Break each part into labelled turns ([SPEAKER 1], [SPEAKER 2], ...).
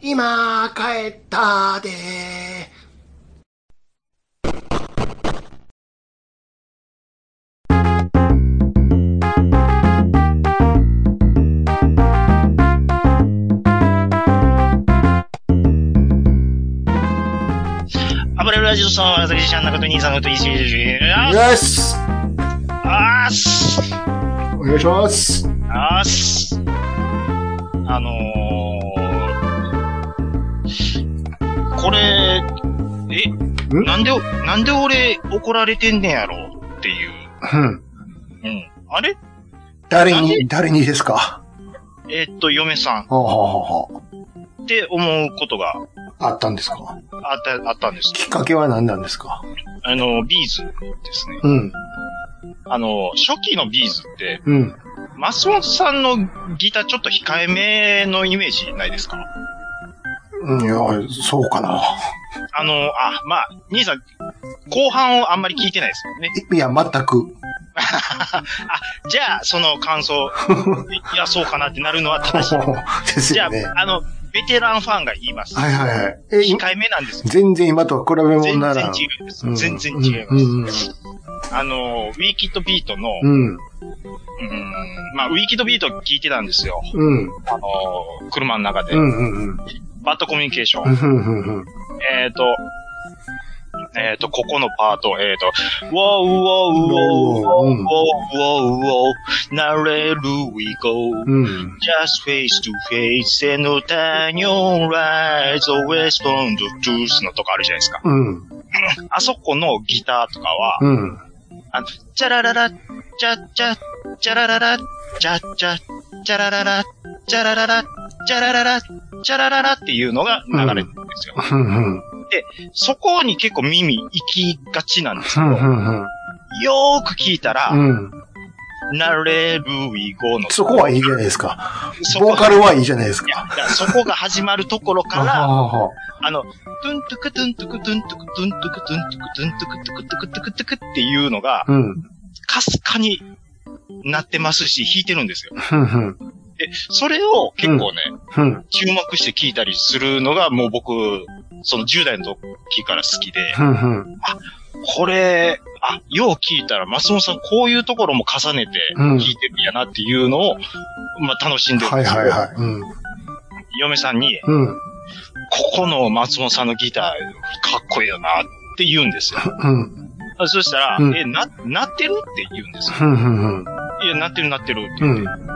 [SPEAKER 1] 今帰ったで
[SPEAKER 2] 暴れるラジオさんは、私、シャンナカと兄さんのと一緒に、あー
[SPEAKER 1] よし
[SPEAKER 2] あーす
[SPEAKER 1] お願いします
[SPEAKER 2] あーすあのー、これ、え、
[SPEAKER 1] ん
[SPEAKER 2] なんで、なんで俺怒られてんねやろっていう。
[SPEAKER 1] うん
[SPEAKER 2] うん。あれ
[SPEAKER 1] 誰
[SPEAKER 2] なん
[SPEAKER 1] に、誰にですか
[SPEAKER 2] えっと、嫁さ
[SPEAKER 1] はあ、はあは
[SPEAKER 2] んって思うことが
[SPEAKER 1] あ、あったんですか
[SPEAKER 2] あった、あったんです。
[SPEAKER 1] きっかけは何なんですか
[SPEAKER 2] あの、ビーズですね。
[SPEAKER 1] うん、
[SPEAKER 2] あの、初期のビーズって、
[SPEAKER 1] うん。
[SPEAKER 2] マスモトさんのギターちょっと控えめのイメージないですか
[SPEAKER 1] うん、いや、そうかな。
[SPEAKER 2] あの、あ、まあ、兄さん、後半をあんまり聞いてないですよ ね。
[SPEAKER 1] いいや、全 く。
[SPEAKER 2] じゃあ、その感想、いや、そうかなってなるのは正しい。
[SPEAKER 1] です
[SPEAKER 2] じゃ
[SPEAKER 1] よ
[SPEAKER 2] あ
[SPEAKER 1] ね。、
[SPEAKER 2] あの、ベテランファンが言います。
[SPEAKER 1] はいはいはい。え、い
[SPEAKER 2] 控えめなんですよ。
[SPEAKER 1] 全然今とは比べ物
[SPEAKER 2] 全
[SPEAKER 1] な
[SPEAKER 2] 然
[SPEAKER 1] らん。
[SPEAKER 2] 違うんです
[SPEAKER 1] う。ん
[SPEAKER 2] 全然違い
[SPEAKER 1] うん
[SPEAKER 2] ます。あの、ウィーキッドビートの、
[SPEAKER 1] うんう
[SPEAKER 2] う
[SPEAKER 1] ん。
[SPEAKER 2] んまあ、ウィーキッドビート聞いてたんですよ。
[SPEAKER 1] うん。
[SPEAKER 2] あの、車の中で。
[SPEAKER 1] うん。うん。うん。
[SPEAKER 2] バッドコミュニケーション。
[SPEAKER 1] うん。うん。うん。
[SPEAKER 2] えっ、ー、と、えっ、ー、と、ここのパート、えっ、ー、と、ウォーウォーウォーウォーウォーウォーウォー、なれる we go。
[SPEAKER 1] うん。
[SPEAKER 2] Just face to face and turn your eyes always on the truth のとこあるじゃないですか。
[SPEAKER 1] うん。
[SPEAKER 2] あそこのギターとかは、
[SPEAKER 1] うん。
[SPEAKER 2] あの、チャラララ、チャチャ、チャラララ、チャチャ、チャラララ、チャラララ、チャラララ、チャラララっていうのが流れてるんですよ。
[SPEAKER 1] うん。
[SPEAKER 2] そこに結構耳行きがちなんですけ
[SPEAKER 1] う
[SPEAKER 2] ど、
[SPEAKER 1] ん。う
[SPEAKER 2] よ
[SPEAKER 1] ん。
[SPEAKER 2] ーく聞いたら、
[SPEAKER 1] うん。
[SPEAKER 2] なれる以後の、
[SPEAKER 1] そこはいいじゃないですか。
[SPEAKER 2] そ
[SPEAKER 1] ボ
[SPEAKER 2] こ
[SPEAKER 1] ーカルはいいじゃないです
[SPEAKER 2] いや
[SPEAKER 1] か。
[SPEAKER 2] だからそこが始まるところ
[SPEAKER 1] は
[SPEAKER 2] から、
[SPEAKER 1] はは
[SPEAKER 2] あの、トゥントゥクトゥントゥクトゥントゥクトゥントゥクトゥントゥクトゥントゥクトゥクトゥクトゥクトゥクっていうのが、
[SPEAKER 1] うん。
[SPEAKER 2] かすかになってますし、弾いてるんですよ。
[SPEAKER 1] ふんふん。
[SPEAKER 2] で、それを結構ね、
[SPEAKER 1] ふん。
[SPEAKER 2] 注目して聞いたりするのが、もう僕、その10代の時から好きで、
[SPEAKER 1] ふんふん。
[SPEAKER 2] これ、あ、よう聞いたら、松本さんこういうところも重ねて
[SPEAKER 1] うん
[SPEAKER 2] 聞いてるんやなっていうのを、まあ楽しんでるん
[SPEAKER 1] は
[SPEAKER 2] で
[SPEAKER 1] い
[SPEAKER 2] す
[SPEAKER 1] はいはい。うん。
[SPEAKER 2] 嫁さんに、
[SPEAKER 1] うん。
[SPEAKER 2] ここの松本さんのギター、かっこいいよなって言うん ですよ。
[SPEAKER 1] うん。
[SPEAKER 2] そしたら、
[SPEAKER 1] うん
[SPEAKER 2] え、な、なってるって言うんですよ。
[SPEAKER 1] ふんふんふん。
[SPEAKER 2] いや、なってるなってるって言
[SPEAKER 1] う
[SPEAKER 2] って。
[SPEAKER 1] ん。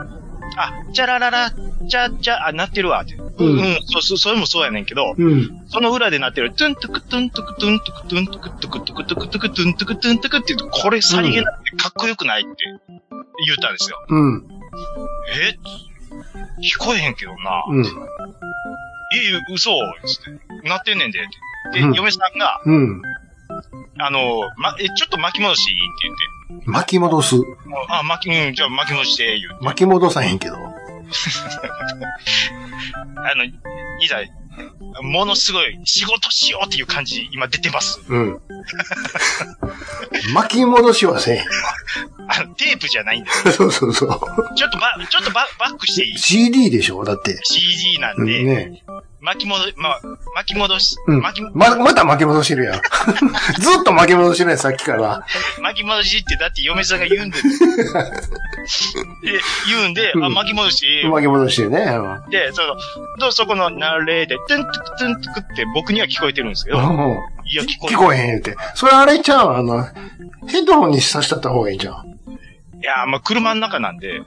[SPEAKER 2] あ、チャラララ、チャチャ、あ、なってるわって。うん、
[SPEAKER 1] ん
[SPEAKER 2] うん、そ、そ、それもそうやねんけど、
[SPEAKER 1] うん。
[SPEAKER 2] その裏でなってる、トゥントゥクトゥントゥクトゥントゥクトゥントゥクトゥクトゥクトゥクトゥクトゥントゥクトゥントゥクって言うと、これさりげなくてかっこよくないって言ったんですよ。
[SPEAKER 1] うん。
[SPEAKER 2] え聞こえへんけどな。
[SPEAKER 1] うん。
[SPEAKER 2] え、嘘つって。なってんねんで。ってで、
[SPEAKER 1] うん
[SPEAKER 2] 嫁さんが、
[SPEAKER 1] うん。
[SPEAKER 2] あの、ま、え、ちょっと巻き戻していいって言って。
[SPEAKER 1] 巻き戻す。
[SPEAKER 2] もうあ、巻き、うん、じゃあ巻き戻して、言うて。
[SPEAKER 1] 巻き戻さへんけど。
[SPEAKER 2] あの、いざ、ものすごい仕事しようっていう感じ、今出てます。
[SPEAKER 1] うん。巻き戻しはせん。
[SPEAKER 2] あの、テープじゃないんです。
[SPEAKER 1] そうそうそう。
[SPEAKER 2] ちょっとば、ちょっとばバックしていい
[SPEAKER 1] CD でしょだって。
[SPEAKER 2] ?CD な
[SPEAKER 1] うんん
[SPEAKER 2] で、
[SPEAKER 1] ね。
[SPEAKER 2] 巻き戻、まあ、巻き戻し、
[SPEAKER 1] うん
[SPEAKER 2] 巻き、
[SPEAKER 1] ま、また巻き戻してるやん。ずっと巻き戻してるやん、さっきから。
[SPEAKER 2] 巻き戻しってだって嫁さんが言うん で、で、言うんで、
[SPEAKER 1] うん
[SPEAKER 2] あ、巻き戻し、
[SPEAKER 1] 巻き戻してね。うん
[SPEAKER 2] で、その、どうそこのナレーで、トゥントゥクトゥントゥクって僕には聞こえてるんですけど、
[SPEAKER 1] うん
[SPEAKER 2] いや、聞こえ
[SPEAKER 1] 聞こえへんって。それあれちゃうあの、ヘッドホンにさしたった方がいいじゃん。
[SPEAKER 2] いや、まあ、車の中なんで、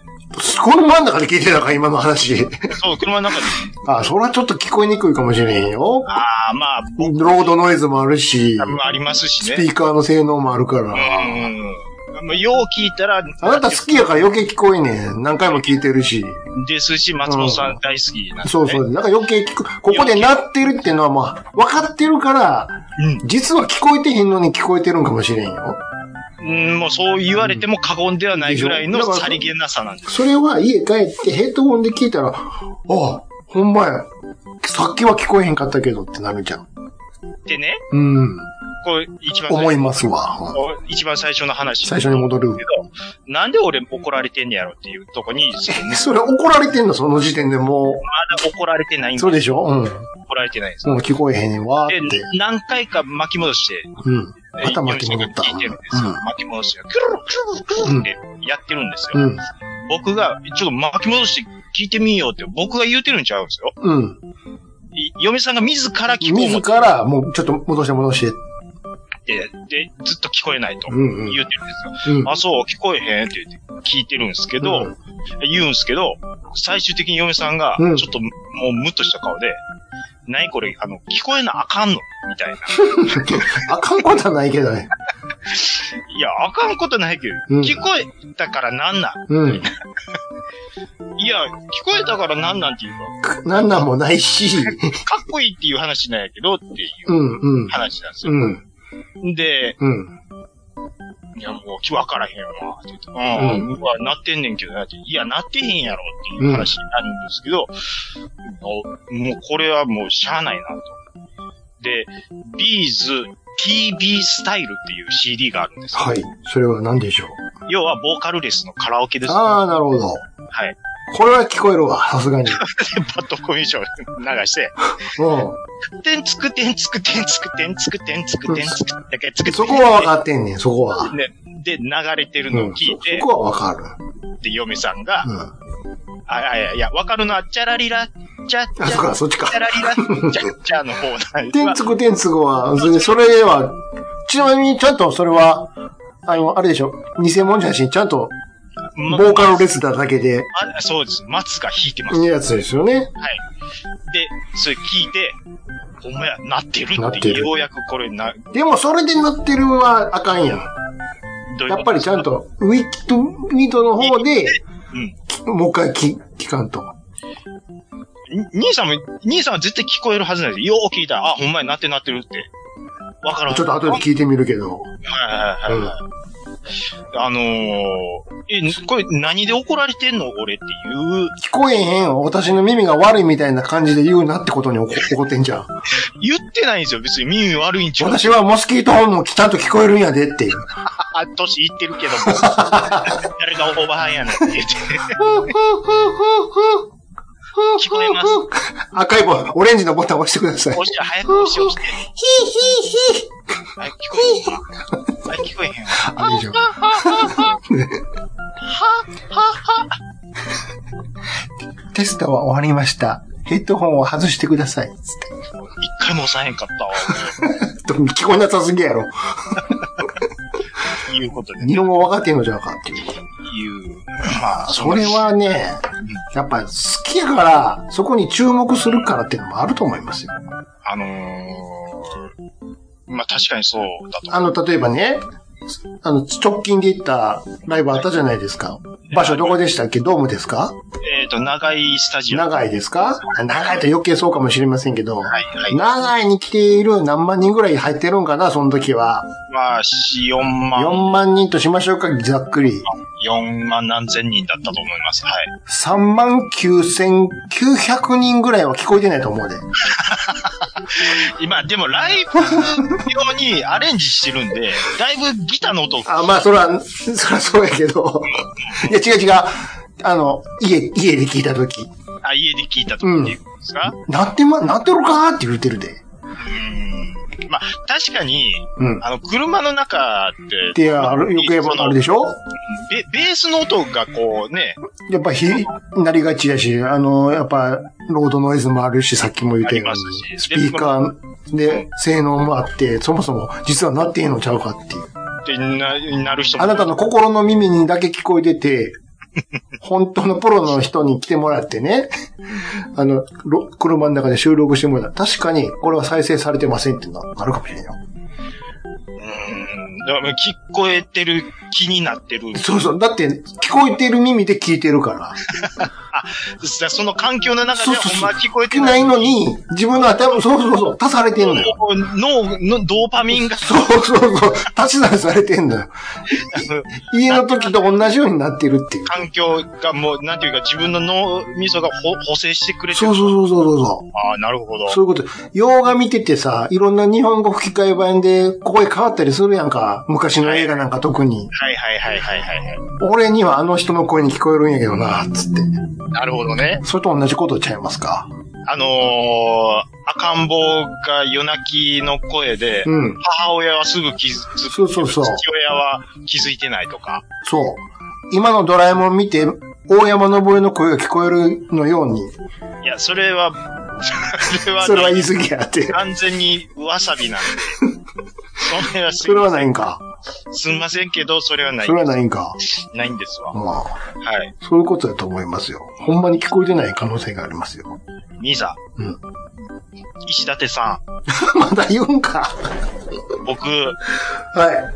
[SPEAKER 1] この真ん中で聞いてたから、今 の話。
[SPEAKER 2] そう、車の中で、
[SPEAKER 1] あ、それはちょっと聞こえにくいかもしれへんよ。
[SPEAKER 2] ああ、まあ、
[SPEAKER 1] ロードノイズもあるし、
[SPEAKER 2] ありますしね
[SPEAKER 1] ス。ピーカーの性能もあるから。
[SPEAKER 2] うんもうよう聞いたら、
[SPEAKER 1] あなた好きやから余計聞こえねん。何回も聞いてるし。
[SPEAKER 2] ですし、松本さん大好きなんで、ね
[SPEAKER 1] そうそう。だから余計聞く。ここで鳴ってるっていうのはまあ、分かってるから、
[SPEAKER 2] うん
[SPEAKER 1] 実は聞こえてへんのに聞こえてるんかもしれんよ。
[SPEAKER 2] うん、もうそう言われても過言ではないぐらい
[SPEAKER 1] でし
[SPEAKER 2] の
[SPEAKER 1] ょだから
[SPEAKER 2] さりげなさなんです。
[SPEAKER 1] それは家帰ってヘッドホンで聞いたら、ああ、ほんまや。さっきは聞こえへんかったけどってなるじゃん。
[SPEAKER 2] でね、
[SPEAKER 1] うん。
[SPEAKER 2] こう、一番最
[SPEAKER 1] 思
[SPEAKER 2] 初
[SPEAKER 1] いますわ。
[SPEAKER 2] こう一番最初の話。
[SPEAKER 1] 最初に戻る
[SPEAKER 2] け。ど、なんで俺怒られてんねやろっていうとこに、その
[SPEAKER 1] それ怒られてんのその時点でも
[SPEAKER 2] まだ怒られてないん
[SPEAKER 1] う。
[SPEAKER 2] で
[SPEAKER 1] そうでしょうん。
[SPEAKER 2] 怒られてないんです。
[SPEAKER 1] もう聞こえへんねんわー
[SPEAKER 2] で
[SPEAKER 1] って。、
[SPEAKER 2] 何回か巻き戻して、
[SPEAKER 1] うん。
[SPEAKER 2] えー
[SPEAKER 1] 頭巻き戻った
[SPEAKER 2] 聞いてるんですよ。
[SPEAKER 1] うん
[SPEAKER 2] 巻き戻して、クルルクルルクルルってやってるんです
[SPEAKER 1] う
[SPEAKER 2] よ。
[SPEAKER 1] ん。
[SPEAKER 2] 僕が、ちょっと巻き戻して聞いてみようって、僕が言うてるんちゃうんですよ。
[SPEAKER 1] うん。
[SPEAKER 2] い嫁さんが自ら聞こう思っ
[SPEAKER 1] 自ら、もうちょっと戻して戻して。
[SPEAKER 2] て、で、ずっと聞こえないと
[SPEAKER 1] う
[SPEAKER 2] 言
[SPEAKER 1] んう
[SPEAKER 2] う
[SPEAKER 1] ん。
[SPEAKER 2] てるんですよ。
[SPEAKER 1] うん。
[SPEAKER 2] あ、そう、聞こえへんって言って聞いてるんですけど、
[SPEAKER 1] うん
[SPEAKER 2] 言うんですけど、最終的に嫁さんが、ち
[SPEAKER 1] う
[SPEAKER 2] ょ
[SPEAKER 1] ん
[SPEAKER 2] っともうムッとした顔で、何これ、あの、聞こえなあかんのみたいな。
[SPEAKER 1] あかんことはないけどね。
[SPEAKER 2] いや、あかんことないけど、
[SPEAKER 1] うん
[SPEAKER 2] 聞こえたからなんなん
[SPEAKER 1] うん。
[SPEAKER 2] いや、聞こえたからなんなんっていう
[SPEAKER 1] なんなんもないし。
[SPEAKER 2] か、かっこいいっていう話なんやけどっていう
[SPEAKER 1] うんうん。
[SPEAKER 2] 話なんです
[SPEAKER 1] う
[SPEAKER 2] よ。
[SPEAKER 1] ん。
[SPEAKER 2] で、
[SPEAKER 1] うん。
[SPEAKER 2] いや、もう、わからへんわ、って言って、うん、うわ、なってんねんけどなって、いや、なってへんやろっていう話になるんですけど、もうもう、これはもう、しゃあないなと。で、ビーズ TV スタイルっていう CD があるんですよ。
[SPEAKER 1] はい。それは何でしょう。
[SPEAKER 2] 要は、ボーカルレスのカラオケですね。
[SPEAKER 1] ああ、なるほど。
[SPEAKER 2] はい。
[SPEAKER 1] これは聞こえるわ、さすがに。
[SPEAKER 2] で、バッドコミュニション流して、
[SPEAKER 1] う
[SPEAKER 2] てんつくてんつくてんつくてんつくてんつくてんつくだけつく
[SPEAKER 1] ん。そこは分かってんねん、そこは。
[SPEAKER 2] ね、で、流れてる
[SPEAKER 1] う
[SPEAKER 2] のを
[SPEAKER 1] ん。そ
[SPEAKER 2] 聞いて、
[SPEAKER 1] そこは分かる。
[SPEAKER 2] で、嫁さんが、
[SPEAKER 1] うん。
[SPEAKER 2] あ、あいやいや、わかるな、チャラリラ、チャ、チャ、
[SPEAKER 1] あ、
[SPEAKER 2] チ
[SPEAKER 1] そっか、そっち
[SPEAKER 2] ャ
[SPEAKER 1] か。
[SPEAKER 2] ラリラ、チャ、チャの方なん
[SPEAKER 1] 天
[SPEAKER 2] は
[SPEAKER 1] つく天つくは、それそれは、ちなみにちゃんとそれは、あの、あれでしょ、偽物じゃなし、ちゃんと、ボ
[SPEAKER 2] ま
[SPEAKER 1] ーカルレスだだけで、
[SPEAKER 2] あそうです。松が弾いてます。
[SPEAKER 1] やつですよね。
[SPEAKER 2] で、それ聞いて、ほんまや、なってる
[SPEAKER 1] な
[SPEAKER 2] っ、
[SPEAKER 1] っててる
[SPEAKER 2] ようやくこれな、
[SPEAKER 1] でも、それでなってるはあかんやん。
[SPEAKER 2] どういうこと
[SPEAKER 1] やっぱりちゃん
[SPEAKER 2] と。
[SPEAKER 1] と、ウィキと、ウィトの方で、
[SPEAKER 2] うん。
[SPEAKER 1] もう一回聞聞かんと。
[SPEAKER 2] に兄さんも、兄さんは絶対聞こえるはずなんですよ。よう聞いたら、あ、ほんまや、なってなってるって。わかる
[SPEAKER 1] ちょっと後で聞いてみるけど。
[SPEAKER 2] はいはいはいはい。あのー、え、これ何で怒られてんの俺っていう、
[SPEAKER 1] 聞こえへん、私の耳が悪いみたいな感じで言うなってことに怒怒ってんじゃん。
[SPEAKER 2] 言ってないんですよ。別に耳悪いんちゃう。
[SPEAKER 1] 私はモスキートホンもちゃんと聞こえるんやでっていう。
[SPEAKER 2] あ、年いってるけども。誰がおばあやねんって言って。聞こえます
[SPEAKER 1] 赤いボタン、オレンジのボタン押してくだ さい。
[SPEAKER 2] 押して、早く押して押して。
[SPEAKER 1] ヒーヒーヒー。
[SPEAKER 2] はい、聞こえへんわ。はい、聞こえへんわ。
[SPEAKER 1] あれでしょ。テストは終わりました。ヘッドホンを外してください。つっ
[SPEAKER 2] 一回も押さへんかったわ。
[SPEAKER 1] て。聞こえなさすぎやろ。
[SPEAKER 2] いうことで、
[SPEAKER 1] 日本語分かってんのじゃなかっていう。
[SPEAKER 2] いう。まあ、
[SPEAKER 1] それはね、やっぱ好きやから、そこに注目するからっていうのもあると思いますよ。
[SPEAKER 2] あのー、まあ確かにそうだと
[SPEAKER 1] あの、例えばね、あの、直近で行ったライブあったじゃないですか。場所どこでしたっけドームですか
[SPEAKER 2] えっ、と、長いスタジオ。
[SPEAKER 1] 長いですかあ長いと余計そうかもしれませんけど、
[SPEAKER 2] はい、はい。
[SPEAKER 1] 長いに来ている何万人ぐらい入ってるんかな、その時は。
[SPEAKER 2] まあ、4、4万、
[SPEAKER 1] 4万人としましょうか、ざっくり。
[SPEAKER 2] 4万何千人だったと思います。はい。
[SPEAKER 1] 3万9900人ぐらいは聞こえてないと思うで。
[SPEAKER 2] 今、でもライブ用にアレンジしてるんで、だいぶギターの音、
[SPEAKER 1] あ、まあ、そら、そらそうやけど。 いや、違う違う。あの、家、家で聞いた時。
[SPEAKER 2] あ家で聞いたときっていうんですか、
[SPEAKER 1] なってま、なってるかって言うてるで。
[SPEAKER 2] うーんまあ、確かに、
[SPEAKER 1] うん。
[SPEAKER 2] あの、車の中って、
[SPEAKER 1] で、ある、よく言えばあるでしょ
[SPEAKER 2] ベベースの音がこうね、
[SPEAKER 1] やっぱひ、なりがちやし、あの、やっぱ、ロードノイズもあるし、さっきも言ったよ
[SPEAKER 2] あ
[SPEAKER 1] う
[SPEAKER 2] り
[SPEAKER 1] に、
[SPEAKER 2] ます
[SPEAKER 1] ス
[SPEAKER 2] し
[SPEAKER 1] ピーカーで性能もあって、そもそも実はなっていいのちゃうかっていう。
[SPEAKER 2] ってななる人も
[SPEAKER 1] あなたの心の耳にだけ聞こえて て、本当のプロの人に来てもらってね、あの、ろ車の中で収録してもらったら、確かにこれは再生されてませんってななるかもしれんよ。
[SPEAKER 2] うーんだから聞こえてる気になってる。
[SPEAKER 1] そうそう。だって、聞こえてる耳で聞いてるから。
[SPEAKER 2] さその環境の中で
[SPEAKER 1] そう
[SPEAKER 2] は
[SPEAKER 1] そう
[SPEAKER 2] ほ
[SPEAKER 1] そうん
[SPEAKER 2] まは聞こえ
[SPEAKER 1] 聞
[SPEAKER 2] て
[SPEAKER 1] いてな
[SPEAKER 2] ないい。
[SPEAKER 1] のに、自分の頭、そうそうそう、足されてんのよ。
[SPEAKER 2] もう脳のドーパミンが、
[SPEAKER 1] そうそうそう、足し算されてんの よ。家の時と同じようになってるっていう。
[SPEAKER 2] 環境がもう、なんていうか自分の脳みそがほ補正してくれてる。
[SPEAKER 1] そうそうそうそうそ
[SPEAKER 2] ああ、なるほど
[SPEAKER 1] う。。そういうこと。洋画見ててさ、いろんな日本語吹き替え版で声変わったりするやんか。昔の映画なんか特に。
[SPEAKER 2] はいはいはいはいはい。は
[SPEAKER 1] 俺にはあの人の声に聞こえるんやけどな、つって。
[SPEAKER 2] いなるほどね。
[SPEAKER 1] それと同じことちゃいますか。
[SPEAKER 2] あのー、赤ん坊が夜泣きの声で、
[SPEAKER 1] うん。
[SPEAKER 2] 母親はすぐ気づく。
[SPEAKER 1] そうそうそう
[SPEAKER 2] 父親は気づいてないとか。
[SPEAKER 1] そう。今のドラえもん見て、大山登の声が聞こえるのように、
[SPEAKER 2] いや、それ は、それは、
[SPEAKER 1] それは言い過ぎやって。
[SPEAKER 2] 完全にわさびなんで。 それはす
[SPEAKER 1] それはないんか。
[SPEAKER 2] すんませんけど、それはない
[SPEAKER 1] そ。れはないんか。
[SPEAKER 2] ないんですわ。は
[SPEAKER 1] まあ。
[SPEAKER 2] い。
[SPEAKER 1] そういうことだと思いますよ。ほんまに聞こえてない可能性がありますよ。
[SPEAKER 2] 兄さん。
[SPEAKER 1] うん
[SPEAKER 2] 石立さ
[SPEAKER 1] まだ言うんか。
[SPEAKER 2] ん、僕、
[SPEAKER 1] は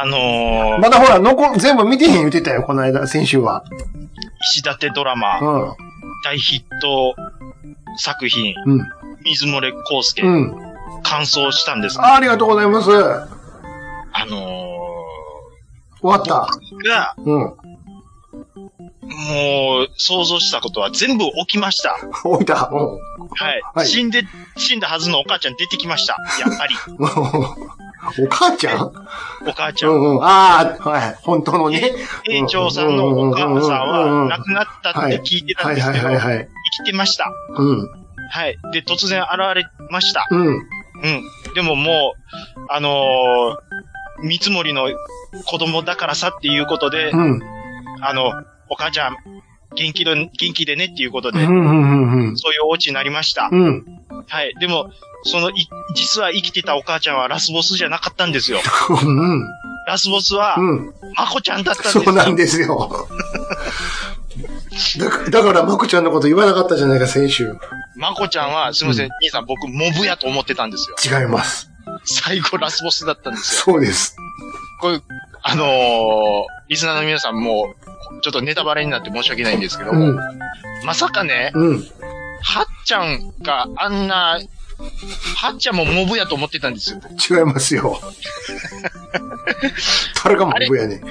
[SPEAKER 2] あの
[SPEAKER 1] い。
[SPEAKER 2] ー
[SPEAKER 1] まだほら、残、全部見てへん言ってたよ、この間、先週は。
[SPEAKER 2] 石立ドラマ、
[SPEAKER 1] う
[SPEAKER 2] 大ヒット作品、
[SPEAKER 1] ん。
[SPEAKER 2] 水漏れ康介、
[SPEAKER 1] うん。うん。
[SPEAKER 2] 完走したんですが、
[SPEAKER 1] あありがとうございます。終
[SPEAKER 2] あの
[SPEAKER 1] わった。
[SPEAKER 2] ーが、
[SPEAKER 1] うん。
[SPEAKER 2] もう、想像したことは全部起きました。
[SPEAKER 1] 置いた。うん。
[SPEAKER 2] はい。
[SPEAKER 1] はい
[SPEAKER 2] 死んで、死んだはずのお母ちゃん出てきました。やっぱ り、
[SPEAKER 1] お母ちゃん
[SPEAKER 2] お母ちゃ
[SPEAKER 1] う
[SPEAKER 2] ん。
[SPEAKER 1] んうん。ああ、はい。本当のね。
[SPEAKER 2] 園長さんのお母さんは亡くなったって聞いてた
[SPEAKER 1] は
[SPEAKER 2] ん
[SPEAKER 1] い
[SPEAKER 2] です
[SPEAKER 1] は
[SPEAKER 2] け
[SPEAKER 1] い
[SPEAKER 2] ど、
[SPEAKER 1] はい
[SPEAKER 2] 生
[SPEAKER 1] はい。
[SPEAKER 2] きてました。
[SPEAKER 1] うん。
[SPEAKER 2] はい。で、突然現れました。
[SPEAKER 1] うん。
[SPEAKER 2] うん。でももう、あのー、見積もりの子供だからさっていうことで、
[SPEAKER 1] うん。
[SPEAKER 2] あの、お母ちゃん、元気で、元気でねっていうこと
[SPEAKER 1] う
[SPEAKER 2] で、
[SPEAKER 1] ん。うん。
[SPEAKER 2] そういうオチになりました。
[SPEAKER 1] うん。うん。
[SPEAKER 2] はい。でも、その、い実は生きてたお母ちゃんはラスボスじゃなかったんですよ。
[SPEAKER 1] うん。
[SPEAKER 2] ラスボスは、
[SPEAKER 1] うん。
[SPEAKER 2] まこちゃんだったんですよ。
[SPEAKER 1] そうなんですよ。 だから、だから、まこちゃんのこと言わなかったじゃないか、先週。
[SPEAKER 2] まこちゃんは、すみません、兄さん、僕、モブやと思ってたんですよ。
[SPEAKER 1] 違います。
[SPEAKER 2] 最後、ラスボスだったんですよ。
[SPEAKER 1] そうです。
[SPEAKER 2] これ、あのー、リスナーの皆さんも、ちょっとネタバレになって申し訳ないんですけど
[SPEAKER 1] う
[SPEAKER 2] も、
[SPEAKER 1] ん。
[SPEAKER 2] まさかね、
[SPEAKER 1] うん。
[SPEAKER 2] はっちゃんがあんな、はっちゃんもモブやと思ってたんですよ。
[SPEAKER 1] 違います よ。誰がもブやねん。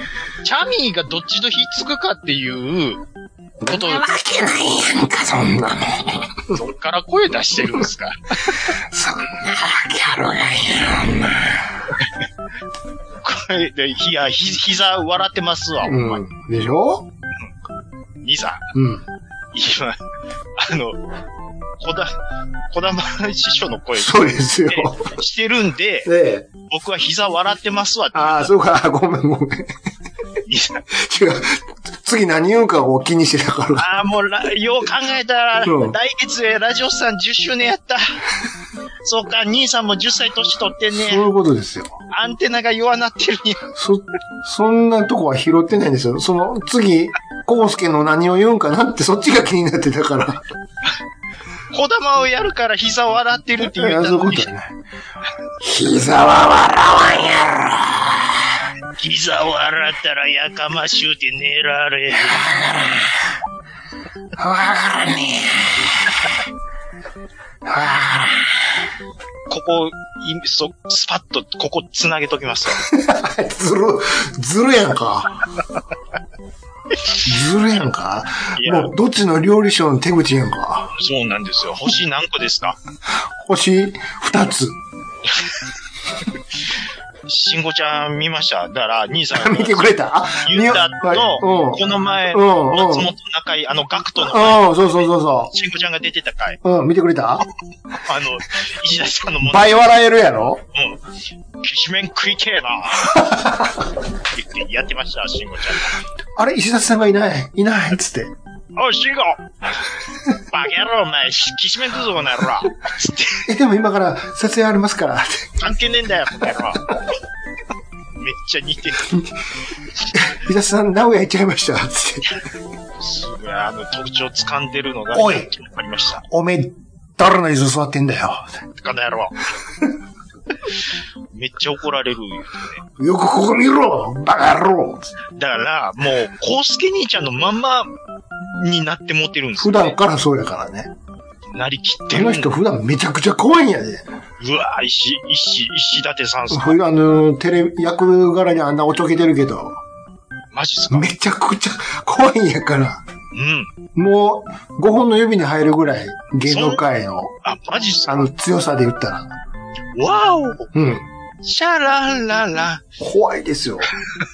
[SPEAKER 2] チャミーがどっちとひっつくかっていう、ことを、
[SPEAKER 1] けないやんか、そんなの。
[SPEAKER 2] どっから声出してるんですか
[SPEAKER 1] そんなわけあるがや
[SPEAKER 2] これで、いや、ひ、膝笑ってますわ、ほんま
[SPEAKER 1] うん。でしょ
[SPEAKER 2] 兄さん、
[SPEAKER 1] うん。
[SPEAKER 2] 今、あの、こだ、こだま師匠の声
[SPEAKER 1] そう ですよ。
[SPEAKER 2] してるんで、
[SPEAKER 1] ええ。
[SPEAKER 2] 僕は膝笑ってますわって。
[SPEAKER 1] ああ、そうか、ごめんごめん。違う。
[SPEAKER 2] 兄さん
[SPEAKER 1] 次何言うかを気にしてたから。
[SPEAKER 2] ああ、もうら、よう考えたら、
[SPEAKER 1] うん
[SPEAKER 2] 来月でラジオさん10周年やった。そうか、兄さんも10歳年取って
[SPEAKER 1] そう
[SPEAKER 2] ね、
[SPEAKER 1] いうことですよ。
[SPEAKER 2] アンテナが弱なってるんや。
[SPEAKER 1] そ、そんなとこは拾ってないんですよ。その、次、コウスケの何を言うんかなって、そっちが気になってたから。
[SPEAKER 2] 小玉をやるから膝を笑ってるって言った
[SPEAKER 1] そういう
[SPEAKER 2] の
[SPEAKER 1] こ
[SPEAKER 2] に
[SPEAKER 1] と、はない。膝は笑わんやろ
[SPEAKER 2] 膝を洗ったらやかましゅうて寝られる。
[SPEAKER 1] わからねえ。わか
[SPEAKER 2] ここ、いそ、スパッと、ここ繋げときますわ。
[SPEAKER 1] らん。ずる、ずるやんか。ずるやんか
[SPEAKER 2] いや
[SPEAKER 1] もう、どっちの料理賞の手口やんか。
[SPEAKER 2] そうなんですよ。星何個ですか
[SPEAKER 1] 星二つ。
[SPEAKER 2] しんごちゃん見ました。だから、兄さん
[SPEAKER 1] 見てくれた
[SPEAKER 2] 言った
[SPEAKER 1] うん。う
[SPEAKER 2] の、この前、
[SPEAKER 1] うんうん
[SPEAKER 2] 松本中井、あの、ガクトの前、
[SPEAKER 1] ん、そうそうそうそ
[SPEAKER 2] しんごちゃんが出てた回、
[SPEAKER 1] う。うん、見てくれた
[SPEAKER 2] あの、石田さんのもの、
[SPEAKER 1] 倍笑えるやろ
[SPEAKER 2] うん、きしめん食いてえなって言ってやってました、しんごち
[SPEAKER 1] あれ石田さんがいない。いないっつって。
[SPEAKER 2] ゃんが。おい、しんごバカ野郎、お前、きしめん食うぞ、この野郎つって、
[SPEAKER 1] え、でも今から撮影ありますから。って
[SPEAKER 2] 関係ねえんだよ、この野郎めっちゃ似てる。
[SPEAKER 1] 石田さん、名古屋行っちゃいました。つって。
[SPEAKER 2] すごい、あの、特徴掴んでるのが、
[SPEAKER 1] おい
[SPEAKER 2] わかりました。
[SPEAKER 1] おめえ、誰の椅子座ってんだよ。
[SPEAKER 2] この野郎。めっちゃ怒られるよね。
[SPEAKER 1] よくここ見ろバカ野郎
[SPEAKER 2] だから、もう、コウスケ兄ちゃんのまんまになってもってるんです
[SPEAKER 1] 普
[SPEAKER 2] よ、
[SPEAKER 1] 段からそうやからね。
[SPEAKER 2] なりきって
[SPEAKER 1] こ
[SPEAKER 2] るん
[SPEAKER 1] の人普段めちゃくちゃ怖いんやで。
[SPEAKER 2] うわぁ、石、石、石立さんさん。
[SPEAKER 1] ふあの、テレビ、役柄にあんなおちょけてるけど、
[SPEAKER 2] マジっすか
[SPEAKER 1] めちゃくちゃ怖いんやから。
[SPEAKER 2] うん。
[SPEAKER 1] もう、5本の指に入るぐらい、芸能界の、
[SPEAKER 2] あ、マジっすか
[SPEAKER 1] あの、強さで言ったら。
[SPEAKER 2] わお
[SPEAKER 1] うん。
[SPEAKER 2] シャラララ。
[SPEAKER 1] 怖いですよ。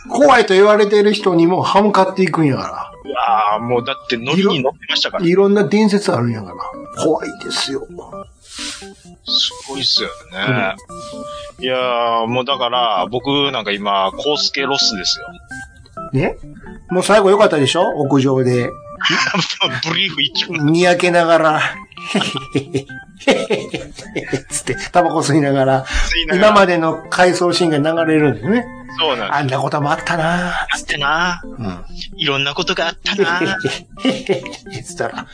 [SPEAKER 1] 怖いと言われてる人にも歯向かっていくんやか。
[SPEAKER 2] うわぁ、もうだって乗りに乗ってましたからら。
[SPEAKER 1] いろんな伝説あるんやから。怖いですよ。
[SPEAKER 2] すごいっすよね。いやー、もうだから、僕なんか今、コウスケロスですよ。
[SPEAKER 1] ねもう最後良かったでしょ屋上で。
[SPEAKER 2] ブリーフ一応。
[SPEAKER 1] にやけながら、へへへへへへ つって、タバコ吸いながら、今までの回想シーンが流れるんですね。
[SPEAKER 2] そうなんです。
[SPEAKER 1] あんなこともあったな
[SPEAKER 2] あったな
[SPEAKER 1] ぁ。うん。
[SPEAKER 2] いろんなことがあった
[SPEAKER 1] へ
[SPEAKER 2] なぁ。
[SPEAKER 1] へへへへつったら、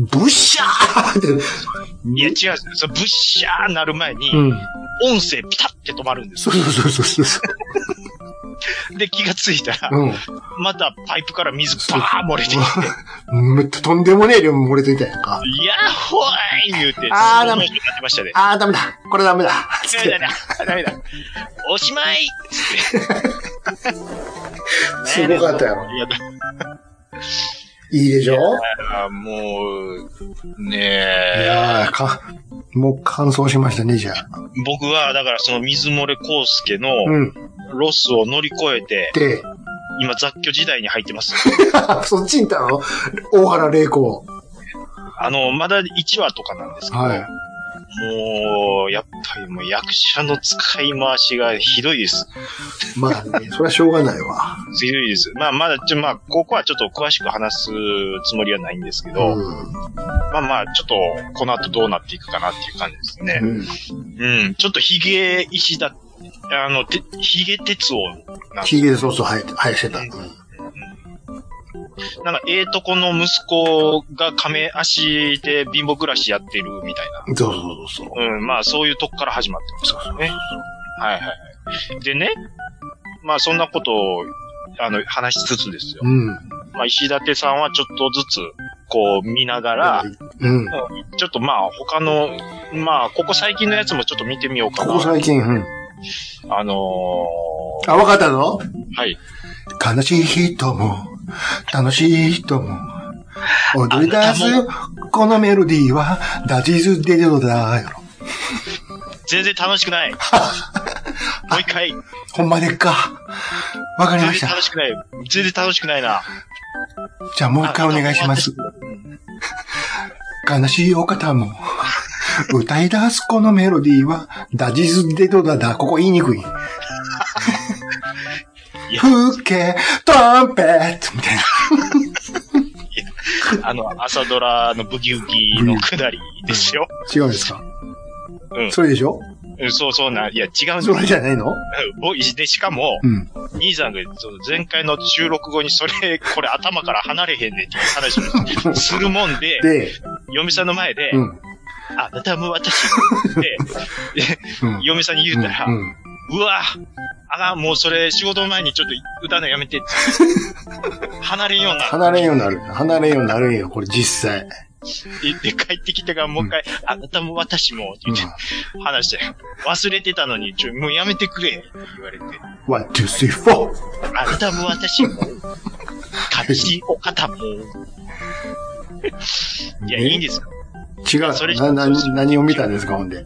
[SPEAKER 1] ブッシャー って。
[SPEAKER 2] いや、違うんですよ。そのブッシャーなる前に、
[SPEAKER 1] うん。
[SPEAKER 2] 音声ピタって止まるんです
[SPEAKER 1] そうそうそうそうそ
[SPEAKER 2] よ。で、気がついたら、
[SPEAKER 1] う。うん。
[SPEAKER 2] またパイプから水バー漏れてきて、
[SPEAKER 1] めっちゃとんでもねえ量漏れていたやんか。
[SPEAKER 2] やっほーい言うて、
[SPEAKER 1] あーダ
[SPEAKER 2] 面
[SPEAKER 1] メ
[SPEAKER 2] 白くなってましたね。
[SPEAKER 1] あー、ダメだ。これダメだ。つっ
[SPEAKER 2] ダメだな、
[SPEAKER 1] て。
[SPEAKER 2] ダメだ。おしま いつって
[SPEAKER 1] すごかったやろ。
[SPEAKER 2] いやだ
[SPEAKER 1] いいでしょい
[SPEAKER 2] からもう、ねえ、
[SPEAKER 1] やーか、もう乾燥しましたね、じゃあ。
[SPEAKER 2] 僕は、だからその水漏れコウスケの
[SPEAKER 1] うん。
[SPEAKER 2] ロスを乗り越えて、
[SPEAKER 1] で、
[SPEAKER 2] 今雑居時代に入ってます。
[SPEAKER 1] そっちに行ったの大原玲子。
[SPEAKER 2] あの、まだ1話とかなんですけど、
[SPEAKER 1] はい。
[SPEAKER 2] もう、やっぱりもう役者の使い回しがひどいです。
[SPEAKER 1] まあね、それはしょうがないわ。
[SPEAKER 2] ひどいです。まあ、まだ、ちょ、まあ、ここはちょっと詳しく話すつもりはないんですけ
[SPEAKER 1] う
[SPEAKER 2] ど、
[SPEAKER 1] ん。
[SPEAKER 2] まあまあ、ちょっと、この後どうなっていくかなっていう感じですね。
[SPEAKER 1] うん。
[SPEAKER 2] うん、ちょっとヒゲ石だ、あの、て、ヒゲ鉄を、
[SPEAKER 1] ヒゲでそうそう生えて、生えしてた。うん
[SPEAKER 2] なんか、ええとこの息子が亀足で貧乏暮らしやってるみたいな。
[SPEAKER 1] そうそうそうそう。
[SPEAKER 2] うん、まあ、そういうとこから始まってますからね。はいはいはい。でね、まあ、そんなことを、あの、話しつつですよ。
[SPEAKER 1] うん。
[SPEAKER 2] まあ、石立さんはちょっとずつ、こう、見ながら、
[SPEAKER 1] うん。こ
[SPEAKER 2] ちょっとまあ、他の、まあ、ここ最近のやつもちょっと見てみようか
[SPEAKER 1] こ
[SPEAKER 2] な。
[SPEAKER 1] 最近、うん。
[SPEAKER 2] あのー、
[SPEAKER 1] あ、わかったぞ。
[SPEAKER 2] はい。
[SPEAKER 1] 悲しい人も、楽しい人も、踊り出す
[SPEAKER 2] あな
[SPEAKER 1] このメロディーは、ダジズデドだよ。
[SPEAKER 2] 全然楽しく ない。もう一回。
[SPEAKER 1] ほんまでっか。わかり
[SPEAKER 2] 全
[SPEAKER 1] まし
[SPEAKER 2] 然
[SPEAKER 1] た。
[SPEAKER 2] 楽しくない。全然楽しくないな。
[SPEAKER 1] じゃあもう一回お願いします。悲しいお方も、歌い出すこのメロディーは、ダジズデドダだ。ここ言いにくい。
[SPEAKER 2] いや
[SPEAKER 1] 風景、トンペットみたいな。
[SPEAKER 2] あの、朝ドラのブギウギのくだりですよ。
[SPEAKER 1] 違うんですか
[SPEAKER 2] うん
[SPEAKER 1] それでしょ
[SPEAKER 2] うん、そうそうな、いや、違うんです
[SPEAKER 1] そ
[SPEAKER 2] よ
[SPEAKER 1] れじゃないの
[SPEAKER 2] ボイで、しかも、
[SPEAKER 1] うん。
[SPEAKER 2] 兄さんがその前回の収録後にそれ、これ頭から離れへんねんっていう話をするもんで、
[SPEAKER 1] で、
[SPEAKER 2] 嫁さんの前で、
[SPEAKER 1] うん。
[SPEAKER 2] あなたも私って、
[SPEAKER 1] うん。
[SPEAKER 2] 嫁さんに言ったら、う
[SPEAKER 1] うんうん
[SPEAKER 2] わあら、もうそれ仕事の前にちょっと歌うのやめてって。離れんようにな
[SPEAKER 1] 離れんようになる。離れんようになるんよ、これ実際。
[SPEAKER 2] って帰ってきてからもう一回、あなたも私も、って言って話して、忘れてたのに、ちょ、もうやめてくれ、って言われて、
[SPEAKER 1] ワン、ツー、スリー、フォー。
[SPEAKER 2] あなたも私 も、悲しいお方も、いや、
[SPEAKER 1] ね
[SPEAKER 2] いいんですよ。
[SPEAKER 1] 違う。
[SPEAKER 2] それ
[SPEAKER 1] な、な
[SPEAKER 2] それ、
[SPEAKER 1] 何を見たんですか、ほんで。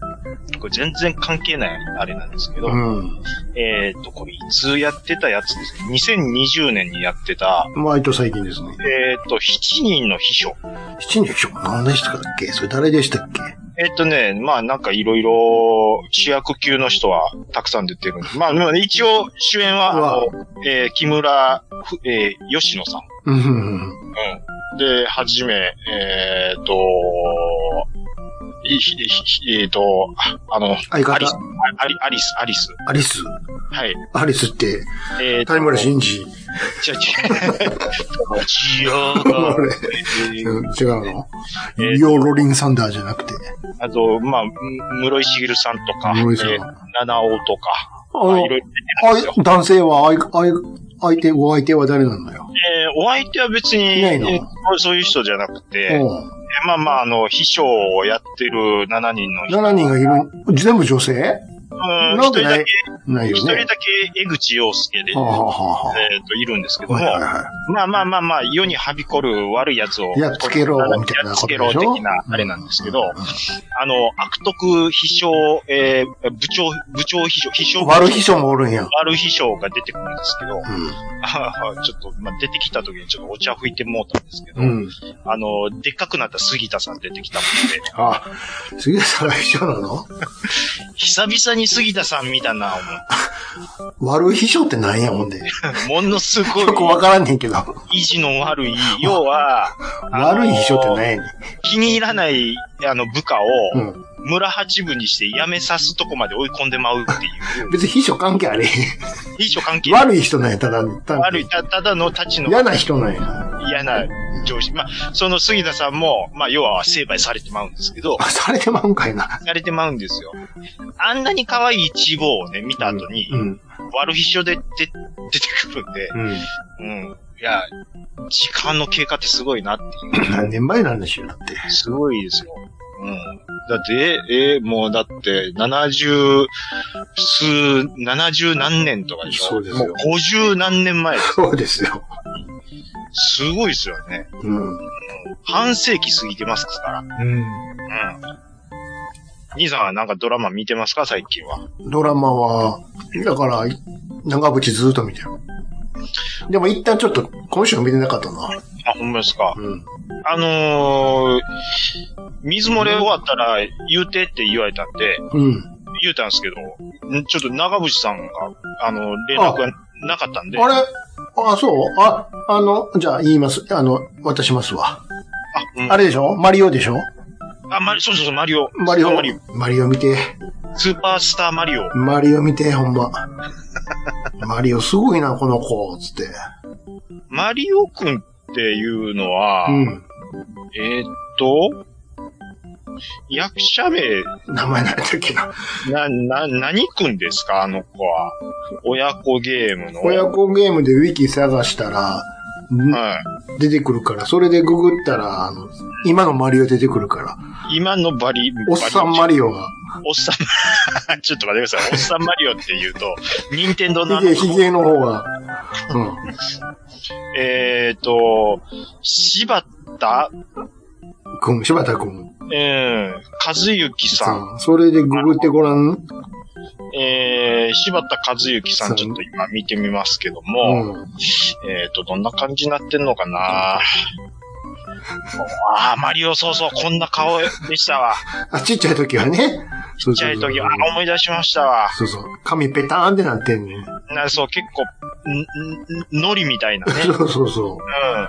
[SPEAKER 2] これ全然関係ないあれなんですけど、
[SPEAKER 1] うん。
[SPEAKER 2] えっと、これいつやってたやつですね。2020年にやってた、
[SPEAKER 1] 割と最近ですね。
[SPEAKER 2] えっと、7人の秘書。
[SPEAKER 1] 七人でしょ何でしたっけそれ誰でしたっけ
[SPEAKER 2] えっとね、まあなんかいろいろ主役級の人はたくさん出てるんで。まあでもね一応主演は、
[SPEAKER 1] うわ
[SPEAKER 2] あの、えー木村ふ、えー吉野さん。
[SPEAKER 1] うんうん
[SPEAKER 2] うん。で、はじめ、えーっと、いひひひえーっと、ああの、
[SPEAKER 1] 相
[SPEAKER 2] アリス
[SPEAKER 1] 方、、
[SPEAKER 2] アリアリス、アリス。
[SPEAKER 1] アリス。
[SPEAKER 2] はい。
[SPEAKER 1] アリスって、
[SPEAKER 2] えーっと
[SPEAKER 1] 谷村新司。
[SPEAKER 2] ちゃちゃ。 ちよー
[SPEAKER 1] あれ、
[SPEAKER 2] え
[SPEAKER 1] 違
[SPEAKER 2] ー
[SPEAKER 1] うの
[SPEAKER 2] えー
[SPEAKER 1] ヨーロリンサンダーじゃなくて。
[SPEAKER 2] あと、まあ、む室井茂さんとか、
[SPEAKER 1] 室井さん
[SPEAKER 2] えー七尾とか、
[SPEAKER 1] あ
[SPEAKER 2] まあ
[SPEAKER 1] の
[SPEAKER 2] いろいろ出てるん
[SPEAKER 1] あ
[SPEAKER 2] ですよ。
[SPEAKER 1] い男性は、あいあい相手、お相手は誰なんだよ。
[SPEAKER 2] えーお相手は別に、
[SPEAKER 1] いないの
[SPEAKER 2] えーそういう人じゃなくて、
[SPEAKER 1] うん。
[SPEAKER 2] まあまあ、あの、秘書をやってる7人の人。
[SPEAKER 1] 7人がいる、全部女性
[SPEAKER 2] うん、
[SPEAKER 1] な
[SPEAKER 2] 一
[SPEAKER 1] わけ
[SPEAKER 2] 人
[SPEAKER 1] な
[SPEAKER 2] だけ
[SPEAKER 1] い、、ない
[SPEAKER 2] 一
[SPEAKER 1] よ
[SPEAKER 2] 人だ
[SPEAKER 1] ね。
[SPEAKER 2] け江口洋介で、
[SPEAKER 1] はあ、はあは
[SPEAKER 2] えっ、と、いるんですけど
[SPEAKER 1] あ、
[SPEAKER 2] も、
[SPEAKER 1] はいはいは
[SPEAKER 2] まあまあまあまあ、世にはびこる悪いやつを。
[SPEAKER 1] やっつけろみたいな
[SPEAKER 2] やっつ
[SPEAKER 1] こと
[SPEAKER 2] け
[SPEAKER 1] でしょ
[SPEAKER 2] ろ的な、あれなんですけど、
[SPEAKER 1] い
[SPEAKER 2] あの、悪徳秘書、えー部長、部長秘書、秘
[SPEAKER 1] う
[SPEAKER 2] 書
[SPEAKER 1] ん。悪秘書もおるんや。
[SPEAKER 2] 悪秘書が出てくるんですけど、
[SPEAKER 1] う
[SPEAKER 2] ちょっと、まあ、出てきた時にちょっとお茶吹いてもうたんですけど、
[SPEAKER 1] ん。うん。
[SPEAKER 2] あの、でっかくなった杉田さん出てきたも
[SPEAKER 1] あ、杉田さんが秘書なの
[SPEAKER 2] んで、久々に杉田さん見たな、
[SPEAKER 1] 悪秘書ってなんやもんで。
[SPEAKER 2] 思う。ものすごい
[SPEAKER 1] よくわからんねんけど。
[SPEAKER 2] 意地の悪い、要は、あの
[SPEAKER 1] 悪い秘書ってなんやねん。
[SPEAKER 2] 気に入らない、あの、部下を、
[SPEAKER 1] うん。
[SPEAKER 2] 村八分にして辞めさすとこまで追い込んでまうっていう
[SPEAKER 1] 別に秘書関係あれへ
[SPEAKER 2] 秘書関係
[SPEAKER 1] ん。悪い人なんや、ただ、ただ
[SPEAKER 2] 悪い、たただのたちの
[SPEAKER 1] 嫌な人なんや。
[SPEAKER 2] 嫌な上司。まあ、その杉田さんも、まあ、要は成敗されてまうんですけど、
[SPEAKER 1] されてまうんかいな。
[SPEAKER 2] されてまうんですよ。あんなに可愛い一望をね、見た後に、
[SPEAKER 1] うん。
[SPEAKER 2] 悪秘書でで出てくるんで、
[SPEAKER 1] うん。
[SPEAKER 2] うん。いや、時間の経過ってすごいなっていう。
[SPEAKER 1] 何年前なんでしょう、だって。
[SPEAKER 2] すごいですよ。うん。だって、え、えもうだって、70、数、70何年とかでしょ
[SPEAKER 1] そうです
[SPEAKER 2] も
[SPEAKER 1] よ
[SPEAKER 2] う50何年前。
[SPEAKER 1] そうですよ。
[SPEAKER 2] すごいですよね。
[SPEAKER 1] うん。
[SPEAKER 2] 半世紀過ぎてますから。
[SPEAKER 1] うん。
[SPEAKER 2] うん。兄さんはなんかドラマ見てますか最近は。
[SPEAKER 1] ドラマは、だから、長渕ずっと見てる。でも一旦ちょっと、今週は見てなかったな。
[SPEAKER 2] あ、ほんまですか。
[SPEAKER 1] うん。
[SPEAKER 2] あのー、水漏れ終わったら言うてって言われたんで、
[SPEAKER 1] うん。
[SPEAKER 2] 言うたんですけど、んちょっと長渕さんが、あの、連絡がなかったんで。
[SPEAKER 1] あれあ、そうあ、あの、じゃあ言います。あの、渡しますわ。
[SPEAKER 2] あ、うん
[SPEAKER 1] あれでしょマリオでしょ
[SPEAKER 2] あ、マリ、そうそうそう、マリオ。
[SPEAKER 1] マリオ
[SPEAKER 2] スーパーマリ。
[SPEAKER 1] マリオ見て。
[SPEAKER 2] オ。スーパースターマリオ。
[SPEAKER 1] マリオ見て、ほんま。マリオすごいな、この子、つって。
[SPEAKER 2] マリオくんっていうのは、
[SPEAKER 1] うん。
[SPEAKER 2] えーっと、役者名、
[SPEAKER 1] 名前なんだっけな。
[SPEAKER 2] な、な、何くんですかあの子は。親子ゲームの。
[SPEAKER 1] 親子ゲームでウィキ探したら、
[SPEAKER 2] は
[SPEAKER 1] 出てくるから、それでググったら、あの、今のマリオ出てくるから、
[SPEAKER 2] い。今のバリ、
[SPEAKER 1] おっさんマ
[SPEAKER 2] リ
[SPEAKER 1] リオが、
[SPEAKER 2] オ。おっさん、 ちょっと待ってください。おっさんマリオって言うと、任天堂のあ
[SPEAKER 1] ヒ
[SPEAKER 2] の
[SPEAKER 1] ゲ、ヒゲの方が、うん。
[SPEAKER 2] えーっと、柴田、
[SPEAKER 1] くん、柴田くん
[SPEAKER 2] うん、和幸さん。
[SPEAKER 1] さん。それでググってごらん。うん。
[SPEAKER 2] えー、柴田和幸さ
[SPEAKER 1] さ
[SPEAKER 2] ん、
[SPEAKER 1] ん
[SPEAKER 2] ちょっと今見てみますけども、えっ、と、どんな感じになってんのかなああ、マリオ、そうそう、こんな顔でしたわ。
[SPEAKER 1] あ、ちっちゃい時はね。ち
[SPEAKER 2] ちっちゃい時は、あ思い出しましたわ。
[SPEAKER 1] そうそう。髪ペターンってなってんね。
[SPEAKER 2] なそう、結構、ん、ん、のりみたいなね。
[SPEAKER 1] そうそうそう。
[SPEAKER 2] うん。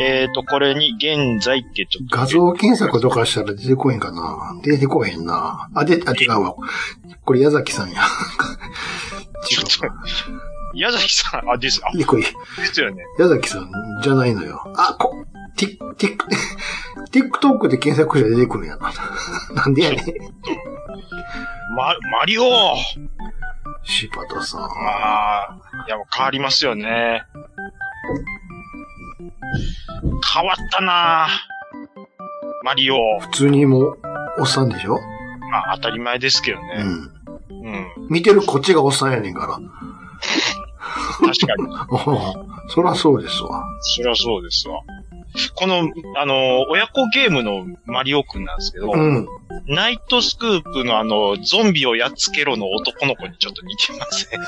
[SPEAKER 2] えっ、と、これに、現在ってちょっと。
[SPEAKER 1] 画像検索とかしたら出てこへんかな。出てこへんな。あ、で、あ、違うわ。これ矢崎さんや。
[SPEAKER 2] ちょっと、矢崎さん、あ、です、あ、
[SPEAKER 1] いやこれ
[SPEAKER 2] ですよね。
[SPEAKER 1] 矢崎さんじゃないのよ。あ、こ、ティ、ティ、ティックトックで検索したら出てくるんや な。なんでやねん。
[SPEAKER 2] マ、マリオ
[SPEAKER 1] 柴田さん。
[SPEAKER 2] ああ、いや、変わりますよね。変わったなぁマリオ。
[SPEAKER 1] 普通にもう、おっさんでしょ
[SPEAKER 2] まあ、当たり前ですけど
[SPEAKER 1] う
[SPEAKER 2] ね。
[SPEAKER 1] ん。
[SPEAKER 2] うん。
[SPEAKER 1] 見てるこっちがおっさんやねんから。
[SPEAKER 2] 確かに。
[SPEAKER 1] うんそらそうですわ。
[SPEAKER 2] そりゃそうですわ。この、あの、親子ゲームのマリオくんなんですけど、
[SPEAKER 1] うん。
[SPEAKER 2] ナイトスクープのあの、ゾンビをやっつけろの男の子にちょっと似てません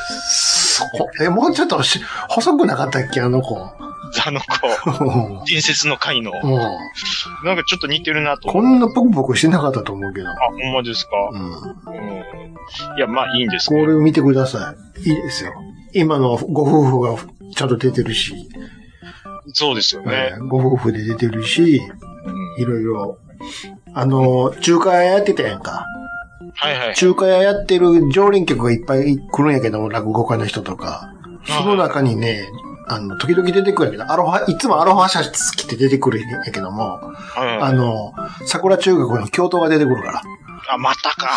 [SPEAKER 1] そえ、もうちょっとし、細くなかったっけあの子。
[SPEAKER 2] あの子。
[SPEAKER 1] うん
[SPEAKER 2] 伝説の回の。
[SPEAKER 1] うん
[SPEAKER 2] なんかちょっと似てるなと。
[SPEAKER 1] こんなポクポクしてなかったと思うけど。
[SPEAKER 2] あ、ほんまですか、
[SPEAKER 1] うん。
[SPEAKER 2] うん、いや、まあいいんですけ
[SPEAKER 1] こ
[SPEAKER 2] ど。
[SPEAKER 1] れを見てください。いいですよ。今のご夫婦がちゃんと出てるし、
[SPEAKER 2] そうですよね
[SPEAKER 1] え。ーご夫婦で出てるし、
[SPEAKER 2] うん
[SPEAKER 1] いろいろ。あの、中華屋やってたやんか。
[SPEAKER 2] はいはい。
[SPEAKER 1] 中華屋やってる常連客がいっぱい来るんやけども、落語家の人とか。その中にね、あの、時々出てくるんやけど、アロハ、いつもアロハシャツ着て出てくるんやけども、あ
[SPEAKER 2] あ
[SPEAKER 1] の、桜中学の教頭が出てくるから。
[SPEAKER 2] あ、またか。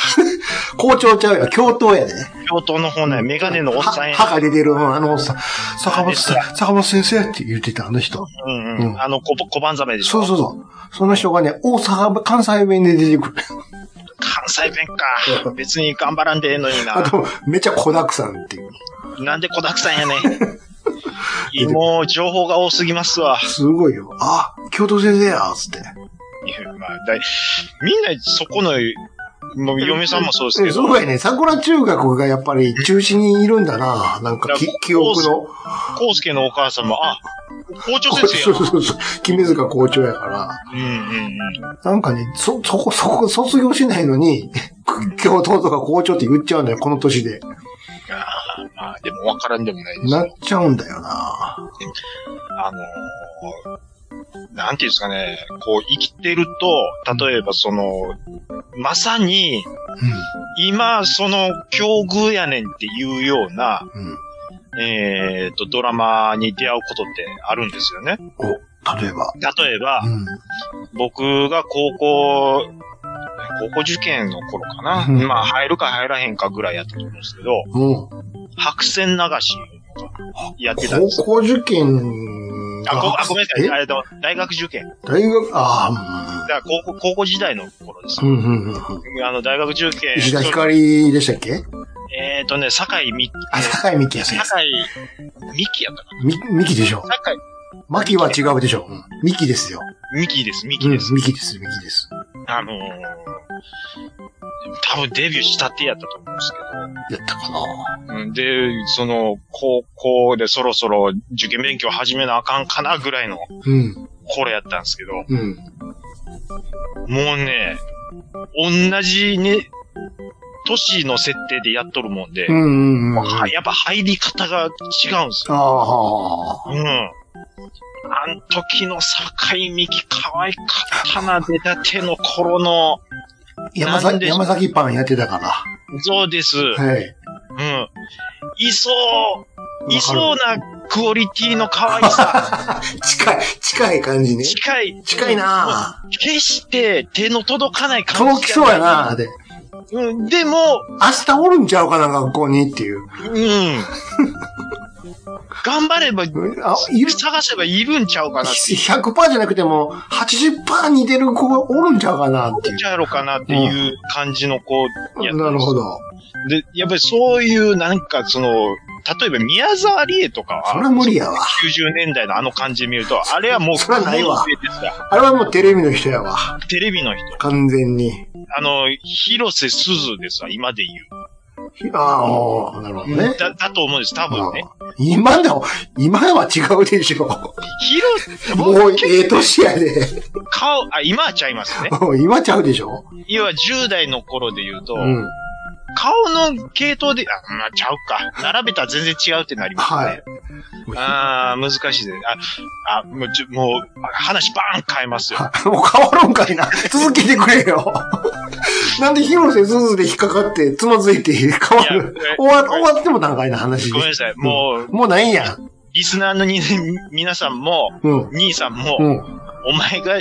[SPEAKER 1] 校長ちゃうよ、教頭やでね。
[SPEAKER 2] 教頭の方ね、メガネのおっさんや
[SPEAKER 1] は。歯が出てる、うんあのおっさん。坂本さん、坂本先生って言ってた、あの人。
[SPEAKER 2] うん
[SPEAKER 1] う
[SPEAKER 2] うんん。あの、小小判ざめでし
[SPEAKER 1] そ
[SPEAKER 2] ょ。
[SPEAKER 1] うそうそう。その人がね、大阪、関西弁で出てくる。
[SPEAKER 2] 関西弁か。別に頑張らんでええのに
[SPEAKER 1] あ
[SPEAKER 2] な。
[SPEAKER 1] と、めっちゃ子だくさんっていう。
[SPEAKER 2] なんで子沢山やね ん。もう、情報が多すぎますわ。
[SPEAKER 1] すごいよ。あ、教頭先生や、つって。
[SPEAKER 2] いやまあ、だいみんなそこの、もう嫁さんもそうですけど、
[SPEAKER 1] そうやね。桜中学がやっぱり中心にいるんだな。なんかき
[SPEAKER 2] だから
[SPEAKER 1] 記憶の。
[SPEAKER 2] 康介のお母さんも、あ、校長
[SPEAKER 1] そう
[SPEAKER 2] 先生
[SPEAKER 1] そう
[SPEAKER 2] や。
[SPEAKER 1] そうそう。君塚校長やから。
[SPEAKER 2] うんうんうん。
[SPEAKER 1] なんかね、そ、そこ、そこ、卒業しないのに、教頭とか校長って言っちゃうんだよ、この年で。
[SPEAKER 2] まあ、でも分からんでもないです
[SPEAKER 1] なっ
[SPEAKER 2] よ。
[SPEAKER 1] ちゃうんだよな。
[SPEAKER 2] あのーなんていうんですかね、こう、生きてると、例えばその、まさに、今、その、境遇やねんっていうような、
[SPEAKER 1] うん。うん。
[SPEAKER 2] えっ、と、ドラマに出会うことってあるんですよね。
[SPEAKER 1] お、例えば。
[SPEAKER 2] 例えば
[SPEAKER 1] う、ん。
[SPEAKER 2] 僕が高校、高校受験の頃かな。
[SPEAKER 1] うん
[SPEAKER 2] まあ、入るか入らへんかぐらいやったと思うんですけど、
[SPEAKER 1] も
[SPEAKER 2] 白線流しをやってたん
[SPEAKER 1] う
[SPEAKER 2] で
[SPEAKER 1] ん、
[SPEAKER 2] すよ
[SPEAKER 1] 高校受験
[SPEAKER 2] あごあ、ごめんなさい。
[SPEAKER 1] え
[SPEAKER 2] えっと、大学受験。
[SPEAKER 1] 大学、あ
[SPEAKER 2] だから高校、高校時代の頃です
[SPEAKER 1] あ、う。ん。うん、うん、うんうん。
[SPEAKER 2] あの、大学受験。
[SPEAKER 1] 石田光でしたっけ
[SPEAKER 2] そうえっ、とね、堺井み、
[SPEAKER 1] あ、高い美希や先生。
[SPEAKER 2] 坂井みきやったか
[SPEAKER 1] み、みきでしょ。
[SPEAKER 2] な坂井
[SPEAKER 1] マキは違うでしょ。うん。ミキですよ。
[SPEAKER 2] みきです、み
[SPEAKER 1] う
[SPEAKER 2] き
[SPEAKER 1] ん、
[SPEAKER 2] で
[SPEAKER 1] ミ
[SPEAKER 2] す。
[SPEAKER 1] キです、ミキです。
[SPEAKER 2] あのー、多分デビューしたてやったと思うんですけど、
[SPEAKER 1] やったかな
[SPEAKER 2] うんで、その、高校でそろそろ受験勉強始めなあかんかなぐらいの
[SPEAKER 1] うん、
[SPEAKER 2] 頃やったんですけど、も
[SPEAKER 1] うん。
[SPEAKER 2] うね、同じね、都市の設定でやっとるもんで、
[SPEAKER 1] うん、うん、うん。
[SPEAKER 2] は
[SPEAKER 1] はい。
[SPEAKER 2] やっぱ入り方が違うんですよ。
[SPEAKER 1] ああ、
[SPEAKER 2] うん。あの時の坂井美希可愛かったな、出たての頃の、
[SPEAKER 1] 山
[SPEAKER 2] なん
[SPEAKER 1] 崎、
[SPEAKER 2] でしょう
[SPEAKER 1] 山崎パンやってたか
[SPEAKER 2] そうです。う
[SPEAKER 1] ら。はい。
[SPEAKER 2] ん。いそう、いそうなクオリティの可愛さ。
[SPEAKER 1] 近い、近い感じね。
[SPEAKER 2] 近い。
[SPEAKER 1] 近いなぁ。
[SPEAKER 2] 決して手の届かない感じ。
[SPEAKER 1] 届きそうや。なぁ。で、
[SPEAKER 2] うん、でも、
[SPEAKER 1] 明日おるんちゃうかな、学校にっていう。
[SPEAKER 2] うん。頑張れば、
[SPEAKER 1] あ、いる
[SPEAKER 2] 探せばいるんちゃうかなって。
[SPEAKER 1] 100%じゃなくても、80%似てる子がおるんちゃうかなっ
[SPEAKER 2] い
[SPEAKER 1] てい
[SPEAKER 2] るんちゃうやろかなっていう感じの子や
[SPEAKER 1] う。なるほど。
[SPEAKER 2] で、やっぱりそういう、なんかその、例えば宮沢りえとか
[SPEAKER 1] それ
[SPEAKER 2] は、
[SPEAKER 1] は無理やわ。
[SPEAKER 2] 90年代のあの感じ見ると、あれはもう、
[SPEAKER 1] それはないわ
[SPEAKER 2] 雲の上ですよ
[SPEAKER 1] あれはもうテレビの人やわ。
[SPEAKER 2] テレビの人。
[SPEAKER 1] 完全に。
[SPEAKER 2] あの、広瀬すずですわ、今で
[SPEAKER 1] ああおー、なるほど
[SPEAKER 2] 言う。
[SPEAKER 1] ね。
[SPEAKER 2] だ、だと思うんです、多分ね。
[SPEAKER 1] うん今の、今は違うでしょ。
[SPEAKER 2] 広瀬、
[SPEAKER 1] もう、ええ年やで。
[SPEAKER 2] 顔、あ、今はちゃいますね。
[SPEAKER 1] 今ちゃうでしょ。
[SPEAKER 2] 要は10代の頃で言うと、
[SPEAKER 1] うん。
[SPEAKER 2] 顔の系統で、あ、まあ、ちゃうか。並べたら全然違うってなりますね。
[SPEAKER 1] はい。
[SPEAKER 2] ああ、難しいです。あ、あ、もう、ちょもう、あ話バーン変えますよ。
[SPEAKER 1] はいもう変わるんかいな。続けてくれよ。なんで広瀬すずで引っかかって、つまずいて変わる
[SPEAKER 2] いや。
[SPEAKER 1] 終わ終わってもなんかいな話
[SPEAKER 2] ごめんな
[SPEAKER 1] で。
[SPEAKER 2] さい。もう、
[SPEAKER 1] もうないんやん。
[SPEAKER 2] リスナーのに皆さんも、
[SPEAKER 1] うん。
[SPEAKER 2] 兄さんも、
[SPEAKER 1] うん。
[SPEAKER 2] お前が、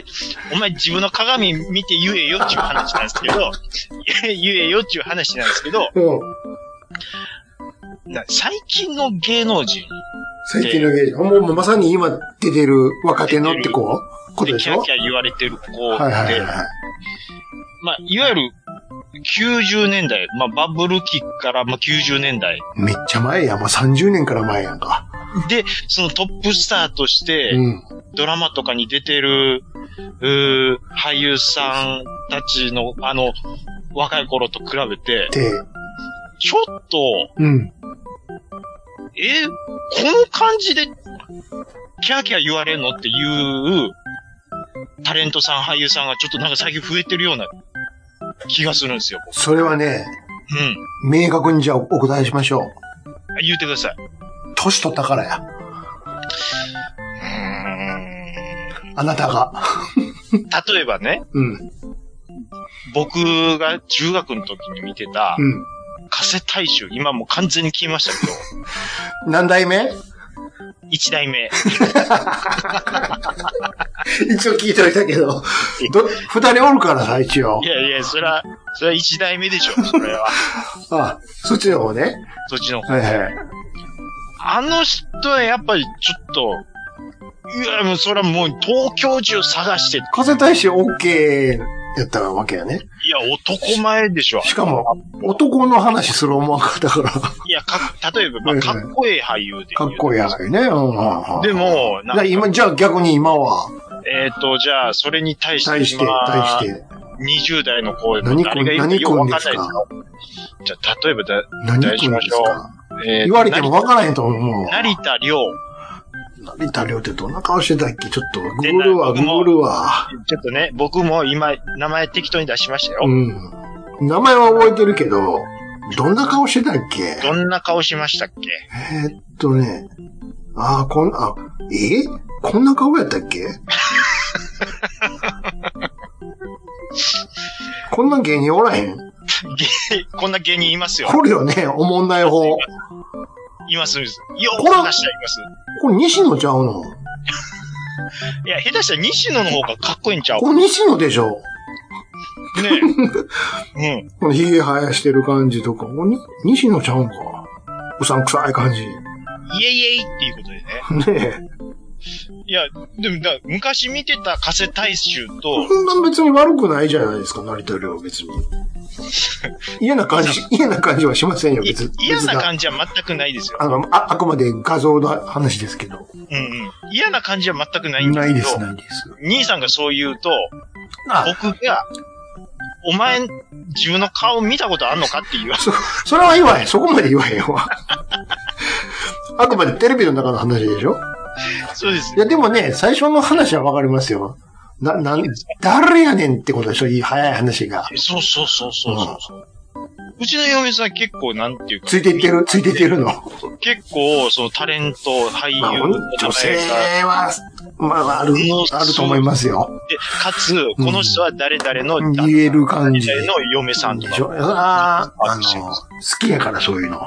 [SPEAKER 2] お前自分の鏡見て言えよっていう話なんですけど、 言えよっていう話なんですけど、
[SPEAKER 1] うん。
[SPEAKER 2] な最近の芸能人
[SPEAKER 1] 最近の芸人。もうもうまさに今出てる若手のってこうこ
[SPEAKER 2] で
[SPEAKER 1] とで
[SPEAKER 2] キ
[SPEAKER 1] し
[SPEAKER 2] ャ
[SPEAKER 1] ょ
[SPEAKER 2] ーキャー言われてる子で、
[SPEAKER 1] はいはいはいはい。
[SPEAKER 2] まあ、いわゆる、90年代、まあ、バブル期から、まあ、90年代。
[SPEAKER 1] めっちゃ前や。もう30年から前やんか。
[SPEAKER 2] で、そのトップスターとして、
[SPEAKER 1] うん。
[SPEAKER 2] ドラマとかに出てる、うー俳優さんたちの、あの、若い頃と比べて、
[SPEAKER 1] で、
[SPEAKER 2] ちょっと、
[SPEAKER 1] うん。
[SPEAKER 2] えーこの感じで、キャーキャー言われんのっていう、タレントさん、俳優さんがちょっとなんか最近増えてるような気がするんですよ。
[SPEAKER 1] それはね、
[SPEAKER 2] うん。
[SPEAKER 1] 明確にじゃあお答えしましょう。
[SPEAKER 2] 言ってください。う
[SPEAKER 1] 年取ったからや。
[SPEAKER 2] ーん。
[SPEAKER 1] あなたが。
[SPEAKER 2] 例えばね、
[SPEAKER 1] うん。
[SPEAKER 2] 僕が中学の時に見てた、
[SPEAKER 1] うん。
[SPEAKER 2] 加瀬大衆、今もう完全に消えましたけど、
[SPEAKER 1] 何代目
[SPEAKER 2] 一代目。
[SPEAKER 1] 一応聞いといたけど、ど、二人おるからさ、一応
[SPEAKER 2] い。やいや、それは、それは一代目でし ょ、それは。
[SPEAKER 1] あ、そっちの方ね。
[SPEAKER 2] そっちの方。
[SPEAKER 1] はいはい。
[SPEAKER 2] あの人はやっぱりちょっと、いや、もうそれはもう東京中探して、い
[SPEAKER 1] 風大使 OK やったわけやね。
[SPEAKER 2] や、男前でしょ。
[SPEAKER 1] しかも、男の話する思わんかったから、か
[SPEAKER 2] いや、か、例えば、ま
[SPEAKER 1] は
[SPEAKER 2] あ、
[SPEAKER 1] いは
[SPEAKER 2] か
[SPEAKER 1] い
[SPEAKER 2] っこええ俳優で。
[SPEAKER 1] っこいいやつね。うんうんうん
[SPEAKER 2] で、も、な
[SPEAKER 1] だから
[SPEAKER 2] んか、
[SPEAKER 1] 今、じゃあ逆に今は、
[SPEAKER 2] えっ、と、じゃあ、それに対して、
[SPEAKER 1] 対して、
[SPEAKER 2] 今
[SPEAKER 1] 対して、
[SPEAKER 2] 20代の子でも
[SPEAKER 1] 何
[SPEAKER 2] 誰がいるか
[SPEAKER 1] 何
[SPEAKER 2] よくわ
[SPEAKER 1] 君
[SPEAKER 2] かん
[SPEAKER 1] です
[SPEAKER 2] ないです
[SPEAKER 1] か
[SPEAKER 2] よ。じゃあ、例えばだ、
[SPEAKER 1] 何君
[SPEAKER 2] お願
[SPEAKER 1] で
[SPEAKER 2] いし
[SPEAKER 1] す
[SPEAKER 2] ましょ
[SPEAKER 1] か
[SPEAKER 2] えー
[SPEAKER 1] 言われてもわからへんと思う。
[SPEAKER 2] 成田亮。
[SPEAKER 1] 成田亮ってどんな顔してたっけちょっと、ググるわ、ググるわ。
[SPEAKER 2] ちょっとね、僕も今、名前適当に出しましたよ。
[SPEAKER 1] うん。名前は覚えてるけど、どんな顔してたっけ
[SPEAKER 2] どんな顔しましたっけ
[SPEAKER 1] えーっとね、ああ、こん、あ、えこんな顔やった っけこんな芸人おらへ ん
[SPEAKER 2] 芸こんな芸人いますよ。
[SPEAKER 1] これよね、おもんない方。こ
[SPEAKER 2] います、います。よく
[SPEAKER 1] これ
[SPEAKER 2] 話しています。
[SPEAKER 1] れ西野ちゃうの
[SPEAKER 2] いや、下手したら西野の方がかっこいいんちゃう
[SPEAKER 1] これ西野でしょ
[SPEAKER 2] ねうん。
[SPEAKER 1] この髭生やしてる感じとか、これに西野ちゃうんか。うさんくさい感じ。
[SPEAKER 2] イエイイエイっていうことでね。
[SPEAKER 1] ね
[SPEAKER 2] いや、でもだ、昔見てた加瀬大衆
[SPEAKER 1] え。
[SPEAKER 2] と、
[SPEAKER 1] こんなん別に悪くないじゃないですか、成田凌は別に。嫌な感じ、嫌な感じはしませんよ、
[SPEAKER 2] い
[SPEAKER 1] 別に。
[SPEAKER 2] 嫌な
[SPEAKER 1] じ。
[SPEAKER 2] 感じは全くないですよ。
[SPEAKER 1] あの、あ、あくまで画像の話ですけど。
[SPEAKER 2] うんうん。嫌な感じは全くないんですけど、
[SPEAKER 1] ないです。
[SPEAKER 2] 兄さんがそう言うと、
[SPEAKER 1] あ、
[SPEAKER 2] 僕が、お前、自分の顔見たことあんのかって言わ
[SPEAKER 1] そ、それは言わへん。そこまで言わへんわ。あくまでテレビの中の話でしょ
[SPEAKER 2] そうです
[SPEAKER 1] い。や、でもね、最初の話はわかりますよ。な、なん、誰やねんってことでしょいい早い話が。
[SPEAKER 2] そうそうそうそうそうそう。うちの嫁さん結構なんていうか。
[SPEAKER 1] ついていってる、ついていってるの。
[SPEAKER 2] 結構、そのタレント、俳優
[SPEAKER 1] まあ、ほん女性は、まあ、ある、あると思いますよ。
[SPEAKER 2] で、かつ、この人は誰々の、
[SPEAKER 1] うん
[SPEAKER 2] だ
[SPEAKER 1] 言える感じ
[SPEAKER 2] 誰々の嫁さんと
[SPEAKER 1] でし
[SPEAKER 2] か、
[SPEAKER 1] ょああ、あの、好きやからそういうの。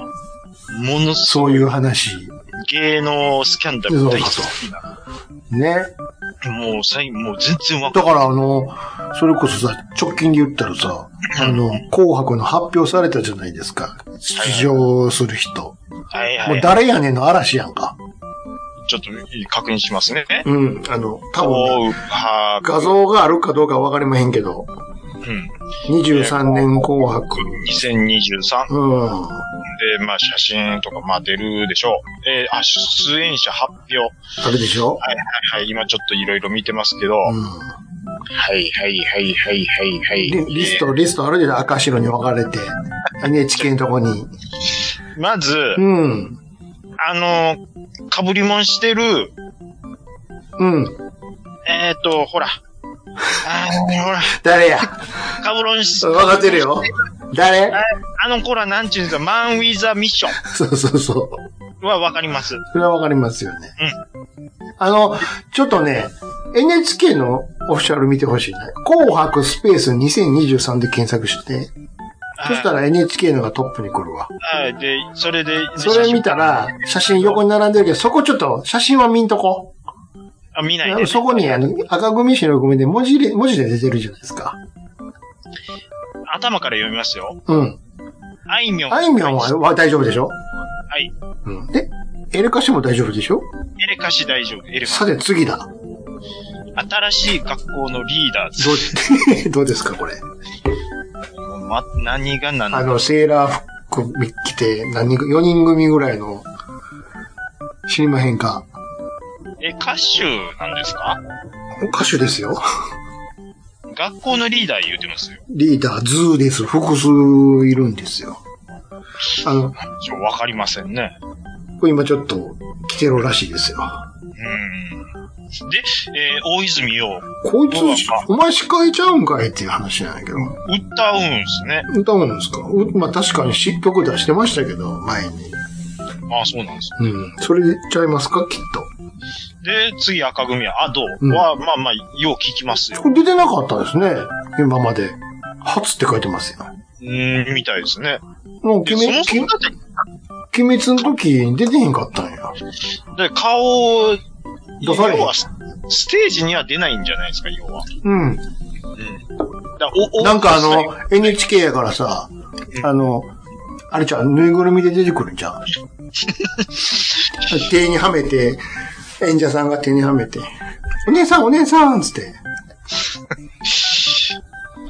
[SPEAKER 2] ものす
[SPEAKER 1] そういう話。
[SPEAKER 2] ごい芸能スキャンダル大好きな。
[SPEAKER 1] ね。
[SPEAKER 2] もう、最もう全然わか
[SPEAKER 1] だからあの、それこそさ、直近で言ったらさ、あの、紅白の発表されたじゃないですか。出場する人。
[SPEAKER 2] んない。はい
[SPEAKER 1] も
[SPEAKER 2] は
[SPEAKER 1] う
[SPEAKER 2] い。
[SPEAKER 1] 誰やねんの嵐やんか。
[SPEAKER 2] ちょっと確認しますね。
[SPEAKER 1] うん、あの、多分、
[SPEAKER 2] おう、は
[SPEAKER 1] 画像があるかどうかわかりまへんけど、
[SPEAKER 2] うん。
[SPEAKER 1] 23年紅白。
[SPEAKER 2] 2023
[SPEAKER 1] うん。
[SPEAKER 2] で、まあ、写真とか、まあ、出るでしょう。えーあ、出演者発表。は
[SPEAKER 1] あれでしょ
[SPEAKER 2] いはいはい。今ちょっといろいろ見てますけど。
[SPEAKER 1] う
[SPEAKER 2] はいはいはいはいはいはい。
[SPEAKER 1] ん。リリスト、リストあるじゃん。赤白に分かれて。NHK のとこに。
[SPEAKER 2] えーまず、
[SPEAKER 1] うん。
[SPEAKER 2] あのー、かぶりもんしてる、
[SPEAKER 1] うん。
[SPEAKER 2] えっ、ー、と、ほら。あーほら、
[SPEAKER 1] 誰や
[SPEAKER 2] かぶろんし
[SPEAKER 1] 分、かってるよ。誰
[SPEAKER 2] あの子らなんちゅうんですか、マン・ウィザ・ミッショ
[SPEAKER 1] そうそうそう。
[SPEAKER 2] ンはわかります。
[SPEAKER 1] それはわかりますよね。あの、ちょっとね、NHK のオフィシャル見てほしいな。紅白スペース2023で検索して、そした
[SPEAKER 2] ら、
[SPEAKER 1] ら NHK のがトップに来るわ。
[SPEAKER 2] はいで、それで、で
[SPEAKER 1] それ見たら、写真横に並んでるけど、そこちょっと写真は見んとこ。
[SPEAKER 2] あ見ないで、ね。
[SPEAKER 1] そこにあの赤組白組で文字で、文字で出てるじゃないですか。
[SPEAKER 2] 頭から読みますよ。
[SPEAKER 1] うん。
[SPEAKER 2] あいみょん。
[SPEAKER 1] あいみょんはは大丈夫でしょ
[SPEAKER 2] はい。
[SPEAKER 1] うん。で、エレカシも大丈夫でしょ
[SPEAKER 2] エレカシ大丈夫。エレファ
[SPEAKER 1] さて次だ。
[SPEAKER 2] ン新しい学校のリーダーズ。
[SPEAKER 1] どう、 どうですかこれ。
[SPEAKER 2] ま、何が何
[SPEAKER 1] あ
[SPEAKER 2] だ
[SPEAKER 1] の、セーラー服着て、何人か、4人組ぐらいの、知りまへんか。
[SPEAKER 2] え、歌手なんですか
[SPEAKER 1] 歌手ですよ。
[SPEAKER 2] 学校のリーダー言うてますよ。
[SPEAKER 1] リーダー、ズーです。複数いるんですよ。あの、
[SPEAKER 2] ちょ、わかりませんね。
[SPEAKER 1] これ今ちょっと、来てるらしいですよ。
[SPEAKER 2] うん。で、えー大泉洋、
[SPEAKER 1] こいつ、お前司会ちゃうんかいっていう話なんやけど。
[SPEAKER 2] 歌うんすね。
[SPEAKER 1] 歌うんですかうまあ確かに失曲出してましたけど、前に。
[SPEAKER 2] ああ、そうなんです。
[SPEAKER 1] うん。それでちゃいますかきっ
[SPEAKER 2] で、次赤組は、あ、どう、
[SPEAKER 1] うん
[SPEAKER 2] は、まあまあ、よう聞きます
[SPEAKER 1] と。
[SPEAKER 2] よ
[SPEAKER 1] こ。れ出てなかったですね。今まで。初って書いてますよ。
[SPEAKER 2] うーん、みたいですね。
[SPEAKER 1] もう
[SPEAKER 2] で
[SPEAKER 1] 決
[SPEAKER 2] そ
[SPEAKER 1] め、
[SPEAKER 2] もそ
[SPEAKER 1] 決め
[SPEAKER 2] もだって、
[SPEAKER 1] 鬼滅の時に出てへんかったんや。
[SPEAKER 2] で、顔を、
[SPEAKER 1] 出されへん
[SPEAKER 2] 要はス、ステージには出ないんじゃないですか、要は。
[SPEAKER 1] うん。
[SPEAKER 2] だおお
[SPEAKER 1] なんかあの、NHK やからさ、あの、あれじゃん、ぬいぐるみで出てくるんじゃん。手にはめて、演者さんが手にはめて、お姉さんお姉さんつって。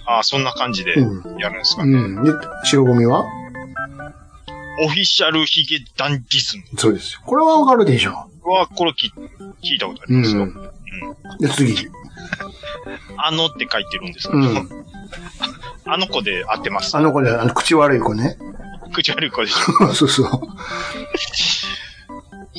[SPEAKER 2] あそんな感じで
[SPEAKER 1] う
[SPEAKER 2] やるんですか、
[SPEAKER 1] うん。で白ゴミは
[SPEAKER 2] オフィシャルヒゲダンディズム
[SPEAKER 1] そうですよ。これはわかるでしょ。
[SPEAKER 2] は、これ聞聞いたことあり
[SPEAKER 1] う
[SPEAKER 2] ますよ。
[SPEAKER 1] ん。で、次。
[SPEAKER 2] あのって書いてるんですけ
[SPEAKER 1] う
[SPEAKER 2] ど、
[SPEAKER 1] ん。
[SPEAKER 2] あの子で合ってます
[SPEAKER 1] あ。の子で、あの、口悪い子ね。
[SPEAKER 2] 口悪い子でし
[SPEAKER 1] そうそう。
[SPEAKER 2] ょ。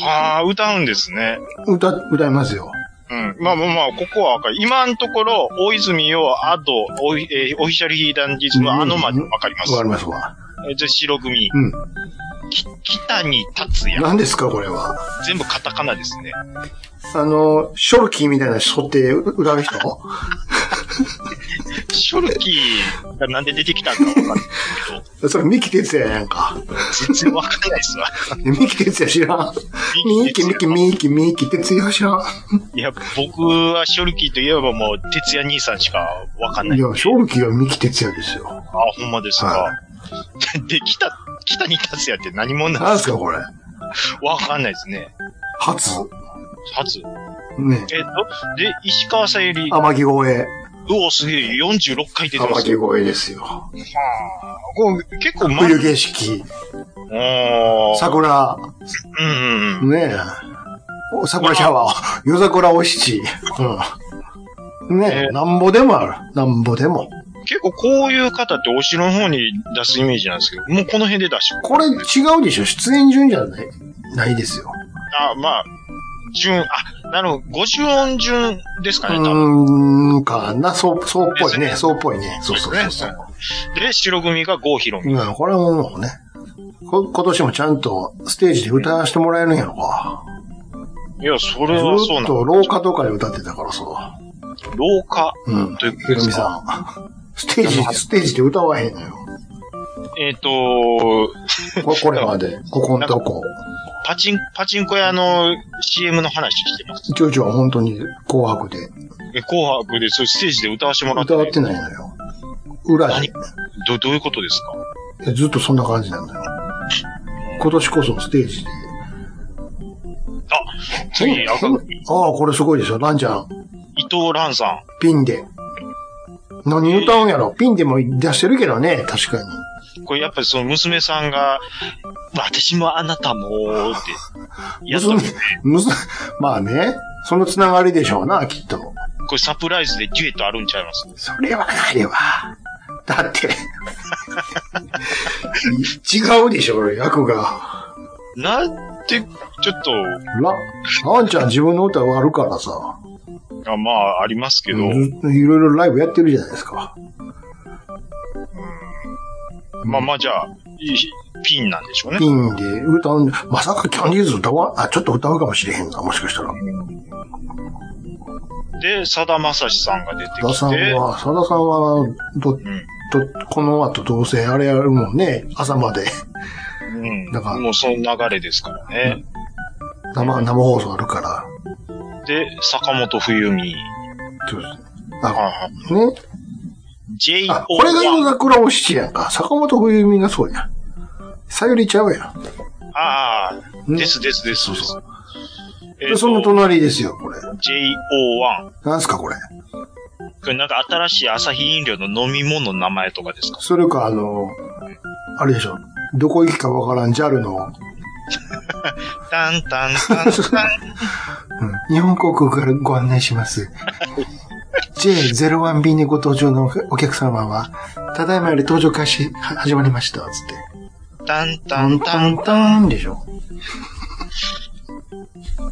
[SPEAKER 2] はあ、歌うんですね。
[SPEAKER 1] 歌、歌いますよ。
[SPEAKER 2] うん。まあまあまあ、ここはわかる。今のところ、大泉洋、アド、オフィ,、えーオフィシャルヒゲダンディズム、
[SPEAKER 1] うん
[SPEAKER 2] あのまでわかります。
[SPEAKER 1] わかりますわ。
[SPEAKER 2] えじゃあ白組、
[SPEAKER 1] うん。
[SPEAKER 2] き北に達也。
[SPEAKER 1] 何ですか、これは。
[SPEAKER 2] 全部カタカナですね。
[SPEAKER 1] あの、ショルキーみたいな人って歌う人
[SPEAKER 2] ショルキーがなんで出てきたんかわかんないけど、
[SPEAKER 1] それ、三木哲也やんか。
[SPEAKER 2] 全然わかんないですわ。
[SPEAKER 1] 三木哲也知らん。三木、三木、三木、三木哲也知らん。
[SPEAKER 2] いや、僕はショルキーといえばもう、哲也兄さんしかわかんない
[SPEAKER 1] い
[SPEAKER 2] んで。
[SPEAKER 1] や、ショルキーは三木哲也ですよ。
[SPEAKER 2] あ、ほんまですか。
[SPEAKER 1] は
[SPEAKER 2] で、北、北に達也って何者なん
[SPEAKER 1] 何
[SPEAKER 2] です
[SPEAKER 1] すか、これ。
[SPEAKER 2] かわかんないですね。
[SPEAKER 1] 初。
[SPEAKER 2] 初。
[SPEAKER 1] ね。
[SPEAKER 2] えっと、で、石川さゆり。う
[SPEAKER 1] 天城越え。
[SPEAKER 2] お、すげえ、46回出てま
[SPEAKER 1] 天
[SPEAKER 2] すよ。
[SPEAKER 1] 城越えですよ。
[SPEAKER 2] はあこう結構、ま、
[SPEAKER 1] 冬景色。
[SPEAKER 2] おー
[SPEAKER 1] 桜。
[SPEAKER 2] うんうんうん。
[SPEAKER 1] ねえ。お桜シャワー。夜桜お七。うん。ね
[SPEAKER 2] え
[SPEAKER 1] え、なんぼでもある。なんぼでも。
[SPEAKER 2] 結構こういう方ってお城の方に出すイメージなんですけど、もうこの辺で出して
[SPEAKER 1] これ違うでしょ出演順じゃない、ないですよ。
[SPEAKER 2] あ、まあ、順、あ、なるほど、五十音順です
[SPEAKER 1] う
[SPEAKER 2] かね、多分。
[SPEAKER 1] ーん、かな。そう、そうっぽい
[SPEAKER 2] で
[SPEAKER 1] ね。そうっぽいね。そうそうそう
[SPEAKER 2] そ
[SPEAKER 1] そうう。
[SPEAKER 2] で、白組が郷ひろみ。
[SPEAKER 1] うん、これはもうね。こ今年もちゃんとステージで歌わせてもらえるんやろか。
[SPEAKER 2] いや、そ
[SPEAKER 1] ず
[SPEAKER 2] れはそう
[SPEAKER 1] ーっ
[SPEAKER 2] な
[SPEAKER 1] と
[SPEAKER 2] の。
[SPEAKER 1] 廊下とかで歌ってたからさ。
[SPEAKER 2] 廊下
[SPEAKER 1] うん。
[SPEAKER 2] という
[SPEAKER 1] ひろみさん。ステージ、ステージで歌わへんのよ。
[SPEAKER 2] えっ、と、
[SPEAKER 1] ここれ まで。ここんとこ。
[SPEAKER 2] パチン、パチンコ屋の CM の話してます。
[SPEAKER 1] ちょいちょい本当に紅白で
[SPEAKER 2] え、紅白で、そう、ステージで歌わせてもらって。
[SPEAKER 1] 歌ってないのよ。裏で。
[SPEAKER 2] ど、どういうことですか
[SPEAKER 1] ずっとそんな感じなんだよ。今年こそステージで。
[SPEAKER 2] 次、赤組
[SPEAKER 1] ああ、これすごいでしょ。ランちゃん、
[SPEAKER 2] 伊藤蘭さ
[SPEAKER 1] ピンで。何歌うんやろピンでも出してるけどね、確かに。
[SPEAKER 2] ん。これやっぱりその娘さんが、私もあなたも、って、 やった
[SPEAKER 1] 娘
[SPEAKER 2] もん。、
[SPEAKER 1] 娘、まあね、そのつながりでしょうな、きっと。
[SPEAKER 2] これサプライズでデュエットあるんちゃいます
[SPEAKER 1] それはないわ。だって、 違うでしょ、役が。
[SPEAKER 2] なんて、ちょっと、
[SPEAKER 1] ラ、ランちゃん自分の歌はあるからさ。
[SPEAKER 2] あまあ、ありますけ
[SPEAKER 1] い
[SPEAKER 2] ど、
[SPEAKER 1] ろいろライブやってるじゃないですか。
[SPEAKER 2] まあまあ、じゃあ、いいピンなんでしょうね。
[SPEAKER 1] ピンで歌うん、まさかキャンディーズ歌わん、あ、ちょっと歌うかもしれへんな、もしかしたら。
[SPEAKER 2] で、さだまさしさんが出て
[SPEAKER 1] さださ
[SPEAKER 2] き
[SPEAKER 1] ん
[SPEAKER 2] て、
[SPEAKER 1] は、さださんは、ど、
[SPEAKER 2] ん
[SPEAKER 1] ど、この後どうせあれやるもんね、朝まで
[SPEAKER 2] うん、
[SPEAKER 1] だから
[SPEAKER 2] もうその流れですからね。
[SPEAKER 1] 生、生放送あるから。
[SPEAKER 2] で、坂本冬美。
[SPEAKER 1] そうですね。
[SPEAKER 2] あ
[SPEAKER 1] あ、
[SPEAKER 2] あ
[SPEAKER 1] ね。
[SPEAKER 2] J.O.
[SPEAKER 1] あ、これが夜桜お七やんか。坂本冬美がそうやん。さゆりちゃうやん。
[SPEAKER 2] ああ、
[SPEAKER 1] ね
[SPEAKER 2] ですですです。。
[SPEAKER 1] そうそう
[SPEAKER 2] えっ、
[SPEAKER 1] で、その
[SPEAKER 2] と、
[SPEAKER 1] 隣ですよ、これ。
[SPEAKER 2] J.O.1。
[SPEAKER 1] なんすか、これ。
[SPEAKER 2] これなんか新しい朝日飲料の飲み物の名前とかですか
[SPEAKER 1] それか、あの、あれでしょ。どこ行きかわからん JAL の、
[SPEAKER 2] タンタンタンタン。
[SPEAKER 1] うん日本航空からご案内します。J01B にご搭乗のお客様は、ただいまより搭乗開始は始まりました、つって。
[SPEAKER 2] タンタンタンタン。
[SPEAKER 1] タンでしょ。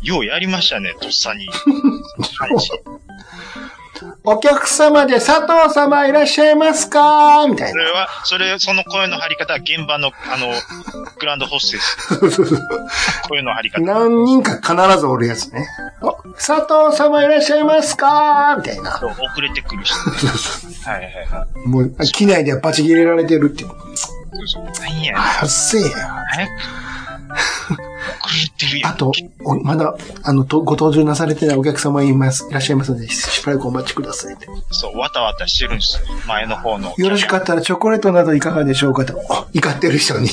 [SPEAKER 2] ようやりましたね、とっさに。
[SPEAKER 1] お客様で佐藤様いらっしゃいますかみたい
[SPEAKER 2] それ
[SPEAKER 1] な。
[SPEAKER 2] は、それ、その声の張り方は現場の、あの、グランドホステス。声の張り方。
[SPEAKER 1] 何人か必ずおるやつね。あ佐藤様いらっしゃいますかみたいな。
[SPEAKER 2] 遅れてくる人。はいはいはい。
[SPEAKER 1] もう、機内ではバチ切れられてるって。
[SPEAKER 2] そうそう。何や、
[SPEAKER 1] あ、うっせえや。
[SPEAKER 2] 早く。狂ってるやん。
[SPEAKER 1] あと、おまだ、あの、とご登場なされてないお客様います、いらっしゃいますので、しばらくお待ちくださいって。
[SPEAKER 2] そう、わたわたしてるんですよ。前の方の。
[SPEAKER 1] よろしか
[SPEAKER 2] っ
[SPEAKER 1] ったらチョコレートなどいかがでしょうかと、あ怒ってる人に。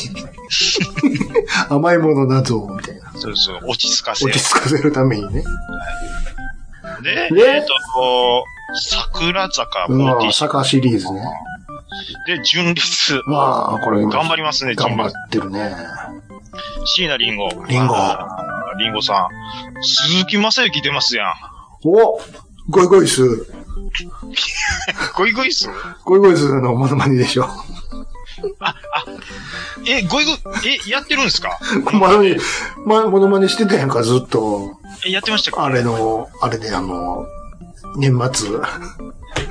[SPEAKER 1] 甘いものなどを、みたいな。
[SPEAKER 2] た。そうそう、落ち着かせ
[SPEAKER 1] 落
[SPEAKER 2] る
[SPEAKER 1] ち。着かせるためにね。
[SPEAKER 2] で、
[SPEAKER 1] ね
[SPEAKER 2] えっと、桜坂
[SPEAKER 1] う
[SPEAKER 2] ボデ
[SPEAKER 1] わ
[SPEAKER 2] ィ
[SPEAKER 1] 坂シリーズね。
[SPEAKER 2] で、純烈。
[SPEAKER 1] わあ、これ、
[SPEAKER 2] 頑張りますね、
[SPEAKER 1] 頑
[SPEAKER 2] 純
[SPEAKER 1] 張っ
[SPEAKER 2] 烈。
[SPEAKER 1] てるね。
[SPEAKER 2] 椎名林檎。
[SPEAKER 1] リンゴ。
[SPEAKER 2] あー。リンゴさん。鈴木正幸出ますやん。
[SPEAKER 1] おゴイゴイスー。
[SPEAKER 2] ゴイゴイス
[SPEAKER 1] ゴイゴイスーのモノマネでしょ。
[SPEAKER 2] え、ゴイゴイ、え、やってるんですか
[SPEAKER 1] モノマネ、まモノマネしてたやんか、ずっと。
[SPEAKER 2] え、やってましたか
[SPEAKER 1] あれの、あれであの、年末。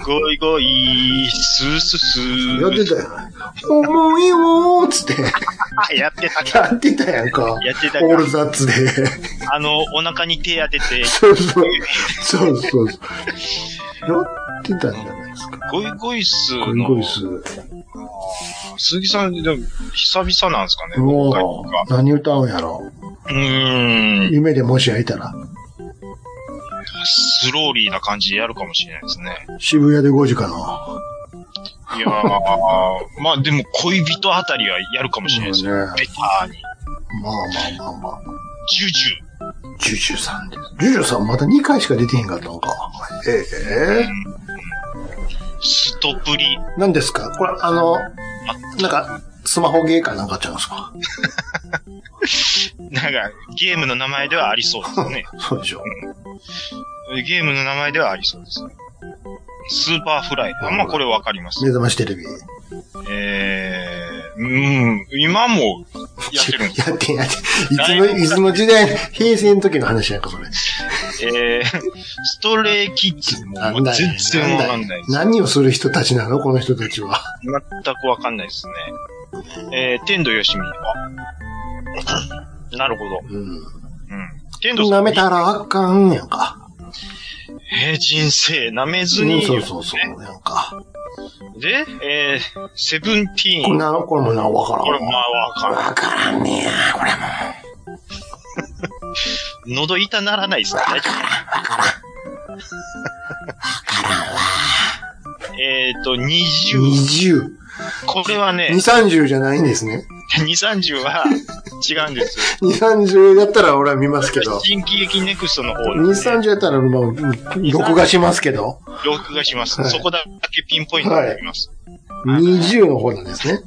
[SPEAKER 2] ゴイゴイ、スースースー。
[SPEAKER 1] やってたやん。思いをーっつって、
[SPEAKER 2] あ、やってたか。
[SPEAKER 1] やってたやんか。
[SPEAKER 2] やってたか
[SPEAKER 1] オールザッツで。
[SPEAKER 2] あの、お腹に手当てて、
[SPEAKER 1] そうそう。そうそうそう。やってたんじゃないですか。
[SPEAKER 2] ゴイゴイス
[SPEAKER 1] ゴ
[SPEAKER 2] ー
[SPEAKER 1] イ
[SPEAKER 2] の。
[SPEAKER 1] ゴイスー。
[SPEAKER 2] 鈴木さん、でも、久々なんですかね、今回
[SPEAKER 1] も
[SPEAKER 2] とか
[SPEAKER 1] う、何歌うんやろ。
[SPEAKER 2] うーん、
[SPEAKER 1] 夢でもし会えたら、
[SPEAKER 2] スローリーな感じでやるかもしれないです ね。
[SPEAKER 1] 渋谷で5時かな。
[SPEAKER 2] いやー、まあでも、恋人あたりはやるかもしれないですね。
[SPEAKER 1] うんね
[SPEAKER 2] ベターに。
[SPEAKER 1] まあまあまあまあ。
[SPEAKER 2] ジュジ
[SPEAKER 1] ジュジュさん。ジュジュさんまた2回しか出てへんかったのか。え
[SPEAKER 2] ュ、
[SPEAKER 1] え
[SPEAKER 2] ストプリ。
[SPEAKER 1] 何ですかこれ、あの、なんか、スマホゲーかなんかちゃうんですか
[SPEAKER 2] なんか、ゲームの名前ではありそうです ね。
[SPEAKER 1] そうでしょ。
[SPEAKER 2] ゲームの名前ではありそうですね。スーパーフライ。あまあ、これわかります
[SPEAKER 1] 目。覚ましテレビ。
[SPEAKER 2] えー、うん、今もやってるんです。
[SPEAKER 1] やってんやってん。いつの、いつの時代、平成の時の話やんか、それ。
[SPEAKER 2] えー、ストレイキッズも
[SPEAKER 1] な
[SPEAKER 2] も
[SPEAKER 1] ん
[SPEAKER 2] う
[SPEAKER 1] だよ
[SPEAKER 2] 全然わかん
[SPEAKER 1] んだ
[SPEAKER 2] ない
[SPEAKER 1] よ
[SPEAKER 2] です。
[SPEAKER 1] 何をする人たちなのこの人たちは。
[SPEAKER 2] 全くわかんないですね。えー、天童よしみは。なるほど。
[SPEAKER 1] うん。
[SPEAKER 2] うん。天童さ
[SPEAKER 1] 舐
[SPEAKER 2] ん。
[SPEAKER 1] めたらあかんやんか。
[SPEAKER 2] えー、人生、舐めず
[SPEAKER 1] うん
[SPEAKER 2] に。
[SPEAKER 1] そうそうそう、やんか。
[SPEAKER 2] で、えー、セブンティー
[SPEAKER 1] これ
[SPEAKER 2] ン。
[SPEAKER 1] な、これもな、わからん
[SPEAKER 2] これ、
[SPEAKER 1] わ。
[SPEAKER 2] まあ、わかんな
[SPEAKER 1] わからんねや、これも。
[SPEAKER 2] い。喉痛ならないですね。大丈夫。えっと、20。
[SPEAKER 1] 20。
[SPEAKER 2] これは
[SPEAKER 1] 2、
[SPEAKER 2] ね、
[SPEAKER 1] 30じゃないんですね。
[SPEAKER 2] 2、30は違うんですよ。
[SPEAKER 1] 2、30だったら俺は見ますけど。
[SPEAKER 2] 新喜劇ネクストの方
[SPEAKER 1] 2、
[SPEAKER 2] です、ね。
[SPEAKER 1] 30だったら、まあ、うん録画しますけど。
[SPEAKER 2] 録画します、
[SPEAKER 1] はい
[SPEAKER 2] そこだけピンポイントになります。
[SPEAKER 1] 20の方なんですね。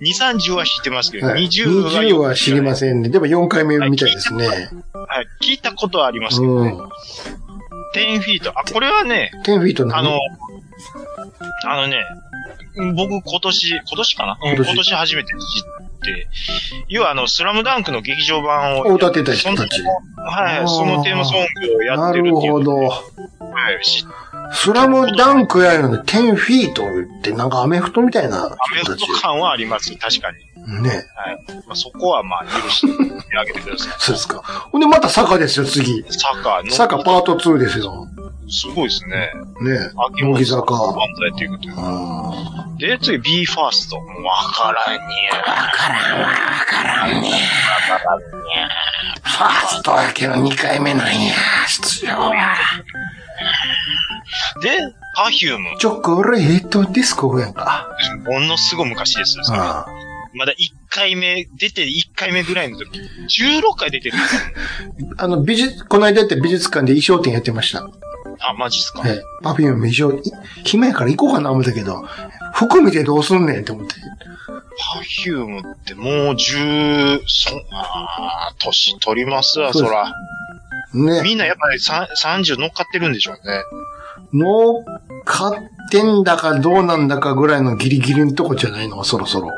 [SPEAKER 2] 2、30は知ってますけど、
[SPEAKER 1] はい、
[SPEAKER 2] 20は
[SPEAKER 1] 20は知りませんね。でも4回目みたいですね。
[SPEAKER 2] はい。聞いたことはありますけど、
[SPEAKER 1] う
[SPEAKER 2] ね
[SPEAKER 1] ん。
[SPEAKER 2] 10フィート。あ、これはね、
[SPEAKER 1] 10フィートな
[SPEAKER 2] あ
[SPEAKER 1] の
[SPEAKER 2] の、あのね、僕今年、今年かなうん
[SPEAKER 1] 今年
[SPEAKER 2] 今年初めて知って、要はあの、スラムダンクの劇場版を。
[SPEAKER 1] を歌ってた人たち
[SPEAKER 2] そのは
[SPEAKER 1] あー
[SPEAKER 2] い、そのテーマソングをや
[SPEAKER 1] な
[SPEAKER 2] ってる
[SPEAKER 1] る
[SPEAKER 2] っていう
[SPEAKER 1] ほど。
[SPEAKER 2] はい、知って
[SPEAKER 1] スラムダンクやのに10フィートってなんかアメフトみたいな
[SPEAKER 2] アメ
[SPEAKER 1] 人
[SPEAKER 2] フ
[SPEAKER 1] たち
[SPEAKER 2] ト。感はあります、確かに。
[SPEAKER 1] ね。
[SPEAKER 2] まあ、そこはまあ、許してあげてください。
[SPEAKER 1] そうですか。ほんでまた坂ですよ、次。
[SPEAKER 2] サッカーの。
[SPEAKER 1] 坂パート2ですよ。
[SPEAKER 2] すごいですね。
[SPEAKER 1] ね。乃木
[SPEAKER 2] 元
[SPEAKER 1] 坂。
[SPEAKER 2] 万
[SPEAKER 1] う
[SPEAKER 2] 歳ということで
[SPEAKER 1] ん。わ
[SPEAKER 2] で、次、B ファースト。もうわからんにゃ。
[SPEAKER 1] からんわ、わからんね。ファーストやけど2回目なんや。出場や。
[SPEAKER 2] で、パフューム。
[SPEAKER 1] チョコレートディスコやんか。
[SPEAKER 2] ものすごい昔ですよ。
[SPEAKER 1] う
[SPEAKER 2] それ
[SPEAKER 1] ん。
[SPEAKER 2] まだ1回目、出て1回目ぐらいの時、16回出てるんですよ。
[SPEAKER 1] あの、美術、この間やって美術館で衣装展やってました。
[SPEAKER 2] あ、マジっすか。
[SPEAKER 1] ええ、パフィーム衣装、い暇やから行こうかな思ったけど、服見てどうすんねんって思って。
[SPEAKER 2] パフュームってもう10、そ、あー年取りますわ、
[SPEAKER 1] そう
[SPEAKER 2] そ
[SPEAKER 1] です
[SPEAKER 2] ら。
[SPEAKER 1] ね。
[SPEAKER 2] みんなやっぱりさん30乗っかってるんでしょうね。
[SPEAKER 1] もう、買ってんだかどうなんだかぐらいのギリギリのとこじゃないのそろそろ。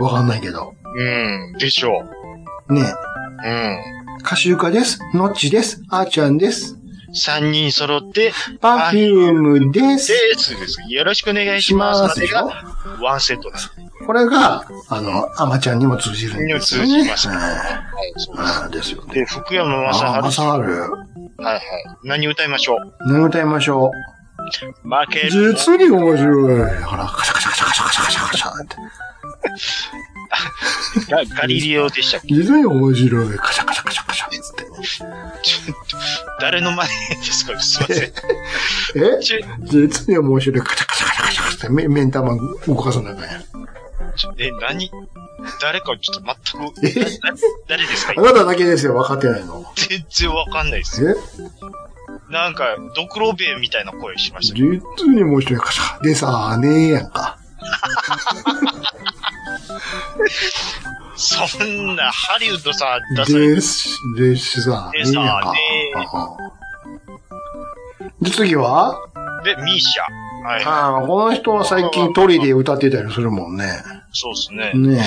[SPEAKER 1] わかんないけど。
[SPEAKER 2] うん、でしょう。
[SPEAKER 1] ね
[SPEAKER 2] うん。
[SPEAKER 1] 歌集家です。ノッチです。あーちゃんです。
[SPEAKER 2] 3人揃って、
[SPEAKER 1] パフュームです。
[SPEAKER 2] ですです。よろしくお願いします。
[SPEAKER 1] します
[SPEAKER 2] それが、ワンセットです。
[SPEAKER 1] これが、あの、アマちゃんにも通じるんですよね。
[SPEAKER 2] にも通じます
[SPEAKER 1] はい
[SPEAKER 2] はい、そうで
[SPEAKER 1] あーですよ
[SPEAKER 2] す。
[SPEAKER 1] ね。
[SPEAKER 2] で、福山雅治。
[SPEAKER 1] あー、
[SPEAKER 2] は
[SPEAKER 1] ま
[SPEAKER 2] い
[SPEAKER 1] さはる。
[SPEAKER 2] はい。何歌いましょう
[SPEAKER 1] 何歌いましょう
[SPEAKER 2] 負ける。
[SPEAKER 1] 実に面白い。ほら、カシャカシャカシャカシャカシャカシャカシャって。
[SPEAKER 2] ガガリレオでしたっけ
[SPEAKER 1] いざよ、面白い。カシャカシャカシャカシャ。つってね。
[SPEAKER 2] ちょっと、誰の 前ですかすいません。
[SPEAKER 1] え
[SPEAKER 2] ちょ
[SPEAKER 1] 実に面白い。カシャカシャカシャカシャカシャって、め、目ん玉動かさなあかんやん。
[SPEAKER 2] ちょえ、何誰かちょっと全
[SPEAKER 1] え
[SPEAKER 2] く、な誰ですか
[SPEAKER 1] あなただけですよ、分かってないの。
[SPEAKER 2] 全然わかんないです。
[SPEAKER 1] え
[SPEAKER 2] なんか、ドクロベイみたいな声しましたね。
[SPEAKER 1] 実に面白い。カシャ。でさ、ねえやんか。
[SPEAKER 2] そんな、ハリウッドさ、出され
[SPEAKER 1] で、す、でしさ、ね
[SPEAKER 2] で
[SPEAKER 1] え
[SPEAKER 2] さ
[SPEAKER 1] やんか
[SPEAKER 2] ねえ。
[SPEAKER 1] で、次は
[SPEAKER 2] で、ミーシャ。はい。
[SPEAKER 1] ああ、この人は最近トリで歌ってたりするもんね。
[SPEAKER 2] そうですね。
[SPEAKER 1] ね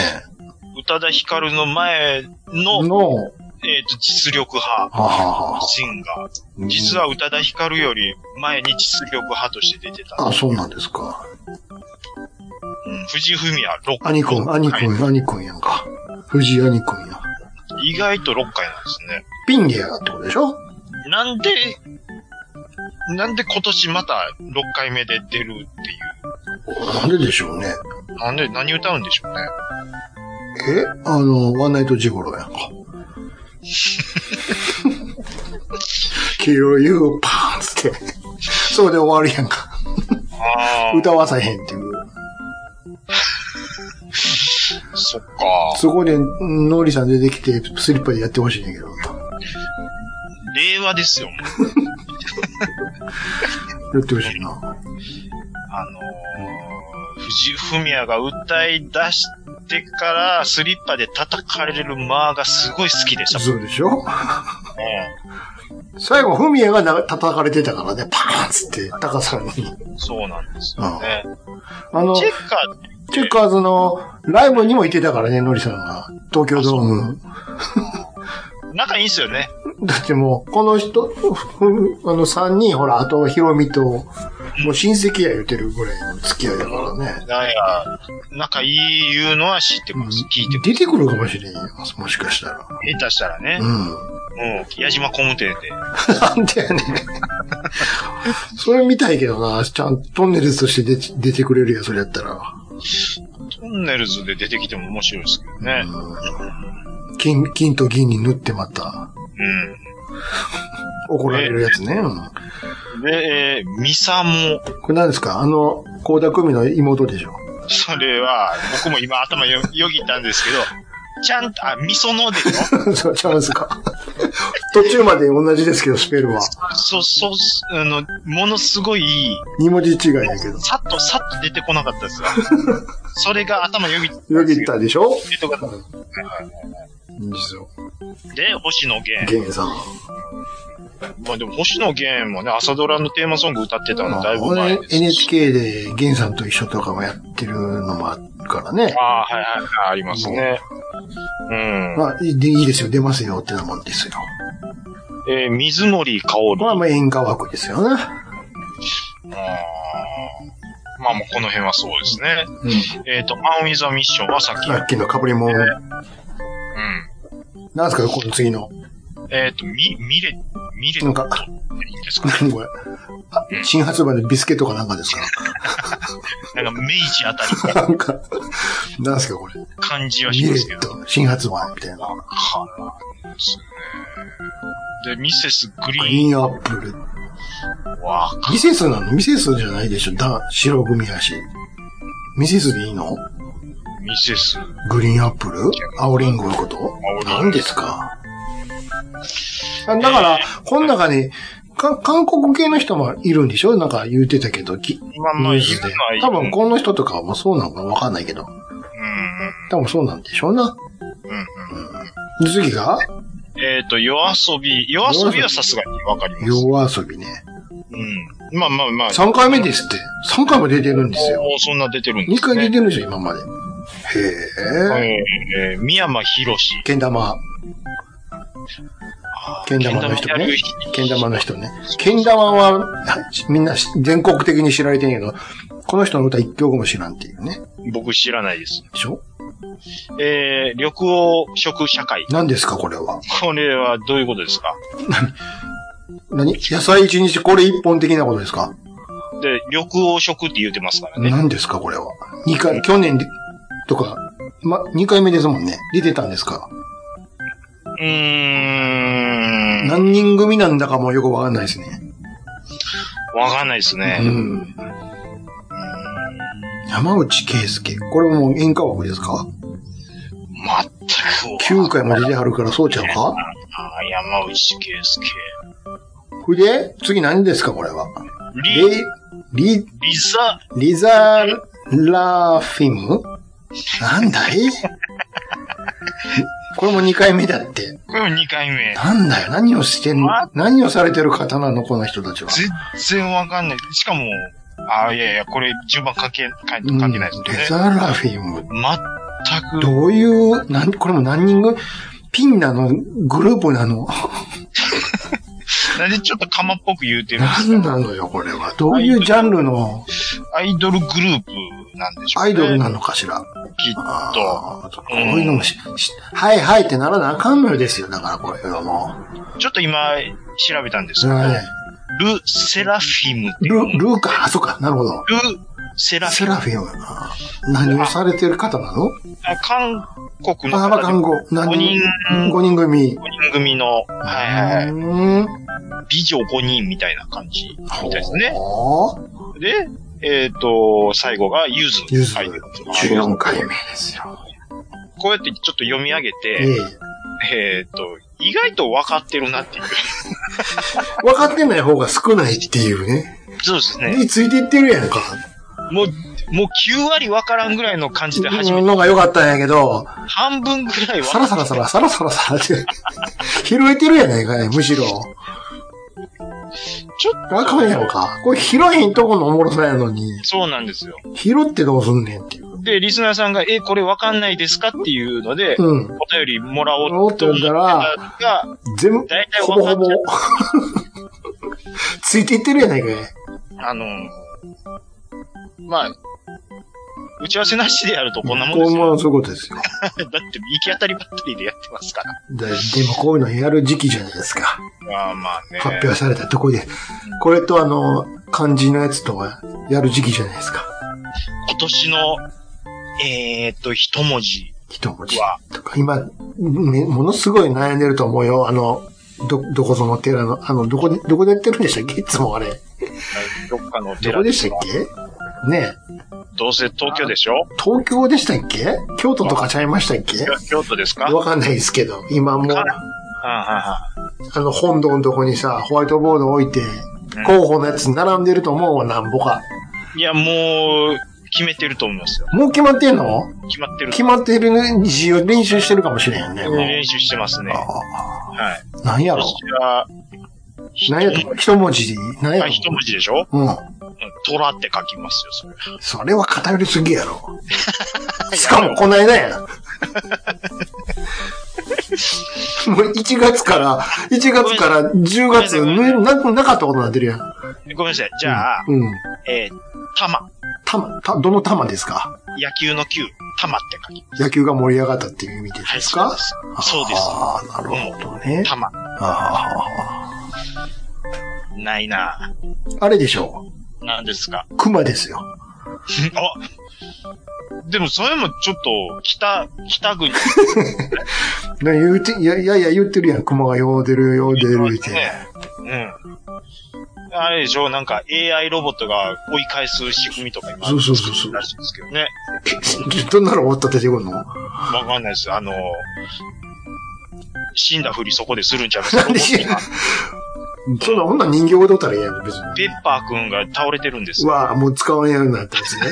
[SPEAKER 2] 宇多田ヒカルの前
[SPEAKER 1] え。
[SPEAKER 2] の、
[SPEAKER 1] の、は
[SPEAKER 2] えっ、と、実力派。
[SPEAKER 1] ははは。
[SPEAKER 2] シンガー。実は宇多田ヒカルより前に実力派として出てた。
[SPEAKER 1] あ、そうなんですか。
[SPEAKER 2] うん、藤文也6回。
[SPEAKER 1] 兄くん、兄くん、兄くんやんか。藤井兄くんや。
[SPEAKER 2] はい意外と6回なんですね。
[SPEAKER 1] ピン芸やってことでしょ
[SPEAKER 2] なんで、なんで今年また6回目で出るってい
[SPEAKER 1] なんででしょうね。
[SPEAKER 2] う。なんで、何歌うんでしょうね。
[SPEAKER 1] えあの、ワンナイトジゴロやんか。キルユーパーンつって。それで終わるやんか。
[SPEAKER 2] あ
[SPEAKER 1] 歌わさへんっていう。
[SPEAKER 2] あ、そっか。
[SPEAKER 1] そこで、ノーリさん出てきて、スリッパでやってほしいんだけど。
[SPEAKER 2] 令和ですよ、もう
[SPEAKER 1] やってほしいな。
[SPEAKER 2] あのー、藤文也が歌い出してから、スリッパで叩かれる間がすごい好きでしたもん
[SPEAKER 1] そうでしょ
[SPEAKER 2] ね。
[SPEAKER 1] 最後、フミヤがな叩かれてたからね、パーンつって、高さんに。
[SPEAKER 2] そうなんですよね。
[SPEAKER 1] あの、
[SPEAKER 2] チェ
[SPEAKER 1] チ
[SPEAKER 2] ッカーって
[SPEAKER 1] ェッカーズのライブにも行ってたからね、ノリさんが。東京ドーム。
[SPEAKER 2] 仲いいんすよね。
[SPEAKER 1] だってもう、この人、ふあの3人、ほら、あとヒロミと、もう親戚や言うてるぐらいの付き合いだからね。
[SPEAKER 2] なんや、仲いい言うのは知ってます。聞いてます。
[SPEAKER 1] 出てくるかもしれんよ、もしかしたら。
[SPEAKER 2] 下手したらね
[SPEAKER 1] う、ん。
[SPEAKER 2] もう、矢島工務店で。
[SPEAKER 1] なんでやねん。 それ見たいけどな、ちゃんとトンネルズとして出て出てくれるやん、それやったら。
[SPEAKER 2] トンネルズで出てきても面白いですけどね。
[SPEAKER 1] うん金、金と銀に塗ってまた、怒られるやつね。う
[SPEAKER 2] う
[SPEAKER 1] ん
[SPEAKER 2] ん。で、えー、ミサも、
[SPEAKER 1] これ何ですかあの、高田組の妹でしょ
[SPEAKER 2] それは、僕も今頭よよぎったんですけど、ちゃんと、あ、ミソのでしょ
[SPEAKER 1] そう、ちゃうんですか途中まで同じですけど、スペルは。
[SPEAKER 2] そ、そ、あの、ものすごい、
[SPEAKER 1] 二文字違いだけど。
[SPEAKER 2] さっとさっと出てこなかったですよ。それが頭よぎったんですけど。
[SPEAKER 1] よぎったでしょ
[SPEAKER 2] 出てこなかっ
[SPEAKER 1] 実は。
[SPEAKER 2] たで、星野源。
[SPEAKER 1] ゲンさん。
[SPEAKER 2] まあでも星野源もね、朝ドラのテーマソング歌ってたのだいぶ前
[SPEAKER 1] 俺
[SPEAKER 2] ですし。
[SPEAKER 1] NHK でゲンさんと一緒とかもやってるのもあるからね。
[SPEAKER 2] ああ、はいはいはい、ありますね。うん。
[SPEAKER 1] まあ、いいでいいですよ、出ますよってなもんですよ。
[SPEAKER 2] えー水森かおる。
[SPEAKER 1] まあ、まあ、演歌枠ですよね。
[SPEAKER 2] うんまあもうこの辺はそうですね。
[SPEAKER 1] う
[SPEAKER 2] えっ、と、アンウィザミッションはさっき。
[SPEAKER 1] ん。さっきのかぶりもん。
[SPEAKER 2] う
[SPEAKER 1] なんすかこの次
[SPEAKER 2] ん。
[SPEAKER 1] の。
[SPEAKER 2] えっ、と、み、ミレ、ミレ
[SPEAKER 1] なん
[SPEAKER 2] ット
[SPEAKER 1] か
[SPEAKER 2] っていいん ですかね。
[SPEAKER 1] 何これ。あ新発売のビスケットかなんかですか
[SPEAKER 2] なんか明治あたりの
[SPEAKER 1] なんか、なんすかこれ。
[SPEAKER 2] 感じは
[SPEAKER 1] ミ
[SPEAKER 2] し
[SPEAKER 1] レ
[SPEAKER 2] ますけ
[SPEAKER 1] ッ
[SPEAKER 2] ど。
[SPEAKER 1] ト、新発売みたいな。
[SPEAKER 2] はい。ですね。で、ミセスグ
[SPEAKER 1] グ
[SPEAKER 2] リ
[SPEAKER 1] リーンアップル。
[SPEAKER 2] ーンは、
[SPEAKER 1] ミセスなのミセスじゃないでしょだ、白組やし。ミセスでいいの
[SPEAKER 2] ミセス、
[SPEAKER 1] グリーンアップル青リンゴのこと
[SPEAKER 2] 青リンゴ
[SPEAKER 1] 何ですかあだから、この中に、か、韓国系の人もいるんでしょなんか言ってたけど、き
[SPEAKER 2] まあまあ
[SPEAKER 1] ニュースで
[SPEAKER 2] いるのはいる
[SPEAKER 1] 多分この人とかもそうなのかわかんないけど。
[SPEAKER 2] う
[SPEAKER 1] 多分そうなんでしょうな。
[SPEAKER 2] ん、うん、うん。
[SPEAKER 1] で次が
[SPEAKER 2] えっ、と、夜遊び。夜遊びはさすがにわかります。
[SPEAKER 1] 夜遊びね。
[SPEAKER 2] うん。まあまあまあ。
[SPEAKER 1] 3回目ですって。3回も出てるんですよ。
[SPEAKER 2] もうそんな出てるんで
[SPEAKER 1] 2
[SPEAKER 2] す
[SPEAKER 1] 回出
[SPEAKER 2] ね。
[SPEAKER 1] てるんですよ、今まで。へえ。
[SPEAKER 2] はいえー、宮間博士。
[SPEAKER 1] けん玉。けん玉の人ね。けん玉の人ね。けん玉は、はいみんなし全国的に知られてんけど、この人の歌一曲も知らんっていうね。
[SPEAKER 2] 僕知らないです。
[SPEAKER 1] でしょ
[SPEAKER 2] えー、緑黄色社会。
[SPEAKER 1] 何ですか、これは。
[SPEAKER 2] これはどういうことですか
[SPEAKER 1] 何野菜一日これ一本的なことですか
[SPEAKER 2] で、緑黄色って言うてますからね。
[SPEAKER 1] 何ですか、これは。二回、去年でとか、ま、2回目ですもんね。出てたんですか
[SPEAKER 2] うーん。
[SPEAKER 1] 何人組なんだかもよくわかんないですね。
[SPEAKER 2] わかんないですね。
[SPEAKER 1] う
[SPEAKER 2] うん
[SPEAKER 1] ん。山内圭介。これも演歌枠ですか
[SPEAKER 2] 全く。
[SPEAKER 1] 9回も出てはるからそうちゃうか
[SPEAKER 2] あー山内圭介。
[SPEAKER 1] ほいで、次何ですかこれは。
[SPEAKER 2] リ、
[SPEAKER 1] リ、リ、
[SPEAKER 2] リザ、
[SPEAKER 1] リザラフィムなんだ いこれも2回目だって。
[SPEAKER 2] これも2回目。
[SPEAKER 1] なんだよ。何をしてんの
[SPEAKER 2] ま
[SPEAKER 1] 何をされてる方なのこの人たちは。
[SPEAKER 2] 全然わかんない。しかも、あーいやいや、これ順番書け、書い書けない
[SPEAKER 1] うん
[SPEAKER 2] で
[SPEAKER 1] レ
[SPEAKER 2] すよね。
[SPEAKER 1] ザーラフィム。
[SPEAKER 2] 全く。
[SPEAKER 1] どういう、なん、これも何人ぐピンなのグループなの
[SPEAKER 2] なんでちょっとカマっぽく言うてるんです
[SPEAKER 1] 何なのよ、これは。どういうジャンルの
[SPEAKER 2] アイドルグループなんでしょう
[SPEAKER 1] ア
[SPEAKER 2] ね。
[SPEAKER 1] イドルなのかしら。
[SPEAKER 2] きっと。
[SPEAKER 1] あーこういうのもし、しはいはいってならなあかんのよですよ。だからこれはも
[SPEAKER 2] ちょっと今、調べたんですけ
[SPEAKER 1] う。
[SPEAKER 2] ど、
[SPEAKER 1] はい
[SPEAKER 2] ル・セラフィムっていう
[SPEAKER 1] ル、ルー カ、あ、そうか、なるほど。
[SPEAKER 2] ル・セラフ
[SPEAKER 1] セ
[SPEAKER 2] ィム。
[SPEAKER 1] ラフィム。あー何をされてる方なの
[SPEAKER 2] あ韓国の
[SPEAKER 1] あ、まあ、看
[SPEAKER 2] 方で
[SPEAKER 1] 護。何
[SPEAKER 2] 五人
[SPEAKER 1] 五人組。
[SPEAKER 2] 5人組の、はいはい、
[SPEAKER 1] うーん。
[SPEAKER 2] 美女5人みたいな感じみたいですね。
[SPEAKER 1] ほう。
[SPEAKER 2] で、えっ、と、最後がユズ。
[SPEAKER 1] ゆず
[SPEAKER 2] アイドルとか
[SPEAKER 1] 14回目ですよ。
[SPEAKER 2] こうやってちょっと読み上げ
[SPEAKER 1] え
[SPEAKER 2] て、
[SPEAKER 1] え。
[SPEAKER 2] えっ、と、意外と分かってるなっていう。
[SPEAKER 1] 分かってない方が少ないっていうね。
[SPEAKER 2] そうですね。
[SPEAKER 1] についていってるやんか。
[SPEAKER 2] もう、もう9割分からんぐらいの感じで始め
[SPEAKER 1] の方が良かったんやけど、
[SPEAKER 2] 半分ぐらい
[SPEAKER 1] サ
[SPEAKER 2] は
[SPEAKER 1] ラサラサラ、サラサラサラって、拾えてるやないかい、むしろ。
[SPEAKER 2] ちょっと。
[SPEAKER 1] あかんやんか。これ拾えんとこのおもろさやのに、
[SPEAKER 2] そうなんですよ。
[SPEAKER 1] 拾ってどうすんねんっていう。
[SPEAKER 2] で、リスナーさんが、え、これわかんないですかっていうので、
[SPEAKER 1] うん。
[SPEAKER 2] お便りもらおう
[SPEAKER 1] おって
[SPEAKER 2] と思
[SPEAKER 1] 言
[SPEAKER 2] った
[SPEAKER 1] っ
[SPEAKER 2] た
[SPEAKER 1] ら、
[SPEAKER 2] が、
[SPEAKER 1] 全部
[SPEAKER 2] 大体、
[SPEAKER 1] ほ
[SPEAKER 2] 分
[SPEAKER 1] ぼ
[SPEAKER 2] か
[SPEAKER 1] ほ
[SPEAKER 2] っち
[SPEAKER 1] ぼ
[SPEAKER 2] ゃ、
[SPEAKER 1] ついていってるやないかい。
[SPEAKER 2] あの、まあ、打ち合わせなしでやるとこんなもん
[SPEAKER 1] こ
[SPEAKER 2] で
[SPEAKER 1] う
[SPEAKER 2] す
[SPEAKER 1] も
[SPEAKER 2] よ。
[SPEAKER 1] うそういうことですよ。
[SPEAKER 2] だって、行き当たりばったりでやってますから。
[SPEAKER 1] ででもこういうのやる時期じゃないですか。
[SPEAKER 2] まあまあね。
[SPEAKER 1] 発表されたとこで。これとあの、漢字のやつとはやる時期じゃないですか。
[SPEAKER 2] 今年の、えーっと、一文字
[SPEAKER 1] 一文字。
[SPEAKER 2] は、
[SPEAKER 1] とか、今、ね、ものすごい悩んでると思うよ。あの、ど、どこぞの寺の、あの、どこで、どこでやってるんでしたっけいつもあれ。
[SPEAKER 2] どっかの
[SPEAKER 1] ど
[SPEAKER 2] 寺
[SPEAKER 1] こで
[SPEAKER 2] で
[SPEAKER 1] したっけねえ
[SPEAKER 2] どうせ東京でしょ
[SPEAKER 1] 東京でしたっけ京都とかちゃいましたっけ
[SPEAKER 2] 京都ですか
[SPEAKER 1] わかんないですけど、今もう、あ
[SPEAKER 2] あ
[SPEAKER 1] の、本堂のとこにさ、ホワイトボード置いて、候補のやつ並んでると思うわ、なんぼか。
[SPEAKER 2] いや、もう、決めてると思いますよ。
[SPEAKER 1] もう決まってんの
[SPEAKER 2] 決まってる。
[SPEAKER 1] 決まってる字を練習してるかもしれんよね。もう
[SPEAKER 2] 練習してますね。は
[SPEAKER 1] あ
[SPEAKER 2] い。
[SPEAKER 1] あ何やろ
[SPEAKER 2] 私は、
[SPEAKER 1] 何やろ一文字で何や
[SPEAKER 2] あ
[SPEAKER 1] ろ
[SPEAKER 2] 一文字でしょ
[SPEAKER 1] うん。
[SPEAKER 2] うん虎って書きますよ、それ。
[SPEAKER 1] それは偏りすぎやろ。しかもこの 間や。もう1月から、1月から10月、
[SPEAKER 2] ごめん
[SPEAKER 1] ぬななかったことになってるやん。
[SPEAKER 2] ごめんなさい。じゃあ、
[SPEAKER 1] うん。
[SPEAKER 2] えー、玉。
[SPEAKER 1] 玉、た、どの玉ですか
[SPEAKER 2] 野球の球。玉って書きま
[SPEAKER 1] 野球が盛り上がったっていう意味
[SPEAKER 2] す。
[SPEAKER 1] で
[SPEAKER 2] はい、
[SPEAKER 1] す
[SPEAKER 2] そう
[SPEAKER 1] か
[SPEAKER 2] で、す。そうです。
[SPEAKER 1] ああ、なるほどね。
[SPEAKER 2] 玉。
[SPEAKER 1] あ
[SPEAKER 2] ないな
[SPEAKER 1] あ、あれでしょ
[SPEAKER 2] 何ですか。
[SPEAKER 1] う。熊ですよ。
[SPEAKER 2] あでもそれもちょっと、北、北国。
[SPEAKER 1] な言うて、いやいやいや言ってるやん。熊がよう出るよう出るって。
[SPEAKER 2] ねうん。あれでしょなんか AI ロボットが追い返す仕組みとか今、
[SPEAKER 1] そうそうそうそ
[SPEAKER 2] 作って
[SPEAKER 1] う
[SPEAKER 2] るらしいんですけどね。
[SPEAKER 1] どんなの終わったって出てくんの
[SPEAKER 2] わかんないです。あの、死んだふりそこでするんちゃいますロボットが
[SPEAKER 1] そんな、女人形踊ったらいいやん、別に。
[SPEAKER 2] ペッパーくんが倒れてるんですよ。
[SPEAKER 1] わあ、もう使わんようになった んですね。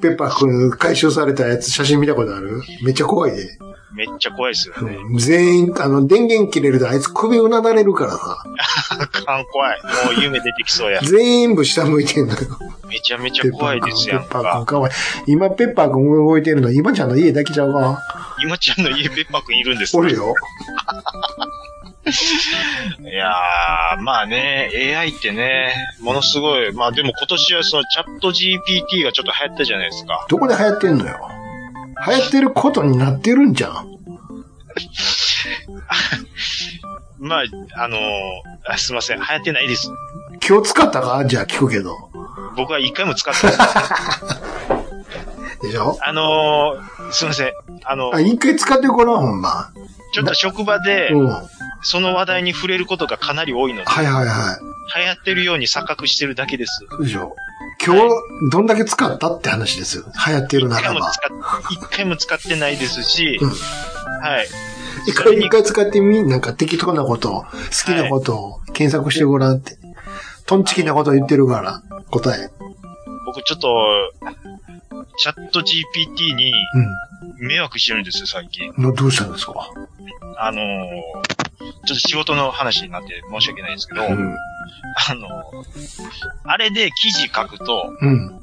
[SPEAKER 1] ペッパーくん回収されたやつ写真見たことあるめっちゃ怖いで。
[SPEAKER 2] めっちゃ怖いですよね。
[SPEAKER 1] 全員、あの、電源切れるとあいつ首うなだれるからさ。
[SPEAKER 2] あかん怖い。もう夢出てきそうや。
[SPEAKER 1] 全部下向いてんのよ。
[SPEAKER 2] めちゃめち
[SPEAKER 1] ペ
[SPEAKER 2] ゃ
[SPEAKER 1] ッパ
[SPEAKER 2] 怖
[SPEAKER 1] ー
[SPEAKER 2] い
[SPEAKER 1] くん、
[SPEAKER 2] です
[SPEAKER 1] ペ
[SPEAKER 2] や
[SPEAKER 1] ッ
[SPEAKER 2] ん
[SPEAKER 1] パーくん
[SPEAKER 2] か。
[SPEAKER 1] かわいい。今、ペッパーくん動いてるの、今ちゃんの家だけちゃうか
[SPEAKER 2] 今ちゃんの家ペッパーくんいるんです
[SPEAKER 1] お
[SPEAKER 2] か
[SPEAKER 1] るよ。
[SPEAKER 2] いやー、まあね、AI ってね、ものすごい。まあでも今年はそのチャット GPT がちょっと流行ったじゃないですか。
[SPEAKER 1] どこで流行ってんのよ。流行ってることになってるんじゃん。
[SPEAKER 2] まあ、あのーあすいません、流行ってないです。
[SPEAKER 1] 今日使ったかじゃあ聞くけど。
[SPEAKER 2] 僕は一回も使ってない。
[SPEAKER 1] えでしょ
[SPEAKER 2] あのー、すいません。あの、
[SPEAKER 1] あ、一回使ってごらん、ほんま。
[SPEAKER 2] ちょっと職場で、
[SPEAKER 1] うん。はい
[SPEAKER 2] その話題に触れることがかなり多いので、
[SPEAKER 1] はいは
[SPEAKER 2] 流行ってるように錯覚してるだけです。
[SPEAKER 1] い。でしょ今日、どんだけ使ったって話ですよ。流行ってる
[SPEAKER 2] 一
[SPEAKER 1] な
[SPEAKER 2] 回
[SPEAKER 1] ら
[SPEAKER 2] も
[SPEAKER 1] ば。
[SPEAKER 2] 使っ、一回も使ってないですし、
[SPEAKER 1] うん
[SPEAKER 2] はい。
[SPEAKER 1] 一回、一回使ってみ、なんか適当なことを、好きなことを検索してごらんって。トンチキなこと言ってるから、答え。
[SPEAKER 2] 僕ちょっと、チャット GPT に迷惑してるんですよ、最近。
[SPEAKER 1] うん。のどうしたんですか
[SPEAKER 2] あのーちょっと仕事の話になって申し訳ないですけど、
[SPEAKER 1] うん。
[SPEAKER 2] あのーあれで記事書くと、
[SPEAKER 1] うん。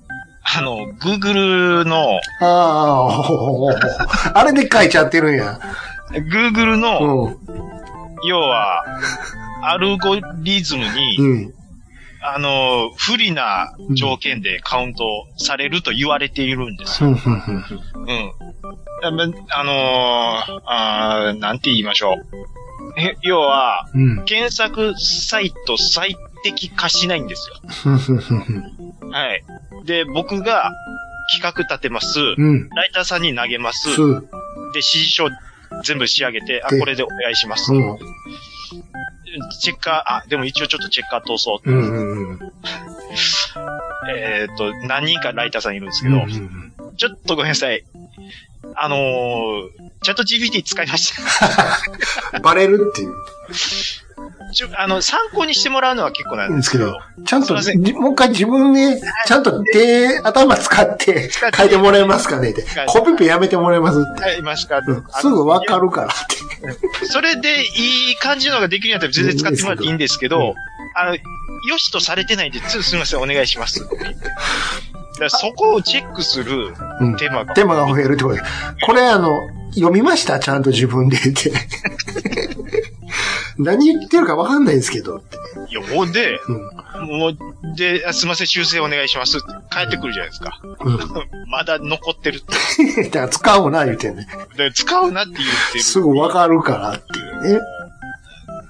[SPEAKER 2] あの、Google の、
[SPEAKER 1] ああ、ほほほほ。あれで書いちゃってるんや。
[SPEAKER 2] Google
[SPEAKER 1] う
[SPEAKER 2] の、
[SPEAKER 1] ん。
[SPEAKER 2] 要 は、アルゴリズムに、
[SPEAKER 1] うん。
[SPEAKER 2] あの、不利な条件でカウントされると言われているんです
[SPEAKER 1] ふ
[SPEAKER 2] よ。
[SPEAKER 1] んふんふんふん
[SPEAKER 2] うん。あまあのーあーなんて言いましょう。え要は、
[SPEAKER 1] うん。
[SPEAKER 2] 検索サイト最適化しないんですよ。
[SPEAKER 1] ふんふんふんふん
[SPEAKER 2] はい。で、僕が企画立てます。
[SPEAKER 1] うん。
[SPEAKER 2] ライターさんに投げます。
[SPEAKER 1] す、うん。
[SPEAKER 2] で、指示書全部仕上げて、あ、
[SPEAKER 1] で
[SPEAKER 2] これでお願いします。チェッカー、あ、でも一応ちょっとチェッカー通そう。
[SPEAKER 1] うんうんうん。
[SPEAKER 2] えーっと、何人かライターさんいるんですけ
[SPEAKER 1] うん
[SPEAKER 2] ど、
[SPEAKER 1] うんうん。
[SPEAKER 2] ちょっとごめんなさい。あのー、チャット GPT 使いました。
[SPEAKER 1] バレるっていう。
[SPEAKER 2] ちょあの、参考にしてもらうのは結構なんですけど。
[SPEAKER 1] ちゃん
[SPEAKER 2] すい
[SPEAKER 1] と、
[SPEAKER 2] ませ
[SPEAKER 1] じもう一回自分で、ちゃんと手、頭使 って
[SPEAKER 2] 使って
[SPEAKER 1] 書いてもらえますかねって
[SPEAKER 2] 使っ。て
[SPEAKER 1] コピペやめてもらえますって。
[SPEAKER 2] はい、いますか、
[SPEAKER 1] うんすぐわかるからって。
[SPEAKER 2] る。それでいい感じのができるんやったら全然使ってもらっていいんですけど、あの、よしとされてないんで、つすみません、お願いしますって言って。だからそこをチェックする
[SPEAKER 1] うん
[SPEAKER 2] 手間が。
[SPEAKER 1] 手間が増えるってことで。これあの、読みましたちゃんと 自分でって。何言ってるかわかんないですけどって。
[SPEAKER 2] いや、ほんで、
[SPEAKER 1] うん
[SPEAKER 2] もう、で、あすみません、修正お願いしますって帰ってくるじゃないですか。
[SPEAKER 1] うん。
[SPEAKER 2] まだ残ってるって。
[SPEAKER 1] だから使うな言うてね。
[SPEAKER 2] で使うなって言ってる。
[SPEAKER 1] すぐわかるからっていうね。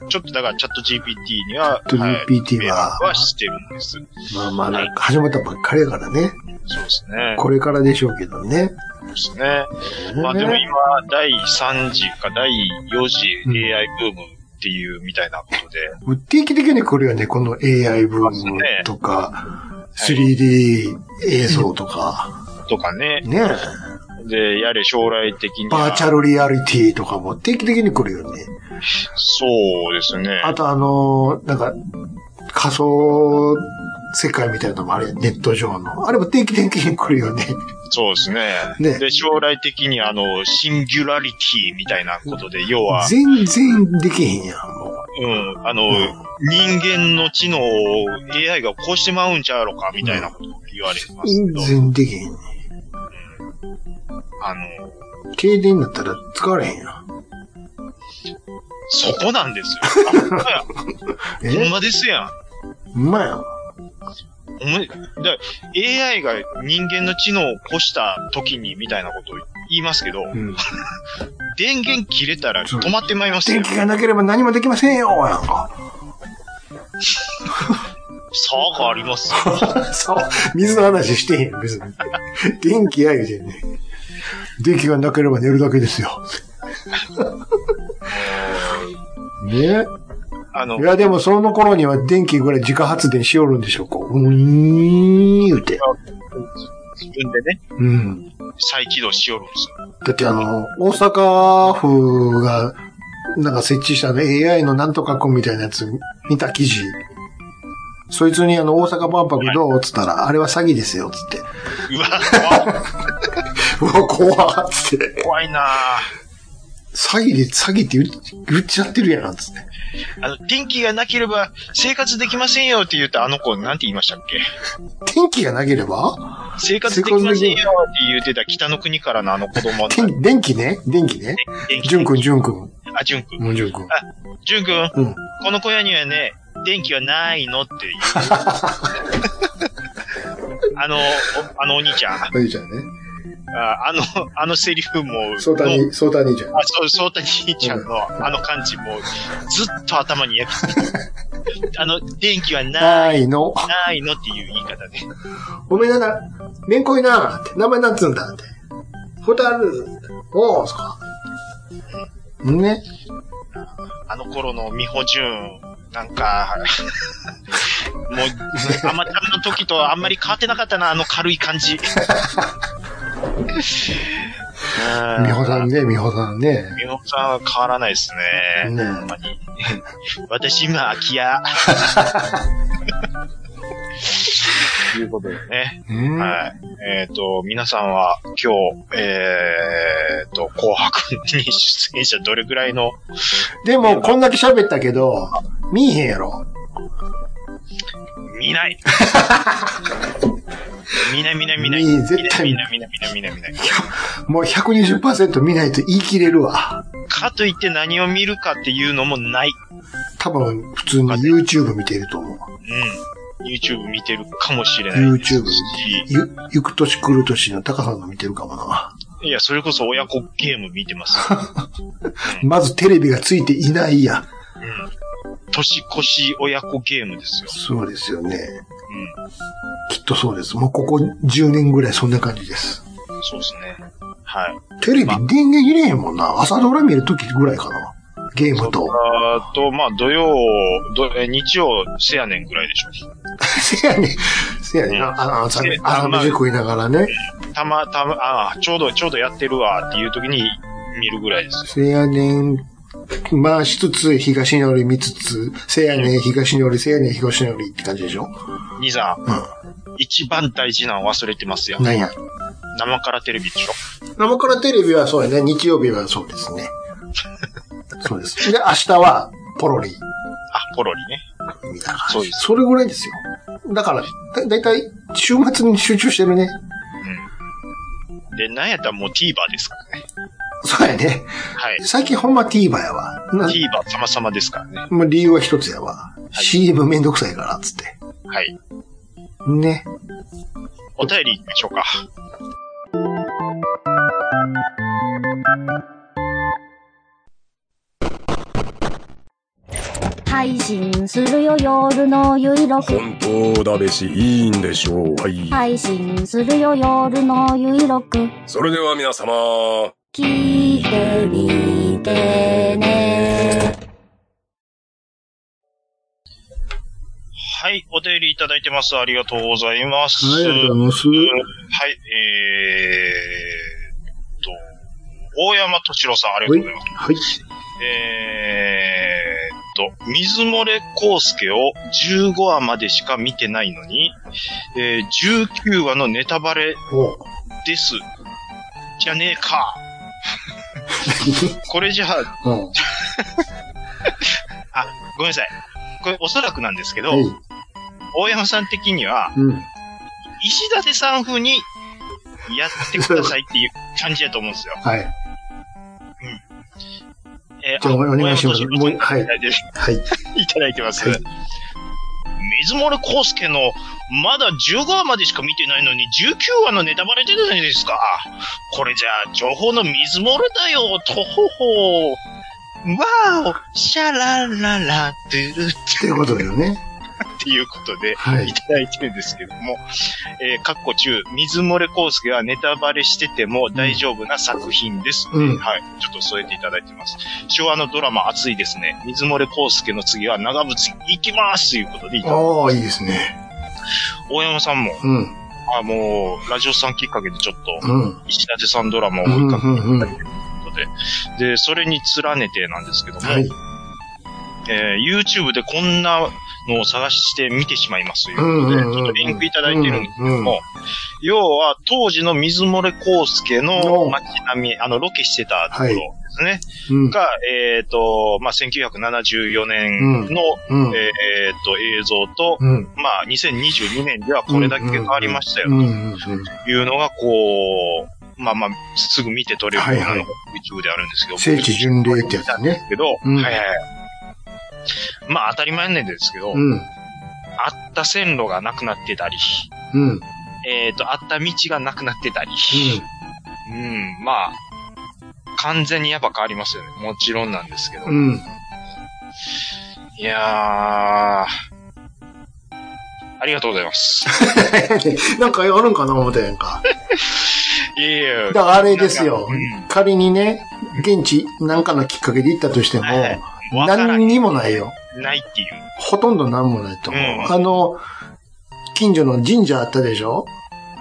[SPEAKER 2] ちょっとだからチャット GPT には、
[SPEAKER 1] チャット GPT
[SPEAKER 2] 迷
[SPEAKER 1] は
[SPEAKER 2] 惑はしてるんです。
[SPEAKER 1] まあまあ、なんか始まったばっかりやからね。
[SPEAKER 2] そうですね。
[SPEAKER 1] これからでしょうけどね。
[SPEAKER 2] そうですね。まあでも今、第3次か第4次
[SPEAKER 1] うん
[SPEAKER 2] AI ブームっていうみたいなことで、
[SPEAKER 1] 定期的に来るよね、この AI ブームとか、3D 映像とか、
[SPEAKER 2] とかね。
[SPEAKER 1] ね、
[SPEAKER 2] で、やれ将来的には。
[SPEAKER 1] バーチャルリアリティとかも定期的に来るよね。
[SPEAKER 2] そうですね。
[SPEAKER 1] あとあのーなんか、仮想世界みたいなのもあれ、ネット上の。あれも定期的に来るよね。
[SPEAKER 2] そうですね。
[SPEAKER 1] ね
[SPEAKER 2] で、将来的にあの、シンギュラリティみたいなことで、要は、
[SPEAKER 1] 全然できへんやん、もう。
[SPEAKER 2] うん、あの、
[SPEAKER 1] うん
[SPEAKER 2] 人間の知能を AI がこうしてまうんちゃうやろか、みたいなこと言われてますけ
[SPEAKER 1] 全
[SPEAKER 2] ど、
[SPEAKER 1] 然できへんね。
[SPEAKER 2] あの、
[SPEAKER 1] 停電だったら使われへんやん。
[SPEAKER 2] そこなんですよ。ほん
[SPEAKER 1] え
[SPEAKER 2] まですやん。
[SPEAKER 1] うまやん。
[SPEAKER 2] お前、だから AI が人間の知能を越した時にみたいなことを言いますけど、
[SPEAKER 1] うん。
[SPEAKER 2] 電源切れたら止まってまいりますよ
[SPEAKER 1] 電。気がなければ何もできませんよ、やんか。
[SPEAKER 2] 差がありますよ。
[SPEAKER 1] そう。水の話してへんよ、別に。電気や言うてんね。電気がなければ寝るだけですよ。 ね
[SPEAKER 2] あの
[SPEAKER 1] い、や、でもその頃には電気ぐらい自家発電しおるんでしょう、こう。うーん、言うて。
[SPEAKER 2] 自分でね、
[SPEAKER 1] うん。
[SPEAKER 2] 再起動しよるんですよ。
[SPEAKER 1] だってあの、大阪府が、なんか設置したね、AI のなんとか君みたいなやつ見た記事。そいつにあの、大阪万博どうっつったら、あれは詐欺ですよ、つって。
[SPEAKER 2] うわ、
[SPEAKER 1] うわ、怖っつって。
[SPEAKER 2] 怖いなあ
[SPEAKER 1] 詐欺で、詐欺って言っ言っちゃってるやん、つって。
[SPEAKER 2] あの、電気がなければ生活できませんよって言ったあの子、なんて言いましたっけ
[SPEAKER 1] 天気がなければ
[SPEAKER 2] 生活できませんよって言ってた北の国からのあの子供の
[SPEAKER 1] 天、電気ね電気ね
[SPEAKER 2] 電気
[SPEAKER 1] 純くん、純くん。
[SPEAKER 2] あ、純くん。
[SPEAKER 1] もう純くん。
[SPEAKER 2] 純くん、
[SPEAKER 1] うん。
[SPEAKER 2] この小屋にはね、電気はないのって いう。あの、おあのお兄ちゃん、あ
[SPEAKER 1] お兄ちゃんね。
[SPEAKER 2] あの、あのセリフも、
[SPEAKER 1] ソータ
[SPEAKER 2] の
[SPEAKER 1] 兄、ソータ兄ちゃん。
[SPEAKER 2] あそう、そうたに兄ちゃんのあの感じも、ずっと頭に焼き付いてる あの、電気はな、
[SPEAKER 1] ないいの。
[SPEAKER 2] ないのっていう言い方で。
[SPEAKER 1] おめえなな、めんこいなって、名前なんつうんだって。ホタル、おう、そっか。ね。
[SPEAKER 2] あの頃の美穂純、なんか、 もう、アマちゃんの時とあんまり変わってなかったな、あの軽い感じ。美
[SPEAKER 1] 美穂さん。ね、美穂さんね。
[SPEAKER 2] 美穂さんは変わらないですね。
[SPEAKER 1] ね
[SPEAKER 2] ほんまに私今、空き家。ということでね。
[SPEAKER 1] うん。
[SPEAKER 2] はい。えっ、と、皆さんは今日、えっ、と、紅白に出演者どれぐらいの
[SPEAKER 1] でも、こんだけ喋ったけど、見えへんやろ。
[SPEAKER 2] 見ない 見ない見ない見ない。
[SPEAKER 1] 見絶対
[SPEAKER 2] 見ない見ない見ない見ない見ない見ない。
[SPEAKER 1] もう120%見ないと言い切れるわ。
[SPEAKER 2] かといって何を見るかっていうのもない。
[SPEAKER 1] 多分、普通に YouTube 見てると思う。
[SPEAKER 2] うん。YouTube 見てるかもしれないですし。
[SPEAKER 1] YouTube ゆ、ゆく年来る年の高さんの見てるかもな。
[SPEAKER 2] いや、それこそ親子ゲーム見て ます。
[SPEAKER 1] まずテレビがついていないや。
[SPEAKER 2] うん。年越し親子ゲームですよ。
[SPEAKER 1] そうですよね。きっとそうです。もうここ10年ぐらいそんな感じです。
[SPEAKER 2] うん。そうですね。はい。
[SPEAKER 1] テレビ電源入れへんもんな。朝ドラ見るときぐらいかな。ゲームと。
[SPEAKER 2] あと、まあ、土曜、どえ日曜、せやねんぐらいでしょ
[SPEAKER 1] せやね。せやね。ああ朝
[SPEAKER 2] せ
[SPEAKER 1] 朝飯食いながらね。
[SPEAKER 2] たま、たま、ああ、ちょうど、ちょうどやってるわっていう時に見るぐらいですよ。
[SPEAKER 1] せやねん。まあしつつ、東寄り見つつ、せやねん、東寄り、せやねん、東寄りって感じでしょ
[SPEAKER 2] 兄さん、
[SPEAKER 1] う
[SPEAKER 2] 一番大事なの忘れてますよ
[SPEAKER 1] ん。。なんや。
[SPEAKER 2] 生からテレビでしょ。
[SPEAKER 1] 生からテレビはそうやね。日曜日はそうで すね。そうです。で、明日は、ポロリ。
[SPEAKER 2] あ、ポロリね。
[SPEAKER 1] みたいな
[SPEAKER 2] そうです
[SPEAKER 1] それぐらいですよ。だから、だだいたい、週末に集中してるね。
[SPEAKER 2] うん。で、なんやったらもう TVer ですからね。
[SPEAKER 1] そうやね。
[SPEAKER 2] はい。
[SPEAKER 1] 最近ほんま TVer やわ。な
[SPEAKER 2] TVer 様々ですからね。
[SPEAKER 1] もう理由は一つやわ。CM めんどくさいから、つって。
[SPEAKER 2] はい。
[SPEAKER 1] ね。
[SPEAKER 2] お便り行きましょうか。
[SPEAKER 3] 配信するよ夜のゆいろく
[SPEAKER 4] 本当だべし、いいんでしょう。はい。
[SPEAKER 3] 配信するよ夜のゆいろく
[SPEAKER 4] それでは皆様、
[SPEAKER 3] 聞いてみてね
[SPEAKER 2] はい。お便りいただいてます。ありがとうございます。
[SPEAKER 1] ございます。
[SPEAKER 2] はい。えーっと、大山敏郎さん、ありがとうございます。
[SPEAKER 1] はい。
[SPEAKER 2] えーっと、水漏れ康介を15話までしか見てないのに、えー19話のネタバレ
[SPEAKER 1] おう
[SPEAKER 2] です。じゃねえか。これじゃあ、
[SPEAKER 1] うん。
[SPEAKER 2] ごめんなさい。これおそらくなんですけど、
[SPEAKER 1] はい
[SPEAKER 2] 大山さん的には、
[SPEAKER 1] うん。
[SPEAKER 2] 石立さん風にやってくださいっていう感じだと思うんですよ。
[SPEAKER 1] はい。
[SPEAKER 2] え
[SPEAKER 1] じゃあお願いします
[SPEAKER 2] もう、
[SPEAKER 1] は
[SPEAKER 2] はいい。
[SPEAKER 1] はい。
[SPEAKER 2] いただいてます。
[SPEAKER 1] はい
[SPEAKER 2] 水森康介の、まだ15話までしか見てないのに、19話のネタバレ出てないですか。これじゃあ、情報の水漏れだよ、とほほ。わお、シャラララ、ドゥル
[SPEAKER 1] っていうことだよね。
[SPEAKER 2] っていうことで、
[SPEAKER 1] はい
[SPEAKER 2] い。ただいてるんですけども、えー、かっこ中、水漏れ康介はネタバレしてても大丈夫な作品です。
[SPEAKER 1] うん
[SPEAKER 2] はい。ちょっと添えていただいてます。昭和のドラマ熱いですね。水漏れ康介の次は長渕行きますということでいた、
[SPEAKER 1] ああ、いいですね。
[SPEAKER 2] 大山さんも、
[SPEAKER 1] うん。
[SPEAKER 2] あもう、ラジオさんきっかけでちょっと、
[SPEAKER 1] うん。
[SPEAKER 2] 石立さんドラマを
[SPEAKER 1] う
[SPEAKER 2] 追い
[SPEAKER 1] ん。
[SPEAKER 2] かけ
[SPEAKER 1] うん。うん。
[SPEAKER 2] たので、で、それに連ねてなんですけども、
[SPEAKER 1] はい。
[SPEAKER 2] えー YouTube でこんなのを探して見てしまいますということで、
[SPEAKER 1] うんうんうんうん
[SPEAKER 2] ちょっとリンクいただいてるんですけど
[SPEAKER 1] うんうん
[SPEAKER 2] も、要は当時の水漏れ康介
[SPEAKER 1] う
[SPEAKER 2] の
[SPEAKER 1] ん
[SPEAKER 2] 街並み、あの、ロケしてたところですね。
[SPEAKER 1] うん。
[SPEAKER 2] が、えっ、と、まあ、1974年の、
[SPEAKER 1] うん。
[SPEAKER 2] えっ、と、映像と、
[SPEAKER 1] うん。
[SPEAKER 2] まあ、2022年ではこれだけ変わりましたよ
[SPEAKER 1] うん。うん。うん
[SPEAKER 2] というのが、こう、まあまあ、すぐ見て取れるような
[SPEAKER 1] はい
[SPEAKER 2] の
[SPEAKER 1] は
[SPEAKER 2] が YouTube であるんですけど、
[SPEAKER 1] 聖地巡礼ってやつね。
[SPEAKER 2] けど、
[SPEAKER 1] うん
[SPEAKER 2] はいはいはい。まあ当たり前なんですけど、
[SPEAKER 1] うん。
[SPEAKER 2] あった線路がなくなってたり、
[SPEAKER 1] うん。うん。
[SPEAKER 2] えっ、と、あった道がなくなってたり、うん、まあ、完全にやっぱ変わりますよね。もちろんなんですけど。
[SPEAKER 1] うん。
[SPEAKER 2] いやー、ありがとうございます。
[SPEAKER 1] なんかあるんかな思ったやんか。
[SPEAKER 2] いやいや
[SPEAKER 1] だからあれですよ
[SPEAKER 2] なん。
[SPEAKER 1] 仮にね、現地なんかのきっかけで行ったとしても、
[SPEAKER 2] はいわからん
[SPEAKER 1] 何にもないよ。
[SPEAKER 2] ないっていう。
[SPEAKER 1] ほとんど何もないと思う。
[SPEAKER 2] うん
[SPEAKER 1] あの、近所の神社あったでしょ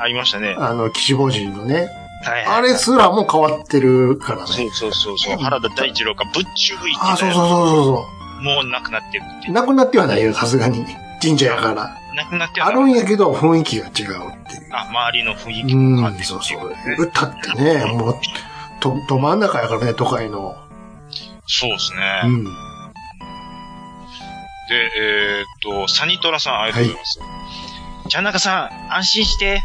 [SPEAKER 2] ありましたね。
[SPEAKER 1] あの、岸坊神のね。
[SPEAKER 2] はいはい
[SPEAKER 1] あれすらも変わってるからね。
[SPEAKER 2] そうそうそうそう。原田大二郎がぶっちゅういってた
[SPEAKER 1] あ、
[SPEAKER 2] やつ
[SPEAKER 1] そうそうそうそ
[SPEAKER 2] もうなくなってるって
[SPEAKER 1] う。。なくなってはないよ、さすがに。神社やから。
[SPEAKER 2] なくなっては
[SPEAKER 1] あ
[SPEAKER 2] な
[SPEAKER 1] る
[SPEAKER 2] い
[SPEAKER 1] んやけど、雰囲気が違うっていう。
[SPEAKER 2] あ、周りの雰囲気も変わ
[SPEAKER 1] う
[SPEAKER 2] っ
[SPEAKER 1] ん、
[SPEAKER 2] てる
[SPEAKER 1] そう
[SPEAKER 2] ってい
[SPEAKER 1] そうう
[SPEAKER 2] ことね。。
[SPEAKER 1] 歌ってね、もう、と、ど真ん中やからね、都会の。
[SPEAKER 2] そうですね。
[SPEAKER 1] うん。
[SPEAKER 2] で、えーっと、サニトラさん、ありがとうございます。じゃなかさん、安心して。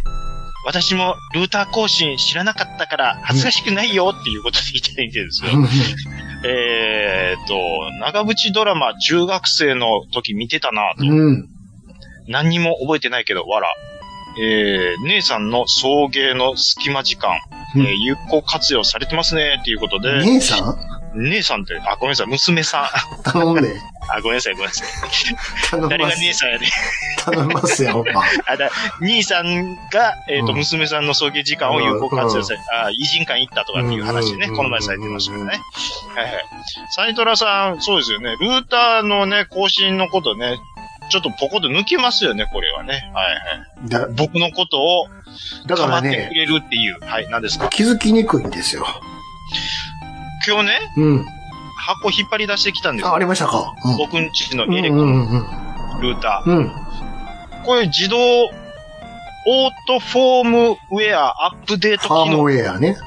[SPEAKER 2] 私もルーター更新知らなかったから恥ずかしくないよっていうことで言っていてるんですよ。えーっと、長渕ドラマ中学生の時見てたなと。
[SPEAKER 1] うん。
[SPEAKER 2] 何にも覚えてないけど、わら。えー、姉さんの送迎の隙間時間、
[SPEAKER 1] うん
[SPEAKER 2] えー有効活用されてますね、っていうことで。
[SPEAKER 1] 姉さん
[SPEAKER 2] 姉さんって、あ、ごめんなさい、娘さん。
[SPEAKER 1] 頼んで。
[SPEAKER 2] あ、ごめんなさい、ごめんなさい。
[SPEAKER 1] 頼
[SPEAKER 2] 誰
[SPEAKER 1] ま
[SPEAKER 2] が
[SPEAKER 1] す
[SPEAKER 2] 姉。さんやね。
[SPEAKER 1] 頼みますよ、ほんま。
[SPEAKER 2] あ、だ、兄さんが、えっ、と、
[SPEAKER 1] うん
[SPEAKER 2] 娘さんの送迎時間を有効活用され、あ、偉人館行ったとかっていう話ね、
[SPEAKER 1] うん
[SPEAKER 2] この前されてましたよね。はいはい。サニトラさん、そうですよね。ルーターのね、更新のことね、ちょっとポコッと抜けますよね、これはね。はいはい。
[SPEAKER 1] だ、
[SPEAKER 2] 僕のことを、
[SPEAKER 1] だから
[SPEAKER 2] 構ってく
[SPEAKER 1] ね、
[SPEAKER 2] れるっていう。はい、何ですか
[SPEAKER 1] 気づきにくいんですよ。
[SPEAKER 2] 今日ね、
[SPEAKER 1] うん。
[SPEAKER 2] 箱引っ張り出してきたんです
[SPEAKER 1] あ、
[SPEAKER 2] よ。
[SPEAKER 1] ありましたか。うん
[SPEAKER 2] 僕んちの
[SPEAKER 1] うん
[SPEAKER 2] エレ
[SPEAKER 1] う
[SPEAKER 2] クの
[SPEAKER 1] んうん
[SPEAKER 2] ルータ
[SPEAKER 1] うん。うん。
[SPEAKER 2] ー。これ自動オートフォームウェアアップデート
[SPEAKER 1] ファ
[SPEAKER 2] 機
[SPEAKER 1] ー
[SPEAKER 2] 能。
[SPEAKER 1] ムウェアね。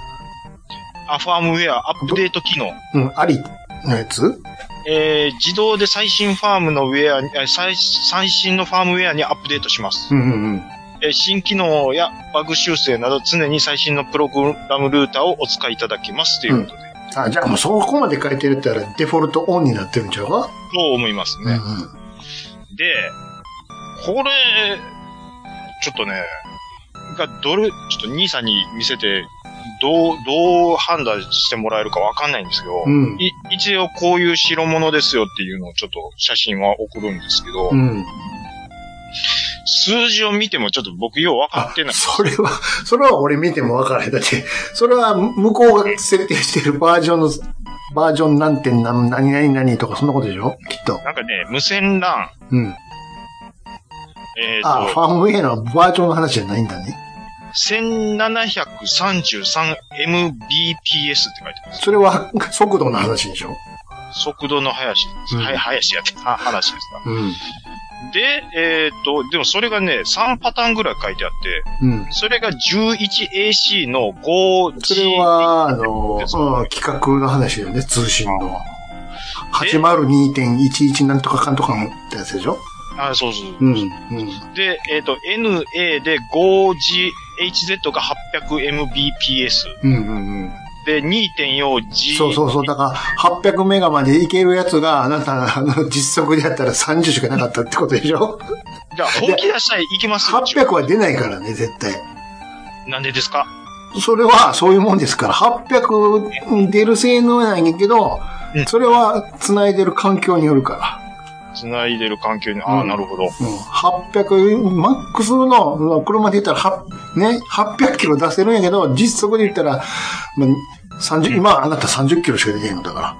[SPEAKER 2] あ、ファームウェアアップデート機能。
[SPEAKER 1] うん、ありのやつ
[SPEAKER 2] えー、自動で最新ファームのウェアに、え最、最新のファームウェアにアップデートします。
[SPEAKER 1] うんうん
[SPEAKER 2] えー新機能やバグ修正など常に最新のプログラムルーターをお使いいただけますということで。
[SPEAKER 1] うん。あ、じゃあもうそこまで書いてるって言ったらデフォルトオンになってるんちゃうか
[SPEAKER 2] そう思います
[SPEAKER 1] うんう
[SPEAKER 2] ね。
[SPEAKER 1] ん。
[SPEAKER 2] で、これ、ちょっとね、がどれ、ちょっと兄さんに見せて、どう、どう判断してもらえるかわかんないんですけど、
[SPEAKER 1] うん。
[SPEAKER 2] い一応こういう代物ですよっていうのをちょっと写真は送るんですけど、
[SPEAKER 1] うん。
[SPEAKER 2] 数字を見てもちょっと僕よう分か
[SPEAKER 1] あ
[SPEAKER 2] ってない。、
[SPEAKER 1] それは、それは俺見ても分からへん。だって、それは向こうが設定してるバージョンの、バージョン何点何、何々何とかそんなことでしょきっと。
[SPEAKER 2] なんかね、無線 LAN、
[SPEAKER 1] うん。
[SPEAKER 2] えっ、
[SPEAKER 1] あ、フ
[SPEAKER 2] と、
[SPEAKER 1] ァームウェアのバージョンの話じゃないんだね。
[SPEAKER 2] 1733mbps って書いてます。
[SPEAKER 1] それは速度の話でしょ
[SPEAKER 2] 速度の林です。
[SPEAKER 1] うん
[SPEAKER 2] はい、林やって、あ、話ですか。
[SPEAKER 1] うん。
[SPEAKER 2] で、えっ、と、でもそれがね、3パターンぐらい書いてあって、
[SPEAKER 1] うん。
[SPEAKER 2] それが 11AC の 5G。
[SPEAKER 1] それ、は、あの、
[SPEAKER 2] です
[SPEAKER 1] うん企画の話だよね、通信の。802.11なんとかかんとかのってやつでしょ
[SPEAKER 2] あ、そうそう。
[SPEAKER 1] うん。うん。
[SPEAKER 2] で、えっ、と、NA で 5GHZ が 800mbps。
[SPEAKER 1] うんうんうん。
[SPEAKER 2] で、2.4G。
[SPEAKER 1] そうそうそう。だから、800メガまでいけるやつが、あなた、あの、実測でやったら30しかなかったってことでしょ
[SPEAKER 2] じゃあ、本気出したらいきますよ。
[SPEAKER 1] ?800 は出ないからね、絶対。
[SPEAKER 2] なんでですか
[SPEAKER 1] それはそういうもんですから、800に出る性能なんやけど
[SPEAKER 2] うん、
[SPEAKER 1] それは繋いでる環境によるから。
[SPEAKER 2] 繋いでる環境に、ああ、
[SPEAKER 1] うん
[SPEAKER 2] なるほど。
[SPEAKER 1] うん800、マックスの、まあ車で言ったら、8ね、800キロ出せるんやけど、実測で言ったら、まあ、30、
[SPEAKER 2] うん
[SPEAKER 1] 今あなた30キロしかできへんのだから。